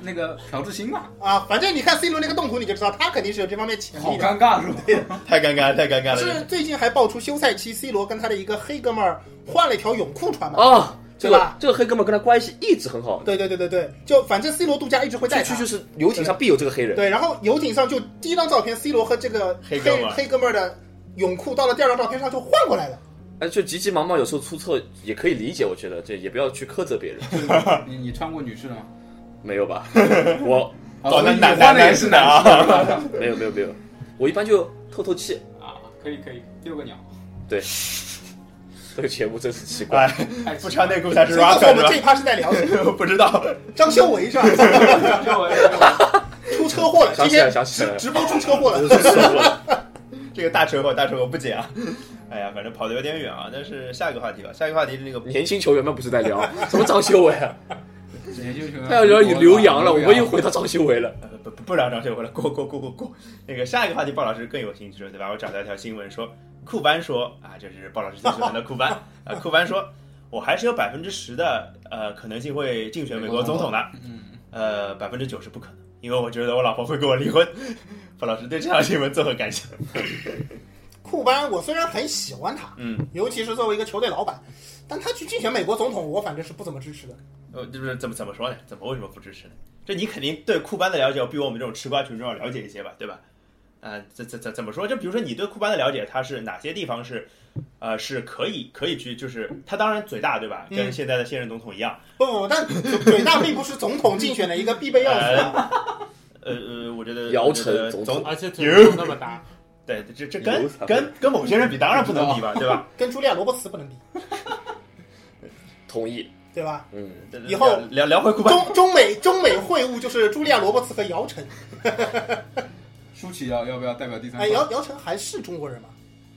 Speaker 5: 那个朴智星嘛，
Speaker 2: 啊，反正你看 C 罗那个动图，你就知道他肯定是有这方面潜
Speaker 5: 好
Speaker 2: 力的。
Speaker 5: 尴尬是吧？
Speaker 1: 太尴尬了，太尴尬
Speaker 2: 是
Speaker 1: 了。
Speaker 2: 最近还爆出休赛期 C 罗跟他的一个黑哥们儿换了一条泳裤穿嘛？
Speaker 4: 哦，这
Speaker 2: 对
Speaker 4: 个
Speaker 2: 吧
Speaker 4: 这个黑哥们跟他关系一直很好，
Speaker 2: 对对对对对，就反正 C 罗度假一直会带
Speaker 4: 去
Speaker 2: 他
Speaker 4: 去就。是游艇上必有这个黑人。
Speaker 2: 对，然后游艇上就第一张照片，C 罗和这个
Speaker 1: 黑
Speaker 2: 黑
Speaker 1: 哥们儿
Speaker 2: 黑哥们儿的泳裤，到了第二张照片上就换过来了。
Speaker 4: 哎，就急急忙忙有时候出错也可以理解，我觉得这也不要去苛责别人，
Speaker 5: 你你穿过女士的吗？
Speaker 4: 没有吧？我
Speaker 5: 哦
Speaker 1: 找
Speaker 5: 所以
Speaker 1: 男
Speaker 5: 你
Speaker 1: 男
Speaker 5: 换的也
Speaker 1: 男
Speaker 5: 是
Speaker 1: 士的啊
Speaker 5: 男士的是吧
Speaker 4: 没有没有没有，我一般就透透气。
Speaker 5: 啊，可以可以，丢个鸟，
Speaker 4: 这个节目真是奇怪。
Speaker 1: 哎，
Speaker 5: 哎
Speaker 1: 不穿内裤才是
Speaker 2: 所以告诉我
Speaker 1: rapper
Speaker 2: 们这一
Speaker 1: 是
Speaker 2: 趴是在聊谁？
Speaker 1: 吧？不知道，
Speaker 2: 张修 为是吧？
Speaker 5: 就我这 个
Speaker 2: 出车祸了，
Speaker 4: 想
Speaker 2: 哎今
Speaker 4: 起来，
Speaker 2: 天
Speaker 4: 想起来了，
Speaker 2: 直播出车祸了。
Speaker 1: 这个大车祸，大车祸不解啊！ 哎呀，反正跑得有点远啊。但是下一个话题吧，下一个话题是那个
Speaker 4: 年轻球员们不是在聊 什么张修伟啊？
Speaker 5: 研究球员
Speaker 4: 他要聊
Speaker 5: 啊
Speaker 4: 刘洋了，我们又
Speaker 5: 又
Speaker 4: 回到张修伟了。
Speaker 1: 呃不不不聊张学友了，过过过过过。那个下一个话题，鲍老师更有兴趣了，对吧？我找到一条新闻说，库班说啊，这是鲍老师最喜欢的库班 啊，库班说，我还是有百分之十的呃可能性会竞选美国总统的，
Speaker 5: 嗯，
Speaker 1: 呃，百分之九十不可能，因为我觉得我老婆会跟我离婚。 鲍老师对这条新闻作何感想？
Speaker 2: 库班，我虽然很喜欢他，
Speaker 1: 嗯，
Speaker 2: 尤其是作为一个球队老板，但他去竞选美国总统，我反正是不怎么支持的。
Speaker 1: 呃，就是怎么怎么说呢？怎么为什么不支持呢？这你肯定对库班的了解要比我们这种吃瓜群众要了解一些吧，对吧？呃，怎怎怎怎么说？就比如说你对库班的了解，它是哪些地方是，呃，是可以可以去，就是他当然嘴大，对吧？跟
Speaker 2: 嗯
Speaker 1: 现在的现任总统一样，
Speaker 2: 不不不，但嘴大并不是总统竞选的一个必备要 素啊。
Speaker 1: 呃呃，我觉得
Speaker 4: 姚晨
Speaker 1: 我觉得
Speaker 4: 总
Speaker 1: 总
Speaker 4: 统
Speaker 3: 而且腿
Speaker 1: 有
Speaker 3: 没有那么大。
Speaker 1: 对这这
Speaker 4: 有
Speaker 1: 跟
Speaker 4: 才
Speaker 1: 跟跟某些人比，当然不能比吧，对 吧？
Speaker 2: 跟茱莉亚·罗伯茨不能比，
Speaker 4: 同意，
Speaker 2: 对吧？
Speaker 4: 嗯，
Speaker 2: 以后
Speaker 1: 聊聊聊回库班，
Speaker 2: 中中美中美会晤就是茱莉亚·罗伯茨和姚晨。
Speaker 5: 舒淇要要不要代表第三
Speaker 2: 哎，
Speaker 5: 方？
Speaker 2: 姚姚晨还是中国人吗？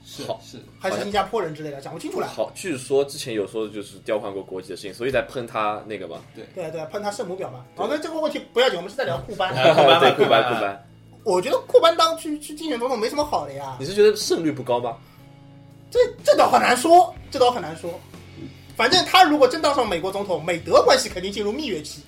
Speaker 5: 是
Speaker 4: 好
Speaker 5: 是，
Speaker 2: 还是新加坡人之类的？讲不清楚了。
Speaker 4: 好，据说之前有说就是调换过国籍的事情，所以在喷他那个嘛，
Speaker 2: 对啊对，喷他圣母婊嘛。好，那这个问题不要紧，我们是在聊库班。
Speaker 1: 啊库班吧
Speaker 4: 对库
Speaker 1: 库
Speaker 4: 班
Speaker 1: 班
Speaker 4: 库班，
Speaker 2: 我觉得库班当去去竞选总统没什么好的呀，
Speaker 4: 你是觉得胜率不高 吗？
Speaker 2: 这这倒很难说，这倒很难说。反正他如果真当上美国总统，美德关系肯定进入蜜月期。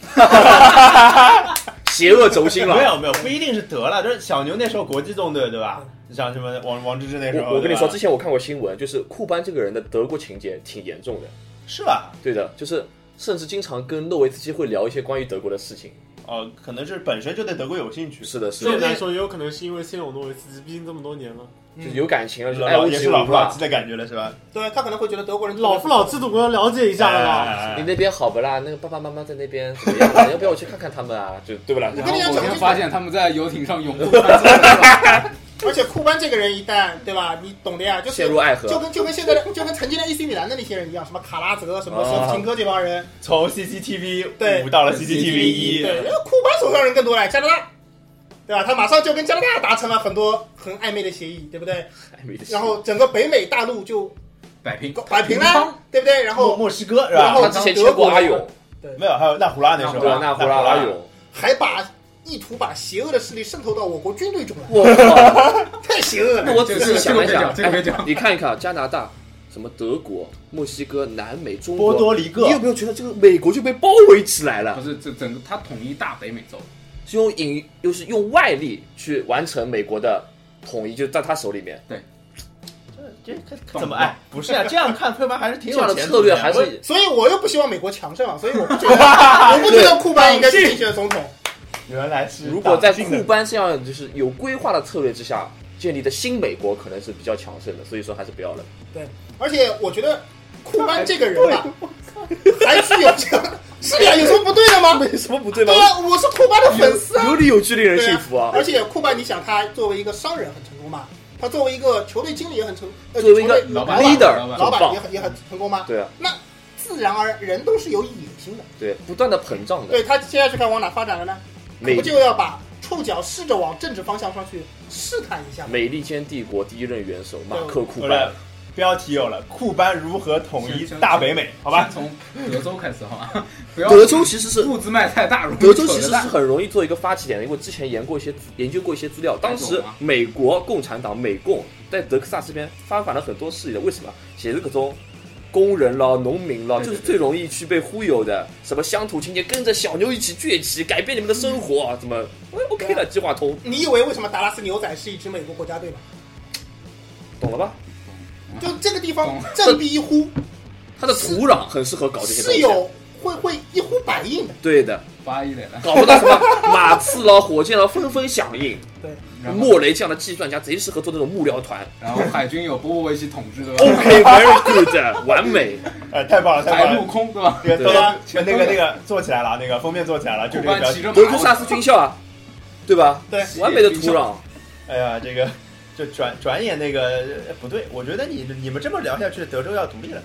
Speaker 4: 邪恶轴心
Speaker 1: 没
Speaker 4: 了。
Speaker 1: 有没有，不一定是得了，就是小牛那时候国际纵队，对吧？像什么王王治郅那时候，
Speaker 4: 我我跟
Speaker 1: 对
Speaker 4: 你
Speaker 1: 吧
Speaker 4: 说，之前我看过新闻，就是库班这个人的德国情节挺严重的，
Speaker 1: 是吧？
Speaker 4: 对的，就是甚至经常跟诺维茨基会聊一些关于德国的事情。
Speaker 1: 哦，可能是本身就对德国有兴趣，
Speaker 4: 是的，是
Speaker 1: 对
Speaker 3: 这
Speaker 4: 的，
Speaker 3: 么来说，也有可能是因为先有诺维斯基，毕竟这么多年了，
Speaker 4: 就有感情了，就哎
Speaker 1: 老老
Speaker 4: 爱屋
Speaker 1: 哎也
Speaker 4: 及
Speaker 1: 是老
Speaker 4: 乌
Speaker 1: 夫老
Speaker 4: 吧
Speaker 1: 妻。的感觉了，是吧？
Speaker 2: 对他可能会觉得德国人
Speaker 3: 老夫老妻总归要了解一下的吧。
Speaker 1: 哎
Speaker 4: 你那边好不啦？那个爸爸妈妈在那边怎么样啊？要不要我去看看他们啊？就对不啦？
Speaker 2: 我
Speaker 5: 然
Speaker 2: 跟
Speaker 5: 后
Speaker 2: 你讲
Speaker 5: 某
Speaker 2: 讲
Speaker 5: 天
Speaker 2: 这
Speaker 5: 发
Speaker 2: 个
Speaker 5: 现他们在游艇上泳裤穿错了，
Speaker 2: 而且库班这个人一旦对吧，你懂的呀，就
Speaker 4: 陷
Speaker 2: 是
Speaker 4: 入爱河
Speaker 2: 就。跟就跟现在的就跟曾经的 AC 米兰的那些人一样，什么卡拉泽、什么
Speaker 4: 啊
Speaker 2: 舍甫琴科这帮人，
Speaker 1: 从 CCTV
Speaker 2: 对
Speaker 1: 五到了 CCTV
Speaker 5: CCTV
Speaker 1: 一，
Speaker 2: 对，那库班手上人更多了，加拿大，对吧？他马上就跟加拿大达成了很多很暧昧的协议，对不对？
Speaker 4: 哎没得
Speaker 2: 然后整个北美大陆就
Speaker 5: 摆平。
Speaker 2: 摆平了，对不对？然
Speaker 1: 墨
Speaker 2: 后
Speaker 1: 墨西哥是
Speaker 2: 然后
Speaker 1: 吧？
Speaker 4: 他之前签过阿勇，
Speaker 1: 没有，还有纳胡拉那时候，
Speaker 4: 对吧？纳
Speaker 1: 胡
Speaker 4: 胡拉阿勇，
Speaker 2: 还把意图把邪恶的势力渗透到我国军队中来，
Speaker 4: 我 靠！
Speaker 2: 太邪恶
Speaker 4: 那
Speaker 2: 了。
Speaker 4: 我仔细想一想，
Speaker 5: 这个别讲这个别讲
Speaker 4: 哎你看一看加拿大、什么德国、墨西哥、南美、中国，
Speaker 1: 波多黎各
Speaker 4: 你有没有觉得这个美国就被包围起来
Speaker 5: 不
Speaker 4: 了？
Speaker 5: 是，这整个他统一大北美洲，
Speaker 4: 是用引，又是用外力去完成美国的统一，就在他手里面。
Speaker 1: 这这怎么哎？不是啊，这样看推班还是挺有
Speaker 4: 这样的
Speaker 1: 前途
Speaker 4: 策略还
Speaker 1: 我
Speaker 4: 是
Speaker 2: 所以我又不希望美国强盛啊，所以我不觉得， 我不觉得库班应该是竞选总统。
Speaker 1: 原来是
Speaker 4: 如果在
Speaker 1: 党性
Speaker 4: 库
Speaker 1: 的
Speaker 4: 班这样就是有规划的策略之下建立的新美国，可能是比较强盛的，所以说还是不要了。
Speaker 2: 对，而且我觉得库班这个人吧，还是有这个，是呀，有什么不对的吗？
Speaker 4: 有什么不对
Speaker 2: 对啊，我是库班的粉丝啊。
Speaker 4: 有理有据令人
Speaker 2: 对
Speaker 4: 信服啊！
Speaker 2: 而且库班，你想他作为一个商人很成功嘛？他作为一个球队经理也很成，呃
Speaker 4: 作为一个
Speaker 2: 球队
Speaker 5: 老
Speaker 2: 板
Speaker 5: 板
Speaker 4: leader
Speaker 5: 老板
Speaker 2: 老
Speaker 4: 很
Speaker 2: 板
Speaker 4: 棒
Speaker 2: 也，很也很成功吗？
Speaker 4: 对啊，
Speaker 2: 那自然而然人都是有野心的，
Speaker 4: 对，不断的膨胀的，
Speaker 2: 对他接下去该往哪发展了呢？
Speaker 4: 美
Speaker 2: 不就要把触角试着往政治方向上去试探一下吗？
Speaker 4: 美利坚帝国第一任元首马克
Speaker 1: 好
Speaker 4: 库班
Speaker 1: 了，，标题有了，库班如何统一
Speaker 5: 是是
Speaker 1: 大北美？好吧，
Speaker 5: 先从德州开始好吗？ 不要
Speaker 4: 德州其实是
Speaker 5: 步子迈太大，容易
Speaker 4: 德州
Speaker 5: 扯
Speaker 4: 其实
Speaker 5: 得
Speaker 4: 是
Speaker 5: 烂
Speaker 4: 很容易做一个发起点的，因为之前研过一些研究过一些资料，当时美国共产党美共在德克萨斯这边发反了很多势力的，为什么？写这个中。工人咯，农民咯，
Speaker 5: 对对
Speaker 4: 就是最容易去被忽悠的。什么乡土情节，跟着小牛一起崛起，改变你们的生活，怎么哎 OK 的计划通，
Speaker 2: 你以为为什么达拉斯牛仔是一支美国国家队吗？
Speaker 4: 懂了吧？
Speaker 2: 就这个地方
Speaker 5: 懂
Speaker 2: 振臂一呼，
Speaker 4: 它的土壤很适合哦搞这些东
Speaker 2: 是
Speaker 4: 西。
Speaker 2: 有会会一呼百应的。
Speaker 4: 对的，
Speaker 5: 八一垒了，
Speaker 4: 搞不到什么马刺咯、火箭咯，纷纷响应。
Speaker 5: 然后
Speaker 4: 莫雷这样的计算家贼适合做那种幕僚团。
Speaker 5: 然后海军有波波维奇统治对
Speaker 4: 哦
Speaker 5: 吧？
Speaker 4: OK，very、good，完美。
Speaker 1: 哎，太棒了，太
Speaker 5: 海
Speaker 1: 棒
Speaker 5: 陆
Speaker 1: 了！
Speaker 5: 空对吧？
Speaker 1: 这个
Speaker 4: 对
Speaker 1: 大
Speaker 5: 啊
Speaker 1: 家那个那个做起来了，那个封面做起来了，就
Speaker 5: 库
Speaker 1: 这个标题
Speaker 5: 班骑。着马，
Speaker 4: 德克萨斯军校啊，对吧？
Speaker 2: 对，
Speaker 4: 完美的土壤，
Speaker 1: 哎呀，这个就转转眼那个呃不对，我觉得你你们这么聊下去，德州要独立了。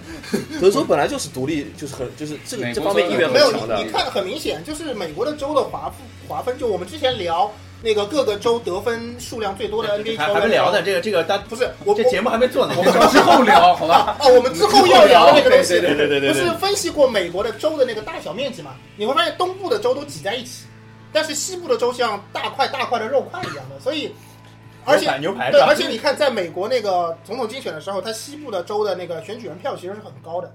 Speaker 4: 德州本来就是独立，就是很就是这个
Speaker 5: 美国
Speaker 4: 这方面意愿
Speaker 5: 对
Speaker 4: 很
Speaker 2: 没有
Speaker 4: 强
Speaker 2: 你，
Speaker 4: 的
Speaker 2: 你。看很明显，就是美国的州的划分划分，就我们之前聊那个各个州得分数量最多的 NBA 球
Speaker 1: 还
Speaker 2: 员，
Speaker 1: 还没聊呢，，这个这个单
Speaker 2: 不是我
Speaker 1: 这节
Speaker 2: 目
Speaker 1: 目还没做呢。
Speaker 5: 我 们之后聊好吧？
Speaker 2: 哦，我们之后要聊那个东西，
Speaker 1: 对对对对对
Speaker 2: 不是分析过美国的州的那个大小面积嘛？你会发现东部的州都挤在一起，但是西部的州像大块大块的肉块一样的，所以而且
Speaker 1: 牛排牛排
Speaker 5: 哎
Speaker 2: 对，
Speaker 1: 是吧
Speaker 2: 而且你看，在美国那个总统竞选的时候，它西部的州的那个选举人票其实是很高的，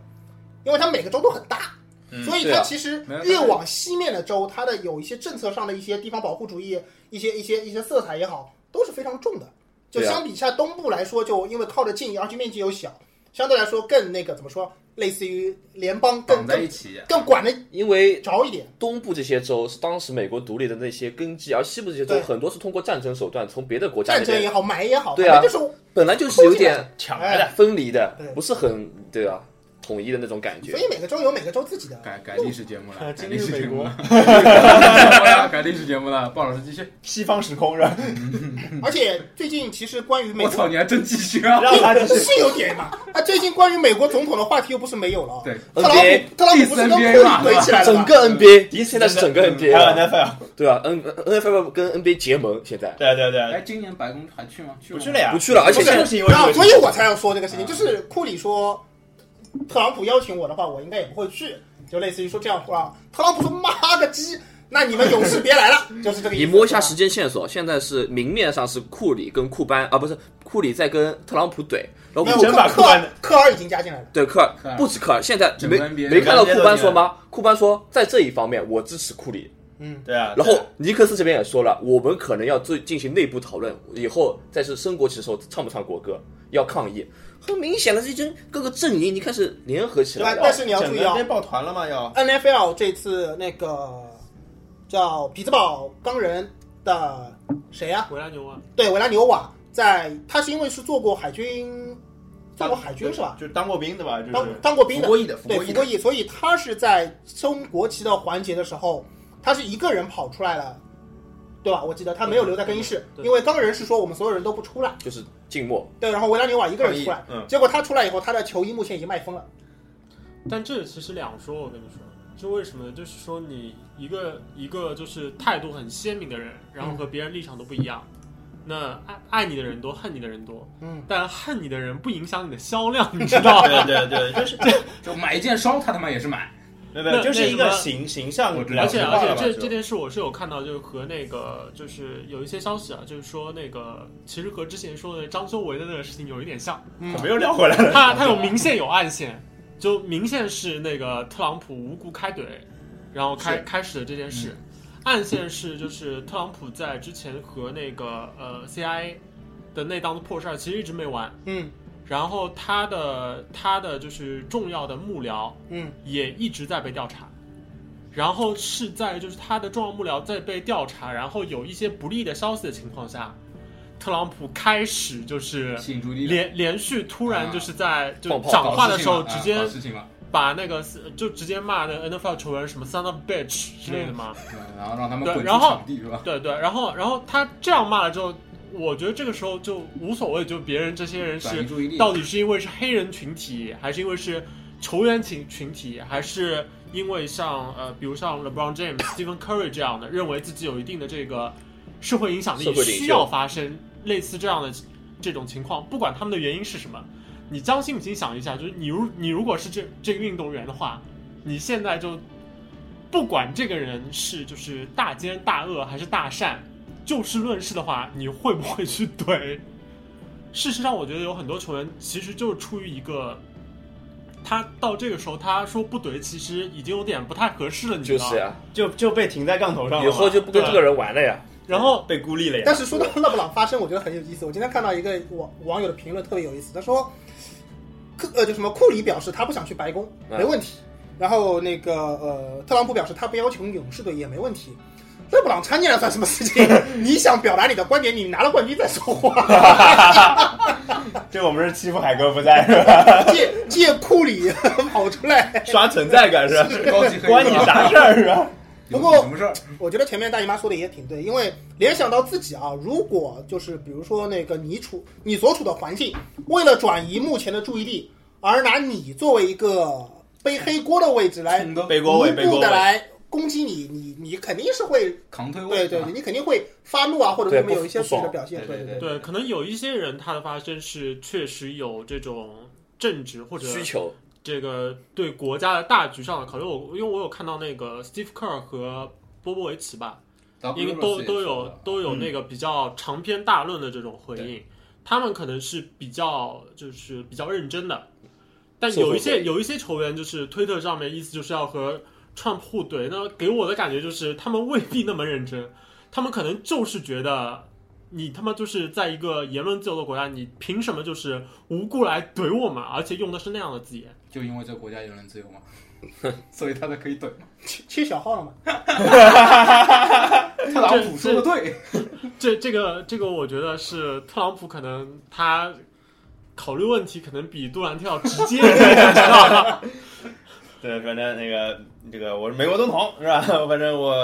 Speaker 2: 因为它每个州都很大，
Speaker 1: 嗯
Speaker 2: 所以
Speaker 4: 对
Speaker 2: 它
Speaker 4: 啊
Speaker 2: 其实
Speaker 5: 没有
Speaker 2: 越
Speaker 5: 但是
Speaker 2: 往西面的州，它的有一些政策上的一些地方保护主义、一些一些一些色彩也好，都是非常重的。就
Speaker 4: 对啊
Speaker 2: 相比下东部来说，就因为靠得近，而且面积又小，相对来说更那个怎么说，类似于联邦更
Speaker 5: 绑在
Speaker 2: 更
Speaker 5: 一起，
Speaker 2: 更管得
Speaker 4: 因为
Speaker 2: 着一点。
Speaker 4: 东部这些州是当时美国独立的那些根基，而西部这些州
Speaker 2: 对
Speaker 4: 很多是通过战争手段从别的国家
Speaker 2: 战
Speaker 4: 那
Speaker 2: 争也
Speaker 4: 边
Speaker 2: 好，买也好，
Speaker 4: 对啊
Speaker 2: 反正就是
Speaker 4: 本来就是有点
Speaker 1: 抢来
Speaker 2: 哎
Speaker 1: 的，
Speaker 4: 分离的
Speaker 2: 对，
Speaker 4: 不是很对啊，统一的那种感
Speaker 2: 所
Speaker 4: 觉。
Speaker 2: 以每个州有每个州自己的
Speaker 5: 改改历史节目了，改
Speaker 3: 呃今
Speaker 5: 历
Speaker 3: 日
Speaker 5: 史
Speaker 3: 美
Speaker 5: 节目
Speaker 3: 国
Speaker 5: 了， 改历史节目了，鲍老师继续。
Speaker 1: 西方时空是吧？
Speaker 2: 而且最近其实关于美
Speaker 5: 我
Speaker 2: 国
Speaker 5: 操，你还真继续啊！
Speaker 1: 让他继续。
Speaker 2: 是有点嘛，啊，最近关于美国总统的话题又不是没有了哦。
Speaker 5: 对，
Speaker 2: 特朗普
Speaker 4: NBA
Speaker 2: 特朗普不是跟库里怼起来了
Speaker 4: 整
Speaker 2: 吗？
Speaker 4: 个 NBA
Speaker 1: 迪斯
Speaker 4: 现在是整个
Speaker 5: 真的
Speaker 4: NBA，
Speaker 1: 还有
Speaker 4: 了
Speaker 1: NFL，
Speaker 4: 对啊，N NFL 跟 NBA 结盟现在
Speaker 1: 对对对
Speaker 5: 哎，，今年白宫还去吗？去
Speaker 1: 不去
Speaker 5: 去
Speaker 1: 了呀，
Speaker 4: 不去了，而
Speaker 1: 不
Speaker 4: 且
Speaker 1: 是，
Speaker 4: 现
Speaker 1: 就
Speaker 4: 在
Speaker 1: 是因为
Speaker 2: 然后，
Speaker 1: 这
Speaker 2: 啊所
Speaker 1: 个
Speaker 2: 以我才要说这个事情，
Speaker 5: 啊
Speaker 2: 就是库里说，特朗普邀请我的话，我应该也不会去，就类似于说这样的话。特朗普说：“妈个鸡，那你们勇士别来 了。”就是这个意思。
Speaker 4: 你摸一下
Speaker 2: 是
Speaker 4: 时
Speaker 2: 吧
Speaker 4: 间线索，现在是明面上是库里跟库班啊，不是库里在跟特朗普怼，然后
Speaker 2: 没有
Speaker 4: 库
Speaker 1: 真把
Speaker 2: 科
Speaker 1: 库班的
Speaker 2: 科尔已经加进来了。
Speaker 4: 对科
Speaker 5: 科
Speaker 4: 尔
Speaker 5: 尔
Speaker 4: 不止科尔，现在
Speaker 5: 整
Speaker 4: 没
Speaker 5: 个 NBA
Speaker 4: 没看到库班说吗？库班说在这一方面我支持库里，
Speaker 2: 嗯，
Speaker 1: 对啊，
Speaker 4: 然后尼克斯这边也说了，我们可能要做进行内部讨论，以后再是升国旗的时候唱不唱国歌要抗议。很明显的，这些各个阵营你开始联合起来
Speaker 2: 但
Speaker 4: 了。
Speaker 2: 但是你要注
Speaker 1: 整
Speaker 2: 意
Speaker 1: 个
Speaker 2: 啊
Speaker 1: 被抱团了嘛要。
Speaker 2: ，NFL 这次那个叫匹兹堡钢人的谁呀、
Speaker 3: 维拉纽瓦，
Speaker 2: 对，维拉纽瓦，在他是因为是做过海军，做过海军是吧？
Speaker 1: 就当过兵的吧，就是
Speaker 2: 当当过兵
Speaker 1: 嗯服
Speaker 2: 的
Speaker 1: 过，役的，服
Speaker 2: 对，
Speaker 1: 过
Speaker 2: 服
Speaker 1: 役
Speaker 2: 过
Speaker 1: 的。
Speaker 2: 役，所以他是在升国旗的环节的时候，他是一个人跑出来了，对吧？我记得他没有留在更衣室，
Speaker 3: 对
Speaker 2: 因为钢人是说我们所有人都不出来，
Speaker 4: 就是静默，
Speaker 2: 对，然后维拉纽瓦一个人出来，
Speaker 1: 嗯
Speaker 2: 结果他出来以后，他的球衣目前已经卖疯了，
Speaker 3: 但这其实两说，我跟你说，就为什么呢？就是说你一个一个就是态度很鲜明的人，然后和别人立场都不一样，
Speaker 1: 嗯
Speaker 3: 那爱爱你的人多，恨你的人多，
Speaker 2: 嗯，
Speaker 3: 但恨你的人不影响你的销量，你知道吗？
Speaker 1: 对对对，就是
Speaker 5: 就买一件烧，他他妈也是买。
Speaker 1: 没有没有，
Speaker 3: 那
Speaker 1: 就是一
Speaker 3: 那
Speaker 1: 个
Speaker 3: 什么
Speaker 1: 形形象
Speaker 5: 我知道
Speaker 1: 两
Speaker 3: 而
Speaker 1: 极
Speaker 3: 且
Speaker 1: 化
Speaker 3: 而
Speaker 1: 了
Speaker 3: 且
Speaker 1: 吧
Speaker 3: 这
Speaker 1: 就
Speaker 3: 这件事我是有看到，就是和那个就是有一些消息啊，就是说那个其实和之前说的张修维的那个事情有一点像，
Speaker 2: 嗯
Speaker 1: 我们又聊回来了。
Speaker 3: 他他有明线有暗线，就明线是那个特朗普无故开怼，然后开
Speaker 1: 是嗯
Speaker 3: 开始的这件事，暗线是就是特朗普在之前和那个呃 CIA 的那档子破事儿其实一直没完，
Speaker 2: 嗯
Speaker 3: 然后他的他的就是重要的幕僚
Speaker 2: 嗯，
Speaker 3: 也一直在被调查。然后是在就是他的重要幕僚在被调查，然后有一些不利的消息的情况下，特朗普开始就是
Speaker 5: 请注意，
Speaker 3: 连连续突然就是在就
Speaker 4: 放炮
Speaker 3: 讲话
Speaker 5: 搞事
Speaker 3: 的时
Speaker 5: 情
Speaker 3: 候
Speaker 5: 了，
Speaker 3: 直
Speaker 5: 啊
Speaker 3: 接
Speaker 5: 搞事情了，
Speaker 3: 把那个就直接骂那 NFL 球员什么 son of bitch 之类的嘛。
Speaker 5: 嗯然后让他们
Speaker 3: 对
Speaker 5: 滚出
Speaker 3: 然后
Speaker 5: 场地是吧？
Speaker 3: 对对，然后然后他这样骂了之后，我觉得这个时候就无所谓，就别人这些人
Speaker 5: 转移
Speaker 3: 是
Speaker 5: 注意力，
Speaker 3: 到底是因为是黑人群体，还是因为是球员群群体，还是因为像呃，比如像 LeBron James、Stephen Curry 这样的，认为自己有一定的这个社会影响
Speaker 4: 社
Speaker 3: 力，
Speaker 5: 嗯
Speaker 4: 会领袖
Speaker 3: 需要发生类似这样的这种情况，不管他们的原因是什么，你将心比心想一下，就是你如你如果是这这个运动员的话，你现在就不管这个人是就是大奸大恶还是大善，就事论事的话，你会不会去怼？事实上，我觉得有很多球员其实就是出于一个，他到这个时候他说不怼，其实已经有点不太合适了，你知
Speaker 4: 就
Speaker 3: 道吗？
Speaker 4: 是呀，
Speaker 1: 就就被停在杠头上了嘛，啊
Speaker 4: 以后就不跟这个人玩了呀。
Speaker 3: 然后
Speaker 1: 被孤立了呀。
Speaker 2: 但是说到勒布朗发声，我觉得很有意思。我今天看到一个网网友的评论特别有意思，他说，克呃就什么库里表示他不想去白宫，
Speaker 4: 嗯
Speaker 2: 没问题。然后那个呃特朗普表示他不要求勇士队也没问题。勒布朗参加了算什么事情？ 你想表达你的观点，你拿了冠军再说话。
Speaker 1: 这我们是欺负海哥不在 是吧？
Speaker 2: 借借库里 跑出来。
Speaker 1: 刷存在感是吧？
Speaker 5: 高级黑啊
Speaker 1: 关你啥事儿是吧？
Speaker 5: 有
Speaker 2: 不过
Speaker 5: 什么事儿？
Speaker 2: 我觉得前面大姨妈说的也挺对，因为联想到自己啊，如果就是比如说那个你处你所处的环境，为了转移目前的注意力，而拿你作为一个背黑锅的位置来
Speaker 5: 冲的
Speaker 1: 背嗯锅
Speaker 2: 无
Speaker 1: 位，背
Speaker 2: 故
Speaker 1: 锅
Speaker 2: 的
Speaker 1: 位。
Speaker 2: 来攻击你，你你肯定是会
Speaker 5: 扛推位，
Speaker 2: 对对，你肯定会发怒啊，或者
Speaker 4: 对
Speaker 2: 后面
Speaker 4: 不
Speaker 2: 有一些
Speaker 4: 不
Speaker 2: 自己的
Speaker 4: 爽
Speaker 2: 表现，
Speaker 5: 对
Speaker 2: 对
Speaker 5: 对
Speaker 3: 对，可能有一些人他的发声是确实有这种政治或者
Speaker 4: 需求，
Speaker 3: 这个对国家的大局上的考虑。我因为我有看到那个 Steve Kerr 和波波维奇吧，因为都都有都有那个比较长篇大论的这种回应，他们可能是比较就是比较认真的，但有
Speaker 4: 社会
Speaker 3: 一些有一些球员就是推特上面意思就是要和 Trump 互怼，那给我的感觉就是他们未必那么认真，他们可能就是觉得。你他妈就是在一个言论自由的国家，你凭什么就是无故来怼我们？而且用的是那样的字眼，
Speaker 5: 就因为这个国家有人自由 嘛，所以他才可以怼嘛。
Speaker 2: 切切小号了嘛，
Speaker 5: 特朗普说的对，
Speaker 3: 这这个这个，我觉得是特朗普可能他考虑问题可能比杜兰特要直接一点， 你知道吗？
Speaker 1: 对，反正那个这个我是美国总统是吧？ 反正我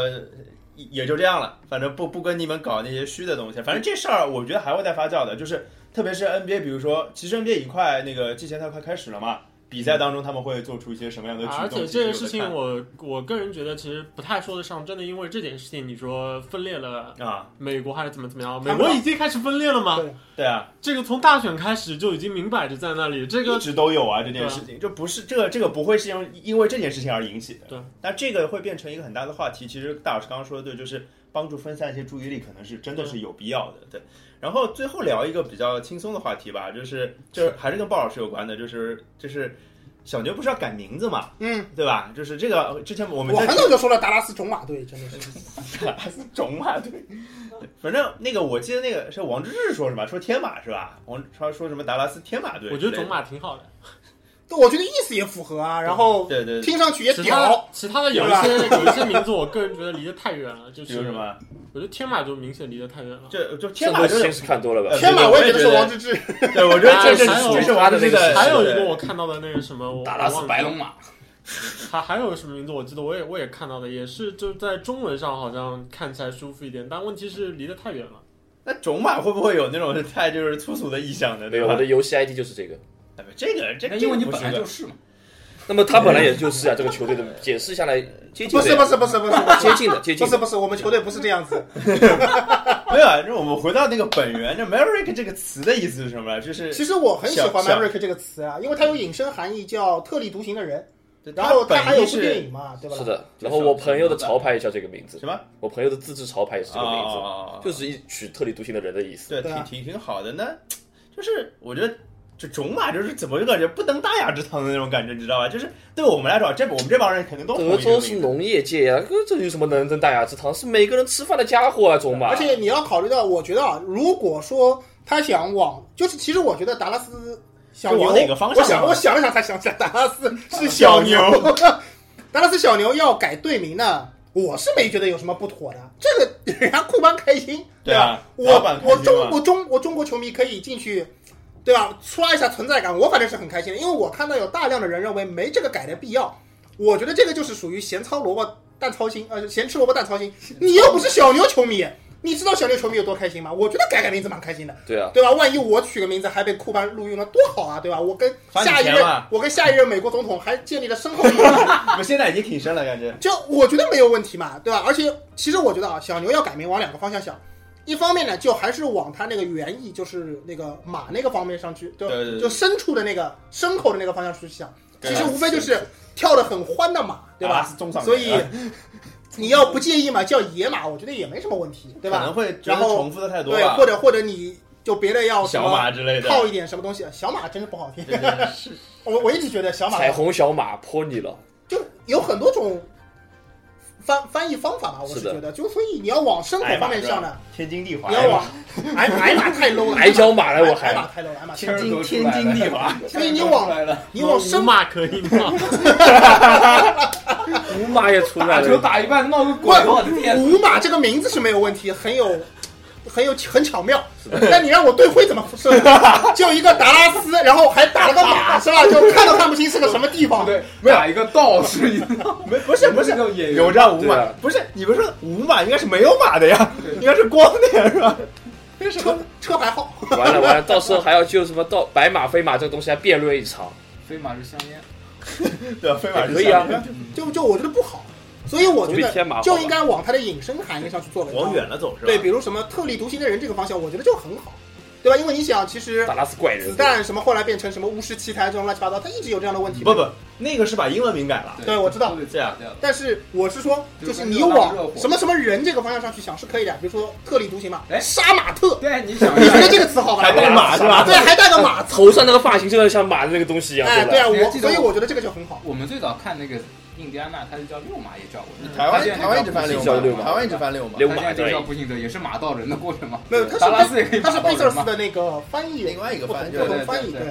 Speaker 1: 也就这样了，反正不不跟你们搞那些虚的东西。反正这事儿我觉得还会再发酵的，就是特别是 NBA，比如说其实 NBA 已快那个季前赛快开始了嘛，比赛当中他们会做出一些什么样的举动？
Speaker 3: 而且
Speaker 1: 其实
Speaker 3: 这
Speaker 1: 有
Speaker 3: 个
Speaker 1: 的
Speaker 3: 事
Speaker 1: 看
Speaker 3: 情我我个人觉得其实不太说得上，真的因为这件事情你说分裂了
Speaker 1: 啊，
Speaker 3: 美国还是怎么怎么样？
Speaker 2: 看
Speaker 3: 美
Speaker 2: 不到
Speaker 3: 国已经开始分裂了吗？
Speaker 2: 对，
Speaker 1: 对啊，
Speaker 3: 这个从大选开始就已经明摆着在那里，这
Speaker 1: 一
Speaker 3: 个
Speaker 1: 直都有啊这件事情，这不是这个这个不会是因为因为这件事情而引起的，
Speaker 3: 对，
Speaker 1: 但这个会变成一个很大的话题。其实大老师刚刚说的对，就是帮助分散一些注意力，可能是真的是有必要的。对，然后最后聊一个比较轻松的话题吧，就是就是还是跟鲍老师有关的，就是就是小牛不是要改名字嘛，
Speaker 2: 嗯，
Speaker 1: 对吧？就是这个之前我们
Speaker 2: 我
Speaker 1: 在
Speaker 2: 很早就说了达拉斯种马队真的是。
Speaker 1: 种马队，反正那个我记得那个是王治郅说什么说天马是吧？王他说什么达拉斯天马队之
Speaker 3: 我
Speaker 1: 类的，
Speaker 3: 觉得种马挺好的。
Speaker 2: 我觉得意思也符合啊，然后
Speaker 1: 对对对，
Speaker 2: 听上去也
Speaker 3: 其他
Speaker 2: 屌，
Speaker 3: 的其他的有一些有一些名字，我个人觉得离得太远了，就
Speaker 1: 比如
Speaker 3: 是
Speaker 1: 什？么
Speaker 3: 我觉得天马就明显离得太远了。
Speaker 1: 这就天
Speaker 4: 这
Speaker 1: 马
Speaker 4: 都
Speaker 1: 就是
Speaker 4: 先是看多了吧
Speaker 1: 呃？
Speaker 2: 天马
Speaker 1: 对对
Speaker 2: 也觉得是
Speaker 1: 对
Speaker 2: 王治郅。
Speaker 1: 对，我觉得 这这
Speaker 3: 哎还有
Speaker 1: 这是王治郅的，
Speaker 3: 还有一个我看到的那个什么，我
Speaker 5: 达拉斯白龙，马，
Speaker 3: 还还有什么名字？我记得我也我也看到的，也是就在中文上好像看起来舒服一点，但问题是离得太远了。
Speaker 1: 那种马会不会有那种太就是粗俗的意向的？
Speaker 4: 没
Speaker 1: 对
Speaker 4: 有，
Speaker 1: 吧
Speaker 4: 我的？游戏 ID 就是这个。
Speaker 1: 哎这个这
Speaker 5: 那
Speaker 1: 个
Speaker 5: 因为你
Speaker 1: 不
Speaker 5: 本
Speaker 1: 是
Speaker 5: 来
Speaker 1: 个
Speaker 5: 就是嘛。
Speaker 4: 那么他本来也就是啊，这个球队的解释下来接近
Speaker 2: 不
Speaker 4: 的
Speaker 2: 是
Speaker 4: 呀
Speaker 2: 不是不是不是
Speaker 4: 接近的接
Speaker 2: 不
Speaker 4: 近
Speaker 2: 是
Speaker 4: 的，
Speaker 2: 不是，我们球队不是这样子。
Speaker 1: 没有啊。那我们回到那个本源，这 Maverick 这个词的意思是什么？就是
Speaker 2: 其实我很喜欢
Speaker 1: 小
Speaker 2: Maverick 这个词啊，因为它有引申含义，叫特立独行的人。然
Speaker 1: 它
Speaker 2: 后它
Speaker 1: 本
Speaker 2: 还有
Speaker 1: 意
Speaker 2: 部电
Speaker 1: 是
Speaker 2: 影嘛，对吧？
Speaker 4: 是。的。然后我朋友的潮牌也叫这个名字
Speaker 1: 什，么？
Speaker 4: 我朋友的自制潮牌也是这个名
Speaker 2: 哦
Speaker 4: 字，
Speaker 1: 啊，
Speaker 4: 就是一曲特立独行的人的意思。
Speaker 1: 对，
Speaker 2: 对啊
Speaker 1: 挺挺挺好的。那就是我觉得。这种马就是怎么就感觉不登大雅之堂的那种感觉，你知道吧？就是对我们来说，这我们这帮人肯定都
Speaker 2: 哦
Speaker 4: 德州是
Speaker 1: 农，
Speaker 4: 农业界呀、这这有什么能登大雅之堂？是每个人吃饭的家伙啊，中马。
Speaker 2: 而且你要考虑到，我觉得啊，如果说他想往，就是其实我觉得达拉斯小
Speaker 1: 就
Speaker 2: 牛
Speaker 1: 往哪个方向
Speaker 2: 我想
Speaker 1: 嘛
Speaker 2: 我想了想才想起来，达拉 斯是
Speaker 1: 小
Speaker 2: 牛。 达拉斯小牛要改队名呢，我是没觉得有什么不妥的。这个人家库班开心，
Speaker 1: 对
Speaker 2: 吧？
Speaker 1: 啊，老
Speaker 2: 我
Speaker 1: 板开
Speaker 2: 我
Speaker 1: 心
Speaker 2: 中
Speaker 1: 嘛
Speaker 2: 我中我中国球迷可以进去，对吧？刷一下存在感，我反正是很开心的，因为我看到有大量的人认为没这个改的必要，我觉得这个就是属于咸操萝卜淡操心，呃，咸吃萝卜淡操心。你又不是小牛球迷，你你知道小牛球迷有多开心吗？我觉得改改名字蛮开心的，
Speaker 4: 对啊，
Speaker 2: 对吧？万一我取个名字还被库巴录用了，多好啊，对吧？我跟
Speaker 1: 罚你
Speaker 2: 下一
Speaker 1: 钱
Speaker 2: 任
Speaker 1: 吧，
Speaker 2: 我跟下一任美国总统还建立了深厚友谊，
Speaker 1: 我现在已经挺深了，感觉。
Speaker 2: 就我觉得没有问题嘛，对吧？而且其实我觉得啊，小牛要改名往两个方向想，一方面呢，就还是往它那个原意，就是那个马那个方面上去，对吧
Speaker 1: 对对对
Speaker 2: 就牲畜的那个牲口的那个方向去想，
Speaker 1: 对啊
Speaker 2: 其实无非就是跳得很欢的马，对
Speaker 1: 阿拉
Speaker 2: 吧？
Speaker 1: 斯啊中上
Speaker 2: 所以
Speaker 1: 人
Speaker 2: 你要不介意嘛，叫野马，我觉得也没什么问题，对
Speaker 1: 可能
Speaker 2: 吧？
Speaker 1: 会觉得
Speaker 2: 然后
Speaker 1: 重复的太多
Speaker 2: 对，
Speaker 1: 吧
Speaker 2: 或，者或者你就别的要什
Speaker 1: 小
Speaker 2: 么
Speaker 1: 马之类的。
Speaker 2: 套一点什么东西，小马真是不好听。
Speaker 1: 对对是
Speaker 2: 我我一直觉得小马
Speaker 4: 彩虹小马泼你了，
Speaker 2: 就有很多种翻翻译方法吧，我
Speaker 4: 是的
Speaker 2: 觉得，就所以你要往牲口方面向呢，
Speaker 1: 天经地华哎
Speaker 2: 你，要往矮矮 马太 low 了，
Speaker 4: 矮脚马来我
Speaker 2: 矮
Speaker 4: 还
Speaker 2: 马太 low 了，矮马太 low
Speaker 1: 天经天经地华。
Speaker 2: 所以你往
Speaker 5: 来了，
Speaker 2: 你往
Speaker 3: 五
Speaker 2: 牲
Speaker 3: 马可以吗？
Speaker 4: 五马也出来
Speaker 5: 打球
Speaker 4: 了，
Speaker 5: 打一半闹个鬼，我的天！啊
Speaker 2: 五马这个名字是没有问题，很有很有很巧妙
Speaker 4: 是，
Speaker 2: 但你让我对会怎么设计？就一个达拉斯，然后还打了个马，是吧？就看都看不清是个什么地方。
Speaker 5: 对，打一个道士，你知道吗？
Speaker 1: 没不是不是
Speaker 5: 那种演员
Speaker 1: 有这样五
Speaker 4: 对
Speaker 1: 马
Speaker 4: 啊，
Speaker 1: 不是你们说五马应该是没有马的呀，
Speaker 5: 对
Speaker 1: 应该是光的呀，是吧？为什
Speaker 2: 车
Speaker 1: 么？
Speaker 2: 车牌号，
Speaker 4: 完了完了，到时候还要就什么到白马非马这个东西还辩论一场，
Speaker 5: 飞马是香烟，
Speaker 1: 对啊，飞马
Speaker 4: 也
Speaker 1: 是
Speaker 4: 可以啊
Speaker 1: 小的
Speaker 2: 就就我觉得不好，所以我觉
Speaker 4: 总比天马
Speaker 2: 得
Speaker 4: 好
Speaker 2: 就应该往它的引申含义上去做文章。
Speaker 1: 往远了走是吧？
Speaker 2: 对，比如什么特立独行的人这个方向，我觉得就很好，对吧？因为你想，其实
Speaker 4: 达拉斯怪
Speaker 2: 子
Speaker 4: 人，
Speaker 2: 弹什么后来变成什么巫师奇才这种乱七八糟，他一直有这样的问题。
Speaker 1: 不，不，那个是把英文名改了，
Speaker 2: 对我知道
Speaker 5: 都得
Speaker 1: 这样
Speaker 5: 打架的
Speaker 2: 但是我是说，
Speaker 5: 就
Speaker 2: 就是是
Speaker 5: 跟
Speaker 2: 你
Speaker 5: 热浪
Speaker 2: 往
Speaker 5: 热火
Speaker 2: 什么什么人这个方向上去想是可以的，比如说特立独行嘛，
Speaker 5: 哎
Speaker 2: 杀马 特，
Speaker 5: 对，你想
Speaker 2: 你
Speaker 5: 一
Speaker 2: 觉
Speaker 5: 下
Speaker 2: 得，这个词好吧？
Speaker 1: 还带马是吧？
Speaker 2: 对，还带个马。
Speaker 4: 啊头上那个发型真的像马的那个东西一样，
Speaker 2: 哎，对
Speaker 4: 吧？
Speaker 2: 啊，
Speaker 5: 你还
Speaker 2: 我
Speaker 5: 记得
Speaker 2: 所以
Speaker 5: 我
Speaker 2: 我觉得这个就很好。
Speaker 5: 我们最早看那个印第安纳，它就叫六马，也叫我。
Speaker 1: 台湾台湾一直翻
Speaker 4: 叫六
Speaker 1: 六
Speaker 4: 马
Speaker 1: 马，台湾一直翻六马
Speaker 4: 六，
Speaker 5: 它现在就叫步行者，也是马道人的过程嘛。
Speaker 2: 没有，他
Speaker 5: 达拉
Speaker 2: 是
Speaker 5: 斯也可以
Speaker 2: 他是
Speaker 5: 马道
Speaker 2: 贝
Speaker 5: 人
Speaker 2: 瑟斯
Speaker 5: 嘛
Speaker 2: 的那个翻译，
Speaker 1: 另外一个
Speaker 2: 不同
Speaker 1: 翻译
Speaker 2: 不同
Speaker 5: 对
Speaker 2: 翻译，
Speaker 5: 对对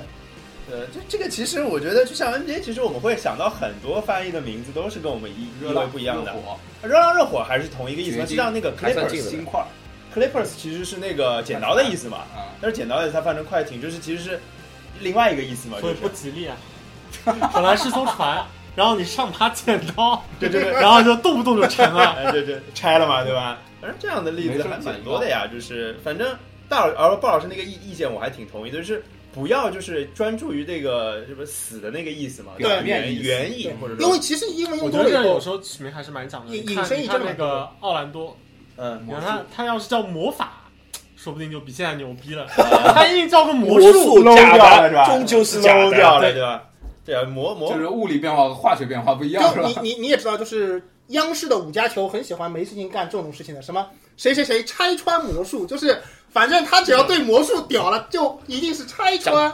Speaker 2: 对，
Speaker 1: 对，这这个其实我觉得，就像 NBA，其实我们会想到很多翻译的名字都是跟我们意意
Speaker 5: 热
Speaker 1: 味
Speaker 5: 浪
Speaker 1: 不一样的
Speaker 5: 热。火
Speaker 1: 热浪热火还是同一个意思吗？
Speaker 5: 掘
Speaker 1: 就
Speaker 5: 金
Speaker 1: 像那个
Speaker 4: 还算近
Speaker 1: Clippers
Speaker 4: 的
Speaker 5: 金块儿
Speaker 1: Clippers 其实是那个剪刀的意思嘛，
Speaker 5: 啊，
Speaker 1: 但是剪刀的它翻成快艇，就是其实是另外一个意思嘛，
Speaker 3: 所
Speaker 1: 就
Speaker 3: 以
Speaker 1: 是
Speaker 3: 不吉利啊。 本来是艘船，然后你上爬剪刀，
Speaker 1: 对对对，
Speaker 3: 然后就动不动就沉 了。
Speaker 1: 哎，对对，拆了嘛，对吧？反正这样的例子还蛮多的呀，就是反正大老而鲍老师那个意意见我还挺同意的，就是不要就是专注于这个什么死的那个意思嘛，
Speaker 5: 表
Speaker 1: 原
Speaker 5: 面意思
Speaker 1: 原意或者
Speaker 2: 因为
Speaker 1: 说
Speaker 2: 其实英文
Speaker 3: 我
Speaker 2: 用
Speaker 3: 觉
Speaker 2: 多
Speaker 3: 得
Speaker 2: 了以
Speaker 3: 这有
Speaker 2: 后，
Speaker 3: 时候取名还是蛮讲的。
Speaker 2: 引
Speaker 3: 你看
Speaker 2: 引申
Speaker 3: 你
Speaker 2: 一
Speaker 3: 看
Speaker 2: 阵
Speaker 3: 那
Speaker 2: 嘛
Speaker 3: 个奥兰多，
Speaker 1: 嗯，
Speaker 3: 你
Speaker 5: 魔
Speaker 3: 看
Speaker 5: 术
Speaker 3: 他他要是叫魔法，说不定就比现在牛逼了。他硬叫个魔术，
Speaker 4: 术
Speaker 1: 漏
Speaker 4: 假
Speaker 1: 掉了是
Speaker 4: 的，
Speaker 1: 吧
Speaker 4: 终究是假
Speaker 1: 漏掉
Speaker 4: 的。
Speaker 1: 了对吧？对啊，魔魔
Speaker 5: 就是物理变化和化学变化不一样，是
Speaker 2: 就
Speaker 5: 吧
Speaker 2: 你？你你也知道，就是央视的五家球很喜欢没事情干这种事情的，什么谁谁谁拆穿魔术，就是反正他只要对魔术屌了，就一定是拆穿。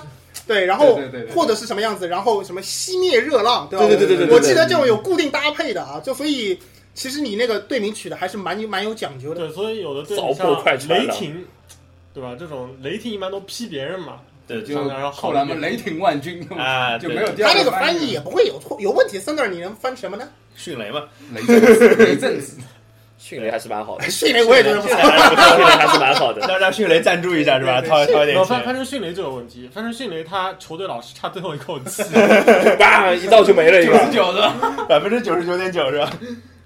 Speaker 2: 对，然后
Speaker 5: 对对对对对
Speaker 2: 或者是什么样子，然后什么熄灭热浪，对吧？
Speaker 4: 对对对对对对
Speaker 2: 我记得这种有固定搭配的啊，就所以其实你那个队名取的还是蛮蛮有讲究的。
Speaker 3: 对，所以有的队
Speaker 4: 糟
Speaker 3: 你
Speaker 4: 粕快
Speaker 3: 像
Speaker 4: 船
Speaker 3: 雷
Speaker 4: 了
Speaker 3: 霆，对吧？这种雷霆一般都批别人嘛，
Speaker 1: 对对
Speaker 5: 就后来嘛，雷霆万钧
Speaker 1: 啊
Speaker 5: 就
Speaker 1: 对
Speaker 5: 没有第
Speaker 2: 他
Speaker 5: 二
Speaker 2: 那个
Speaker 5: 翻
Speaker 2: 翻译也不会有错有问题。三 e r 你能翻什么呢？，
Speaker 1: 迅雷嘛，
Speaker 5: 雷震子，雷震子，
Speaker 4: 迅雷还是蛮好的
Speaker 2: 迅哎雷我也觉得不
Speaker 1: 迅
Speaker 2: 错
Speaker 1: 雷。还是不
Speaker 4: 迅
Speaker 1: 错
Speaker 4: 雷还是蛮好 的。
Speaker 1: 让让迅雷赞助一下是吧？
Speaker 5: 对对
Speaker 1: 掏掏一
Speaker 3: 然后
Speaker 1: 点
Speaker 3: 翻翻
Speaker 1: 钱，
Speaker 3: 成迅雷就有问题，翻成迅雷他球队老是差最后一口气，
Speaker 4: 叭一道就没了一
Speaker 5: 九十
Speaker 4: 个。
Speaker 5: 九的，
Speaker 1: 百分之九十九点九是吧？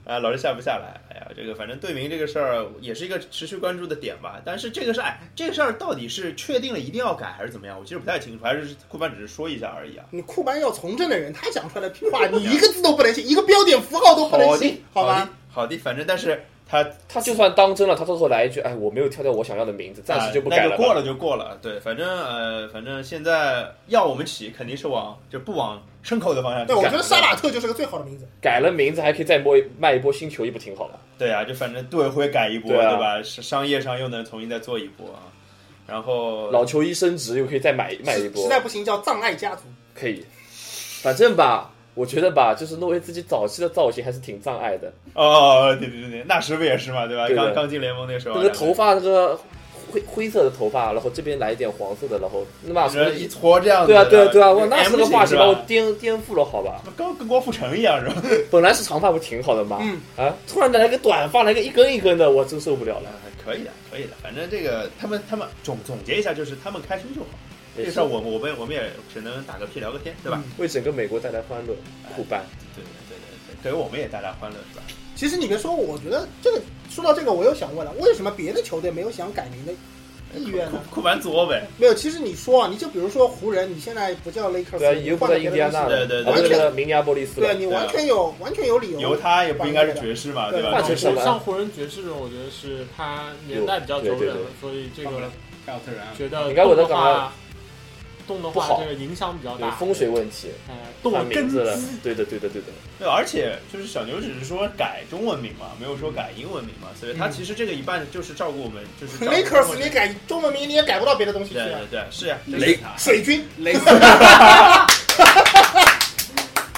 Speaker 1: 啊，老是下不下来。哎呀，这个反正队名这个事儿也是一个持续关注的点吧。但是这个事儿，哎，这个事儿到底是确定了一定要改还是怎么样？我其实不太清楚，还是库班只是说一下而已啊。
Speaker 2: 你库班要从政的人，他讲出来的屁话，你一个字都不能信，一个标点符号都不能
Speaker 1: 好
Speaker 2: 信
Speaker 1: 的，，
Speaker 2: 好吧？
Speaker 1: 的，好的，反正但是他
Speaker 4: 他就算当真了，他到后来一句：“哎，我没有挑掉我想要的名字，暂时就不改
Speaker 1: 哎那
Speaker 4: 了。”
Speaker 1: 就过了就过了。对，反正呃，反正现在要我们起，肯定是往就不往牲口的方向去
Speaker 2: 对，
Speaker 1: 改。
Speaker 2: 我觉得杀马特就是个最好的名字。
Speaker 4: 改了名字还可以再摸一卖一波新球衣，不挺好吗？
Speaker 1: 对啊，就反正队徽改一波，
Speaker 4: 对啊
Speaker 1: 吧？商商业上又能重新再做一波啊。然
Speaker 2: 呃
Speaker 1: 后
Speaker 4: 老球衣升值又可以再买卖一
Speaker 2: 实
Speaker 4: 波，
Speaker 2: 实在不行叫葬爱家族。
Speaker 4: 可以。反正吧，我觉得吧，就是诺维自己早期的造型还是挺障碍的，
Speaker 1: 哦，对对对对，纳什不也是嘛，对吧？
Speaker 4: 对的
Speaker 1: 刚刚进联盟那时候，
Speaker 2: 啊
Speaker 1: 啊
Speaker 4: 那个头发那个灰灰色的头发，然后这边来一点黄色的，然后那么
Speaker 1: 两个人一撮这样子
Speaker 4: 对
Speaker 1: 的，
Speaker 4: 啊对啊对啊，我那
Speaker 1: 是
Speaker 4: 时候发型把我颠颠覆了，好吧？
Speaker 1: 跟跟郭富城一样 是吧？
Speaker 4: 本来是长发不挺好的吗？
Speaker 2: 嗯
Speaker 4: 啊，突然来个短发，来个一根一根的，我真受不了了。
Speaker 1: 啊可以的，可以的，反正这个他们他们总总结一下，就是他们开心就好。这
Speaker 4: 也
Speaker 1: 个
Speaker 4: 是
Speaker 1: 事儿我我们我们也只能打个屁聊个
Speaker 4: 嗯
Speaker 1: 天，对吧？
Speaker 4: 为整个美国带来欢乐，酷班。
Speaker 1: 对对对对对，给我们也带来欢乐是吧？
Speaker 2: 其实你别说，我觉得这个说到这个，我又想问了，为什么别的球队没有想改名的意愿啊
Speaker 1: 库
Speaker 2: 呢？
Speaker 1: 库班佐呗，
Speaker 2: 没有，其实你说啊，你就比如说湖人，你现在不叫 Lakers，
Speaker 4: 对啊，以后不
Speaker 2: 换了别
Speaker 4: 在印
Speaker 2: 的
Speaker 4: 第安
Speaker 2: 东
Speaker 4: 纳
Speaker 2: 西
Speaker 1: 对
Speaker 4: 了，
Speaker 1: 对
Speaker 4: 啊
Speaker 2: 对
Speaker 4: 不是那个明尼阿波利斯
Speaker 2: 对啊，
Speaker 4: 了，
Speaker 2: 你完全有完全有理由。
Speaker 1: 犹他也不应该是爵士嘛，
Speaker 2: 对
Speaker 1: 吧
Speaker 4: 换？成什么
Speaker 3: 像湖人、爵士这种，我觉得是他年代比较久
Speaker 4: 对对
Speaker 3: 远
Speaker 4: 对
Speaker 3: 了，所以这
Speaker 5: 他
Speaker 3: 个
Speaker 5: 们盖尔特人啊，
Speaker 3: 觉得
Speaker 4: 应该我的
Speaker 3: 动的
Speaker 4: 感觉
Speaker 3: 话，动的
Speaker 4: 不
Speaker 3: 话
Speaker 4: 好
Speaker 3: 这个影响比较
Speaker 4: 对
Speaker 3: 大，
Speaker 4: 风水问题，
Speaker 3: 哎，动了
Speaker 4: 换名
Speaker 3: 根
Speaker 4: 字了
Speaker 3: 基，，
Speaker 4: 对的对的对的，
Speaker 1: 对，而且就是小牛只是说改中文名嘛，没有说改英文名嘛，所以他
Speaker 2: 嗯
Speaker 1: 其实这个一半就是照顾我们，就是照顾中
Speaker 2: Lakers
Speaker 1: 国
Speaker 2: 你
Speaker 1: 人
Speaker 2: 改中文名你也改不到别的东西去
Speaker 1: 对
Speaker 2: 啊
Speaker 1: 对。对，是呀，
Speaker 5: 雷
Speaker 1: 这是他
Speaker 2: 水军
Speaker 5: 雷斯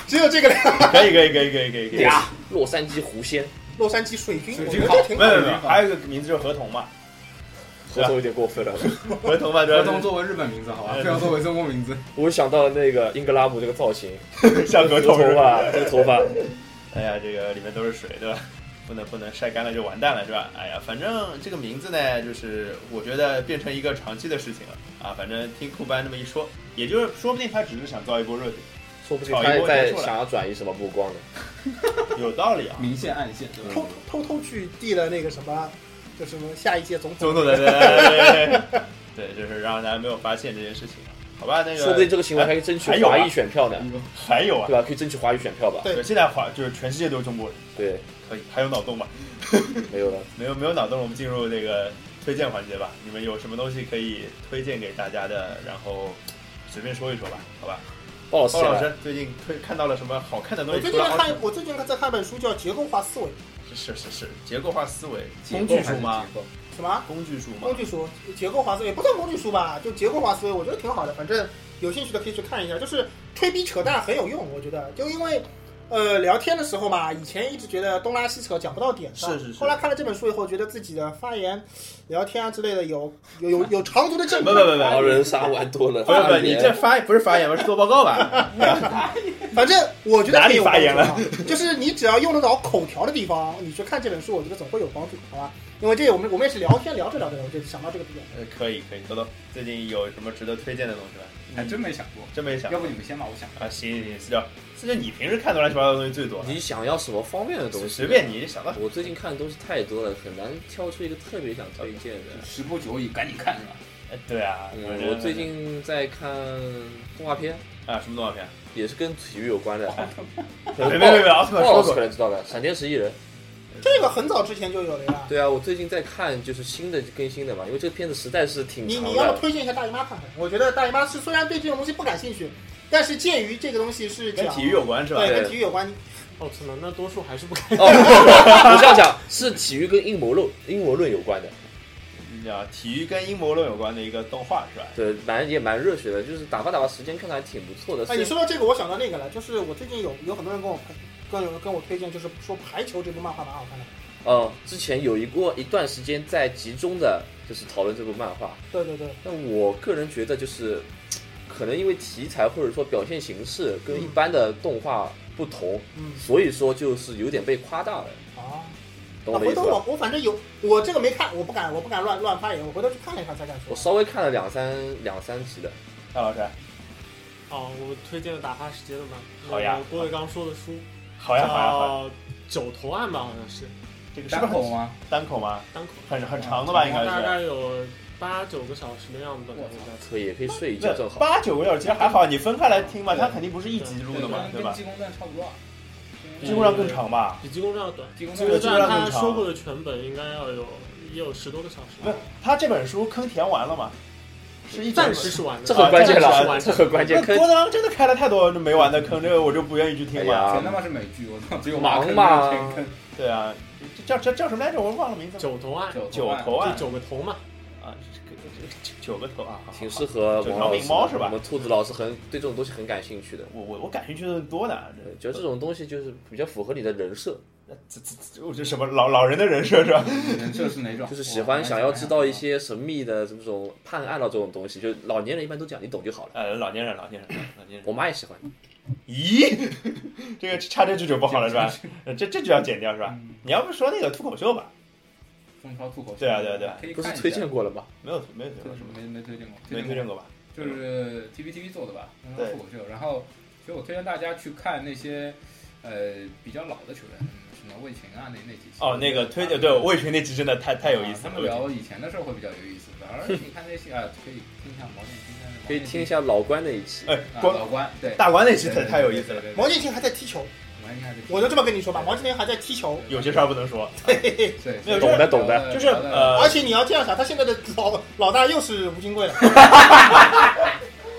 Speaker 2: 只有这个了，
Speaker 1: 可以可以可以可以可以可以，
Speaker 4: 呀，洛杉矶湖仙，
Speaker 2: 洛杉矶水军，
Speaker 5: 水
Speaker 2: 我
Speaker 5: 军
Speaker 2: 觉
Speaker 5: 好
Speaker 2: 得挺
Speaker 1: 没
Speaker 2: 好
Speaker 1: 有
Speaker 2: 的。
Speaker 1: 没有，还有一个名字就是合同嘛，
Speaker 4: 合同有点过分了，
Speaker 1: 合同嘛，对
Speaker 5: 合同
Speaker 1: 吧？
Speaker 5: 作为日本名字，好吧，
Speaker 1: 对
Speaker 5: 不要作为中国名字。
Speaker 4: 我想到了那个英格拉姆这个造型，
Speaker 1: 像合
Speaker 4: 这个
Speaker 1: 同是
Speaker 4: 头
Speaker 1: 吧？
Speaker 4: 发，这个头发，
Speaker 1: 哎呀，这个里面都是水，对吧？ 不能不能晒干了就完蛋了，是吧？哎呀，反正这个名字呢，就是我觉得变成一个长期的事情了啊。反正听库班那么一说，也就是说不定他只是想造一波热点，
Speaker 4: 说不定
Speaker 1: 炒一
Speaker 4: 他也
Speaker 1: 波
Speaker 4: 在
Speaker 1: 结束了
Speaker 4: 想要转移什么目光呢，
Speaker 1: 有道 理啊。
Speaker 5: 明线暗线，对吧
Speaker 2: 偷？偷偷去递了那个什么，就什么下一届总
Speaker 1: 总
Speaker 2: 统。
Speaker 1: 统的对对对，就是让大家没有发现这件事情，啊好吧？那个
Speaker 4: 说不定这个行为还可以争取
Speaker 1: 还有啊
Speaker 4: 华裔选票呢，
Speaker 1: 还有啊，
Speaker 4: 对吧？可以争取华裔选票吧？
Speaker 2: 对
Speaker 1: 现在华就是全世界都是中国人，
Speaker 4: 对，
Speaker 1: 可以。还有脑洞吧？
Speaker 4: 没有了，
Speaker 1: 没有没有脑洞，我们进入这个推荐环节吧。你们有什么东西可以推荐给大家的？然后随便说一说吧，好吧？
Speaker 4: 鲍老师
Speaker 1: 鲍老
Speaker 4: 先来
Speaker 1: 师最近推看到了什么好看的东
Speaker 2: 我
Speaker 1: 西？
Speaker 2: 最
Speaker 1: 除
Speaker 2: 近
Speaker 1: 了
Speaker 2: 在
Speaker 1: 奥
Speaker 2: 看
Speaker 1: 特，
Speaker 2: 我最近在看本书叫《结构化思维》，
Speaker 1: 是是是，结构化思维，
Speaker 5: 结
Speaker 1: 工
Speaker 5: 构
Speaker 1: 具
Speaker 5: 还
Speaker 1: 书
Speaker 5: 是
Speaker 1: 吗？
Speaker 5: 结构？
Speaker 2: 什么
Speaker 1: 工具书吗
Speaker 2: 工？具书？结构化思维不算工具书吧，就结构化思维，我觉得挺好的。反正有兴趣的可以去看一下，就是吹逼扯淡很有用，我觉得。就因为呃聊天的时候嘛，以前一直觉得东拉西扯讲不到点上，
Speaker 1: 是是是
Speaker 2: 后来看了这本书以后，觉得自己的发言、聊天啊之类的有有 有有长足的进
Speaker 1: 不
Speaker 2: 步
Speaker 1: 不。不不
Speaker 4: 狼
Speaker 1: 不
Speaker 4: 人杀玩多了，
Speaker 1: 不是不是，
Speaker 4: 半
Speaker 1: 你
Speaker 4: 年
Speaker 1: 这发不是发言吧？是做报告吧？
Speaker 2: 反正我觉得
Speaker 1: 哪里
Speaker 2: 挺有
Speaker 1: 发言
Speaker 2: 帮助 的啊就是你只要用得着口条的地方，你去看这本书，我觉得总会有帮助，好吧？因为这我们我们也是聊天聊着聊着，我就想到这个点。
Speaker 1: 呃，可以可以，豆豆最近有什么值得推荐的东西吗？
Speaker 5: 还真没想过，
Speaker 1: 真没想
Speaker 5: 要不你们先吧，我想。
Speaker 1: 啊，行行行，四六四六，你平时看的乱七八糟的东西最多，
Speaker 4: 你想要什么方面的东西？
Speaker 1: 随便。你想到
Speaker 4: 我最近看的东西太多了，很难挑出一个特别想推荐的。
Speaker 5: 时不久矣，赶紧看是吧？
Speaker 1: 哎，对啊，
Speaker 4: 嗯
Speaker 1: 反，正
Speaker 4: 我最近在看动画片，
Speaker 1: 啊什么动画片？
Speaker 4: 也是跟体育有关的。可
Speaker 1: 别别
Speaker 4: 能
Speaker 1: 别别，
Speaker 4: 鲍
Speaker 1: 奥特曼
Speaker 4: 鲍
Speaker 1: 说
Speaker 4: 老师可
Speaker 1: 过，
Speaker 4: 能知道吧，《闪电十一人》。
Speaker 2: 这个很早之前就有了呀。
Speaker 4: 对啊，我最近在看就是新的更新的嘛，因为这个片子实在是挺
Speaker 2: 你
Speaker 4: 长
Speaker 2: 你要不
Speaker 4: 的。
Speaker 2: 推荐一下大姨妈看看？我觉得大姨妈是虽然对这种东西不感兴趣，但是鉴于这个东西是
Speaker 1: 跟
Speaker 2: 讲
Speaker 1: 体育有关是吧
Speaker 2: 对？
Speaker 4: 对
Speaker 2: 跟体育有关，
Speaker 3: 哦，可能那多数还是不敢。
Speaker 4: 哦，我这样讲是体育跟阴谋论、阴谋论有关的，
Speaker 1: 你讲体育跟阴谋论有关的一个动画是吧？
Speaker 4: 对，蛮也蛮热血的，就是打发打发时间，看看还挺不错的。
Speaker 2: 哎，
Speaker 4: 虽
Speaker 2: 你
Speaker 4: 然
Speaker 2: 说到这个，我想到那个了，就是我最近有有很多人跟我跟有跟我推荐，就是说排球这部漫画蛮好看的。
Speaker 4: 嗯，之前有一过一段时间在集中的就是讨论这部漫画，
Speaker 2: 对对对，
Speaker 4: 但我个人觉得就是，可能因为题材或者说表现形式跟一般的动画不同，
Speaker 2: 嗯
Speaker 4: 所以说就是有点被夸大了，
Speaker 2: 啊，
Speaker 4: 懂我的
Speaker 2: 回
Speaker 4: 意思
Speaker 2: 头
Speaker 4: 吧？
Speaker 2: 我我反正有我这个没看，我不敢我不敢乱乱发言，我回头去看了一下再敢说
Speaker 4: 我。稍微看了两三两三集的，
Speaker 1: 大老师，
Speaker 3: 哦，我推荐打发时间的嘛，
Speaker 1: 好呀
Speaker 3: 那个郭德纲说的书
Speaker 1: 好
Speaker 3: 哦
Speaker 1: 呀好呀好呀，
Speaker 3: 叫《九头案》吧，好像是
Speaker 1: 这个是不
Speaker 5: 单
Speaker 1: 是
Speaker 5: 口
Speaker 1: 很
Speaker 5: 吗？
Speaker 1: 单口吗？
Speaker 3: 单口，
Speaker 1: 很很长的吧，应该
Speaker 3: 大
Speaker 1: 是。
Speaker 3: 概有八九个小时的样子吧，
Speaker 5: 我操
Speaker 4: 可以也可以睡一觉，正好。
Speaker 1: 八九个小时其实还好，你分开来听吧，
Speaker 5: 对
Speaker 1: 它肯定不是一集录的嘛，对
Speaker 5: 跟
Speaker 1: 吧？
Speaker 5: 济公传差不多啊。
Speaker 1: 进攻量更长吧？
Speaker 3: 比济公这要短。
Speaker 5: 济公
Speaker 3: 济
Speaker 1: 这
Speaker 3: 公
Speaker 1: 个
Speaker 5: 传
Speaker 1: 这个
Speaker 3: 他
Speaker 1: 很长
Speaker 3: 说过的全本应该要有也有十多个小时
Speaker 1: 不，是，他这本书坑填完了吗？是一整
Speaker 3: 暂时是完的，
Speaker 4: 这很关键
Speaker 1: 啊
Speaker 4: 了，这很关键
Speaker 1: 那
Speaker 4: 坑
Speaker 1: 郭。德纲真的开了太多没完的坑，这个我就不愿意去听
Speaker 4: 哎
Speaker 1: 了。
Speaker 4: 呀
Speaker 5: 全他妈是美剧，我操！只有
Speaker 4: 忙
Speaker 5: 坑
Speaker 4: 嘛
Speaker 5: 跟田
Speaker 1: 对啊，这叫这叫什么来着？我忘了名字了。
Speaker 3: 九头案，
Speaker 5: 坑
Speaker 1: 九头
Speaker 3: 就
Speaker 1: 啊，
Speaker 3: 九个头嘛。
Speaker 1: 啊，这个这个这个九个头啊，好好好
Speaker 4: 挺适合王老
Speaker 1: 九条命
Speaker 4: 师
Speaker 1: 猫
Speaker 4: 的，
Speaker 1: 是吧
Speaker 4: 我们兔子老师很对这种东西很感兴趣的，
Speaker 1: 我我我感兴趣的多呢，
Speaker 4: 对觉得这种东西就是比较符合你的人设，
Speaker 1: 这这这我这什么老老人的人设是吧？
Speaker 5: 人设是哪种？
Speaker 4: 就是喜欢想要知道一些神秘的这种判案啊这种东西，就老年人一般都讲，你懂就好了。
Speaker 1: 呃，老年人，老年人，老年人。
Speaker 4: 我妈也喜欢，
Speaker 1: 咦， 这个插这句就不好了是吧？ 呃这这就要剪掉是吧？
Speaker 5: 嗯
Speaker 1: 你要不说那个脱口秀吧？
Speaker 5: 中超吐口
Speaker 1: 对啊对啊对啊
Speaker 5: 可以
Speaker 4: 不是
Speaker 5: 看一下
Speaker 4: 推荐过了吗？
Speaker 1: 没有没有推
Speaker 5: 对
Speaker 1: 荐什么，
Speaker 5: 没没推荐过，
Speaker 1: 没推
Speaker 5: 过
Speaker 1: 荐过吧？
Speaker 5: 就是 T V T V 做的吧，然后
Speaker 1: 对
Speaker 5: 脱口秀，然后其实我推荐大家去看那些呃比较老的球员，什么魏群啊那那几期。啊
Speaker 1: 哦，那个推荐对魏群那集真的太太有意思
Speaker 5: 他
Speaker 1: 了
Speaker 5: 们，聊以前的事儿会比较有意思，反而你看那些啊，可以听一下毛剑卿，
Speaker 4: 可以听一下老关那一期。
Speaker 1: 哎，
Speaker 5: 啊
Speaker 1: 光
Speaker 5: 老关，对，
Speaker 1: 大关那集太太有意思了，
Speaker 5: 对。对对
Speaker 2: 毛剑卿还在踢球，
Speaker 5: 毛剑卿还是
Speaker 2: 我就这么跟你说吧，毛剑卿还在踢球。
Speaker 1: 有些事儿不能说。
Speaker 5: 对，
Speaker 1: 没有
Speaker 4: 懂的懂的
Speaker 1: 就是
Speaker 5: 聊得
Speaker 1: 呃
Speaker 2: 而且你要这样想，他现在的老老大又是吴金 贵了，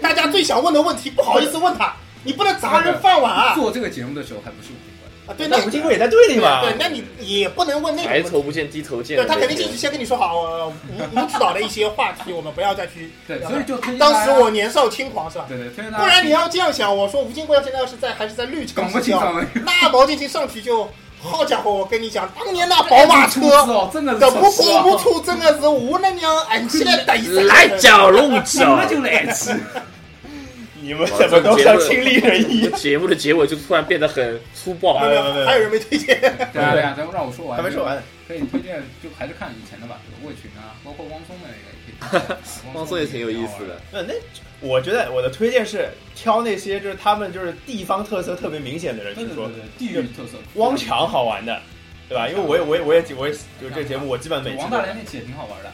Speaker 2: 大家最想问的问题不好意思问他，你不能砸人饭碗啊！
Speaker 5: 做这个节目的时候还不是我
Speaker 2: 啊，对，那
Speaker 1: 那吴金贵也在队里嘛？
Speaker 2: 对，那你也不能问那
Speaker 4: 抬
Speaker 2: 种问
Speaker 4: 头
Speaker 2: 题。
Speaker 4: 不见低头见。
Speaker 2: 对他肯定就是先跟你说好，呃吴吴指导的一些话题，我们不要再去。
Speaker 5: 对，所以就推荐大
Speaker 2: 当
Speaker 5: 家
Speaker 2: 时我年少轻狂是吧？
Speaker 5: 对对，推荐大
Speaker 2: 不
Speaker 5: 家
Speaker 2: 然你要这样想，我说吴金贵要现在要是在还是在绿
Speaker 5: 搞
Speaker 2: 城
Speaker 5: 不
Speaker 2: 市
Speaker 5: 清
Speaker 2: 教，
Speaker 5: 楚
Speaker 2: 那毛剑卿上去就，好家伙，我跟你讲，当年那宝马车
Speaker 5: 哦，真的是
Speaker 2: 的不过不出真的是无能量，俺现在等一
Speaker 4: 来绞弄
Speaker 5: 什
Speaker 4: 绞
Speaker 5: 么。就来吃，
Speaker 1: 你们怎么都像亲历人 一样？
Speaker 4: 节目的结尾就突然变得很粗暴。
Speaker 1: 哎对
Speaker 2: 还有人没推荐，
Speaker 5: 对啊对啊，咱让我说完，
Speaker 1: 还没说，完，
Speaker 5: 可以推荐，就还是看以前的吧，有魏群啊，包括汪松的那个也可以看看，
Speaker 4: 放松也挺有意思的，
Speaker 1: 那那我觉得我的推荐是挑那些就是他们就是地方特色特别明显的人
Speaker 5: 对，
Speaker 1: 去
Speaker 5: 对对
Speaker 1: 说
Speaker 5: 对，，地域特色，
Speaker 1: 汪强好玩的，对吧？因为我也我也我也我也就这节目我基本每
Speaker 5: 对，
Speaker 1: 次
Speaker 5: 王大连那期也挺好玩的，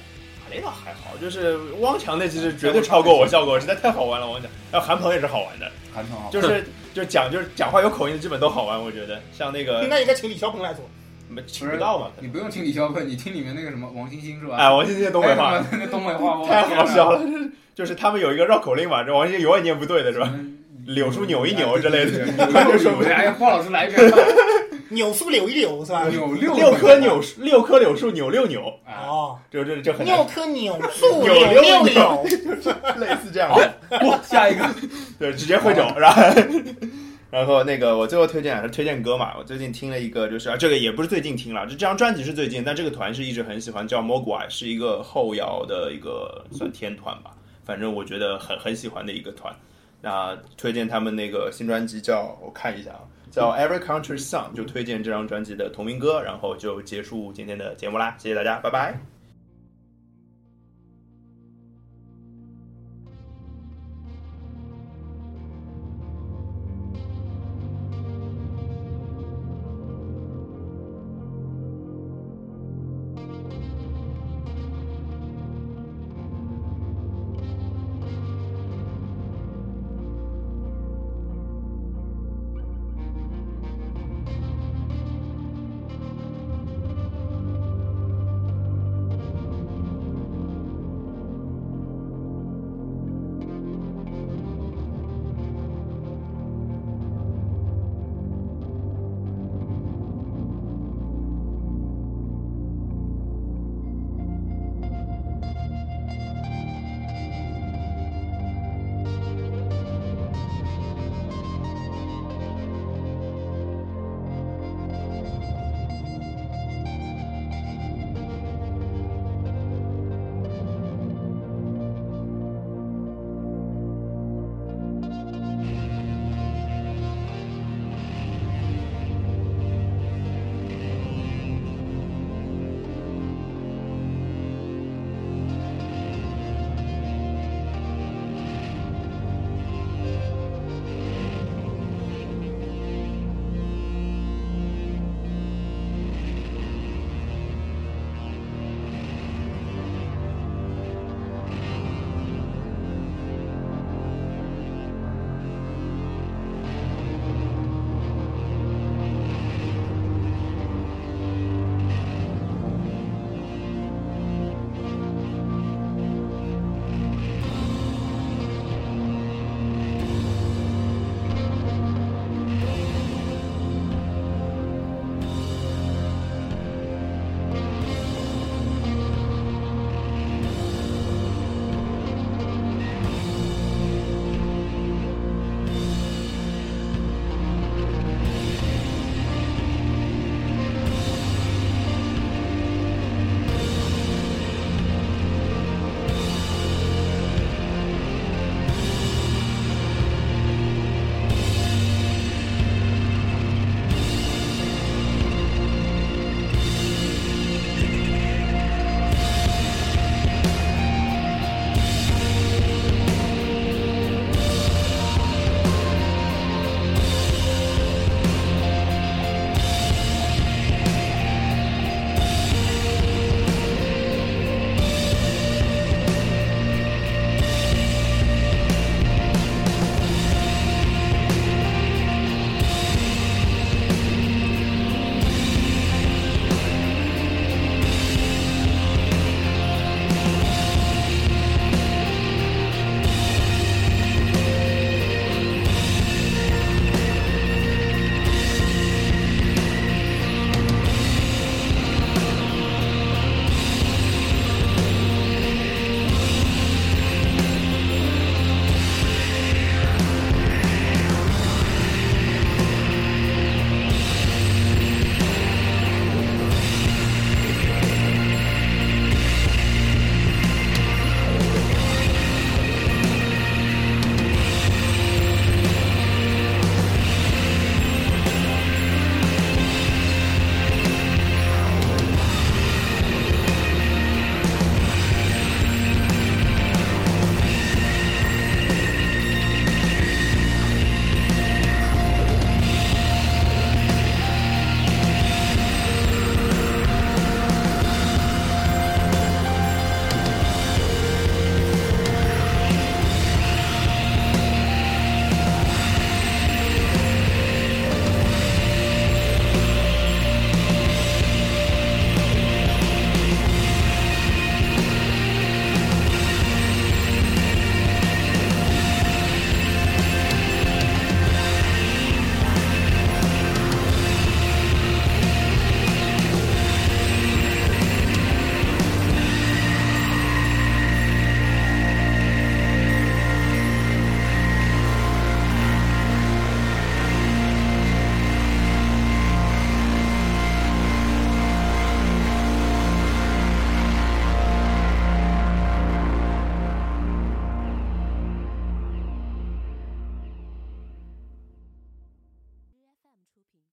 Speaker 1: 打雷倒还好，就是汪强那集是绝对超过我效果，实在太好玩了。汪强，然后韩鹏也是好玩的，
Speaker 5: 还挺好，
Speaker 1: 就是就是讲就是讲话有口音的基本都好玩，我觉得像那个
Speaker 2: 那应该请李霄鹏来做。
Speaker 1: 没请不到嘛，可
Speaker 5: 你
Speaker 1: 能
Speaker 5: 不用听李霄鹏，你听里面那个什么王星星是吧？
Speaker 1: 哎，王晶这些东北话
Speaker 5: 哎，那东北话我
Speaker 1: 太好笑了，就是就是他们有一个绕口令嘛，这王晶永远念不对的是吧？
Speaker 5: 嗯
Speaker 1: 柳树扭一扭之类的
Speaker 5: 对对对柳树扭一扭哎呀，鲍老师来 一遍吧，
Speaker 2: 扭树扭一扭是吧？
Speaker 5: 扭六
Speaker 1: 六棵柳树六棵柳树扭六扭，
Speaker 5: 啊，
Speaker 2: 哦，
Speaker 1: 就这就很
Speaker 2: 六
Speaker 1: 难
Speaker 2: 棵扭 树
Speaker 1: 扭
Speaker 2: 扭
Speaker 1: 扭
Speaker 2: 六扭，
Speaker 1: 类似这样的。
Speaker 5: 哇下一个
Speaker 1: 对，直接会走，然后。然后那个，我最后推荐还是推荐歌嘛。我最近听了一个，就是啊，这个也不是最近听了，就这张专辑是最近，但这个团是一直很喜欢，叫 Mogwai，是一个后摇的一个算天团吧，反正我觉得很很喜欢的一个团。那推荐他们那个新专辑叫，我看一下啊，叫 Every Country Song，就推荐这张专辑的同名歌，然后就结束今天的节目啦，谢谢大家，拜拜。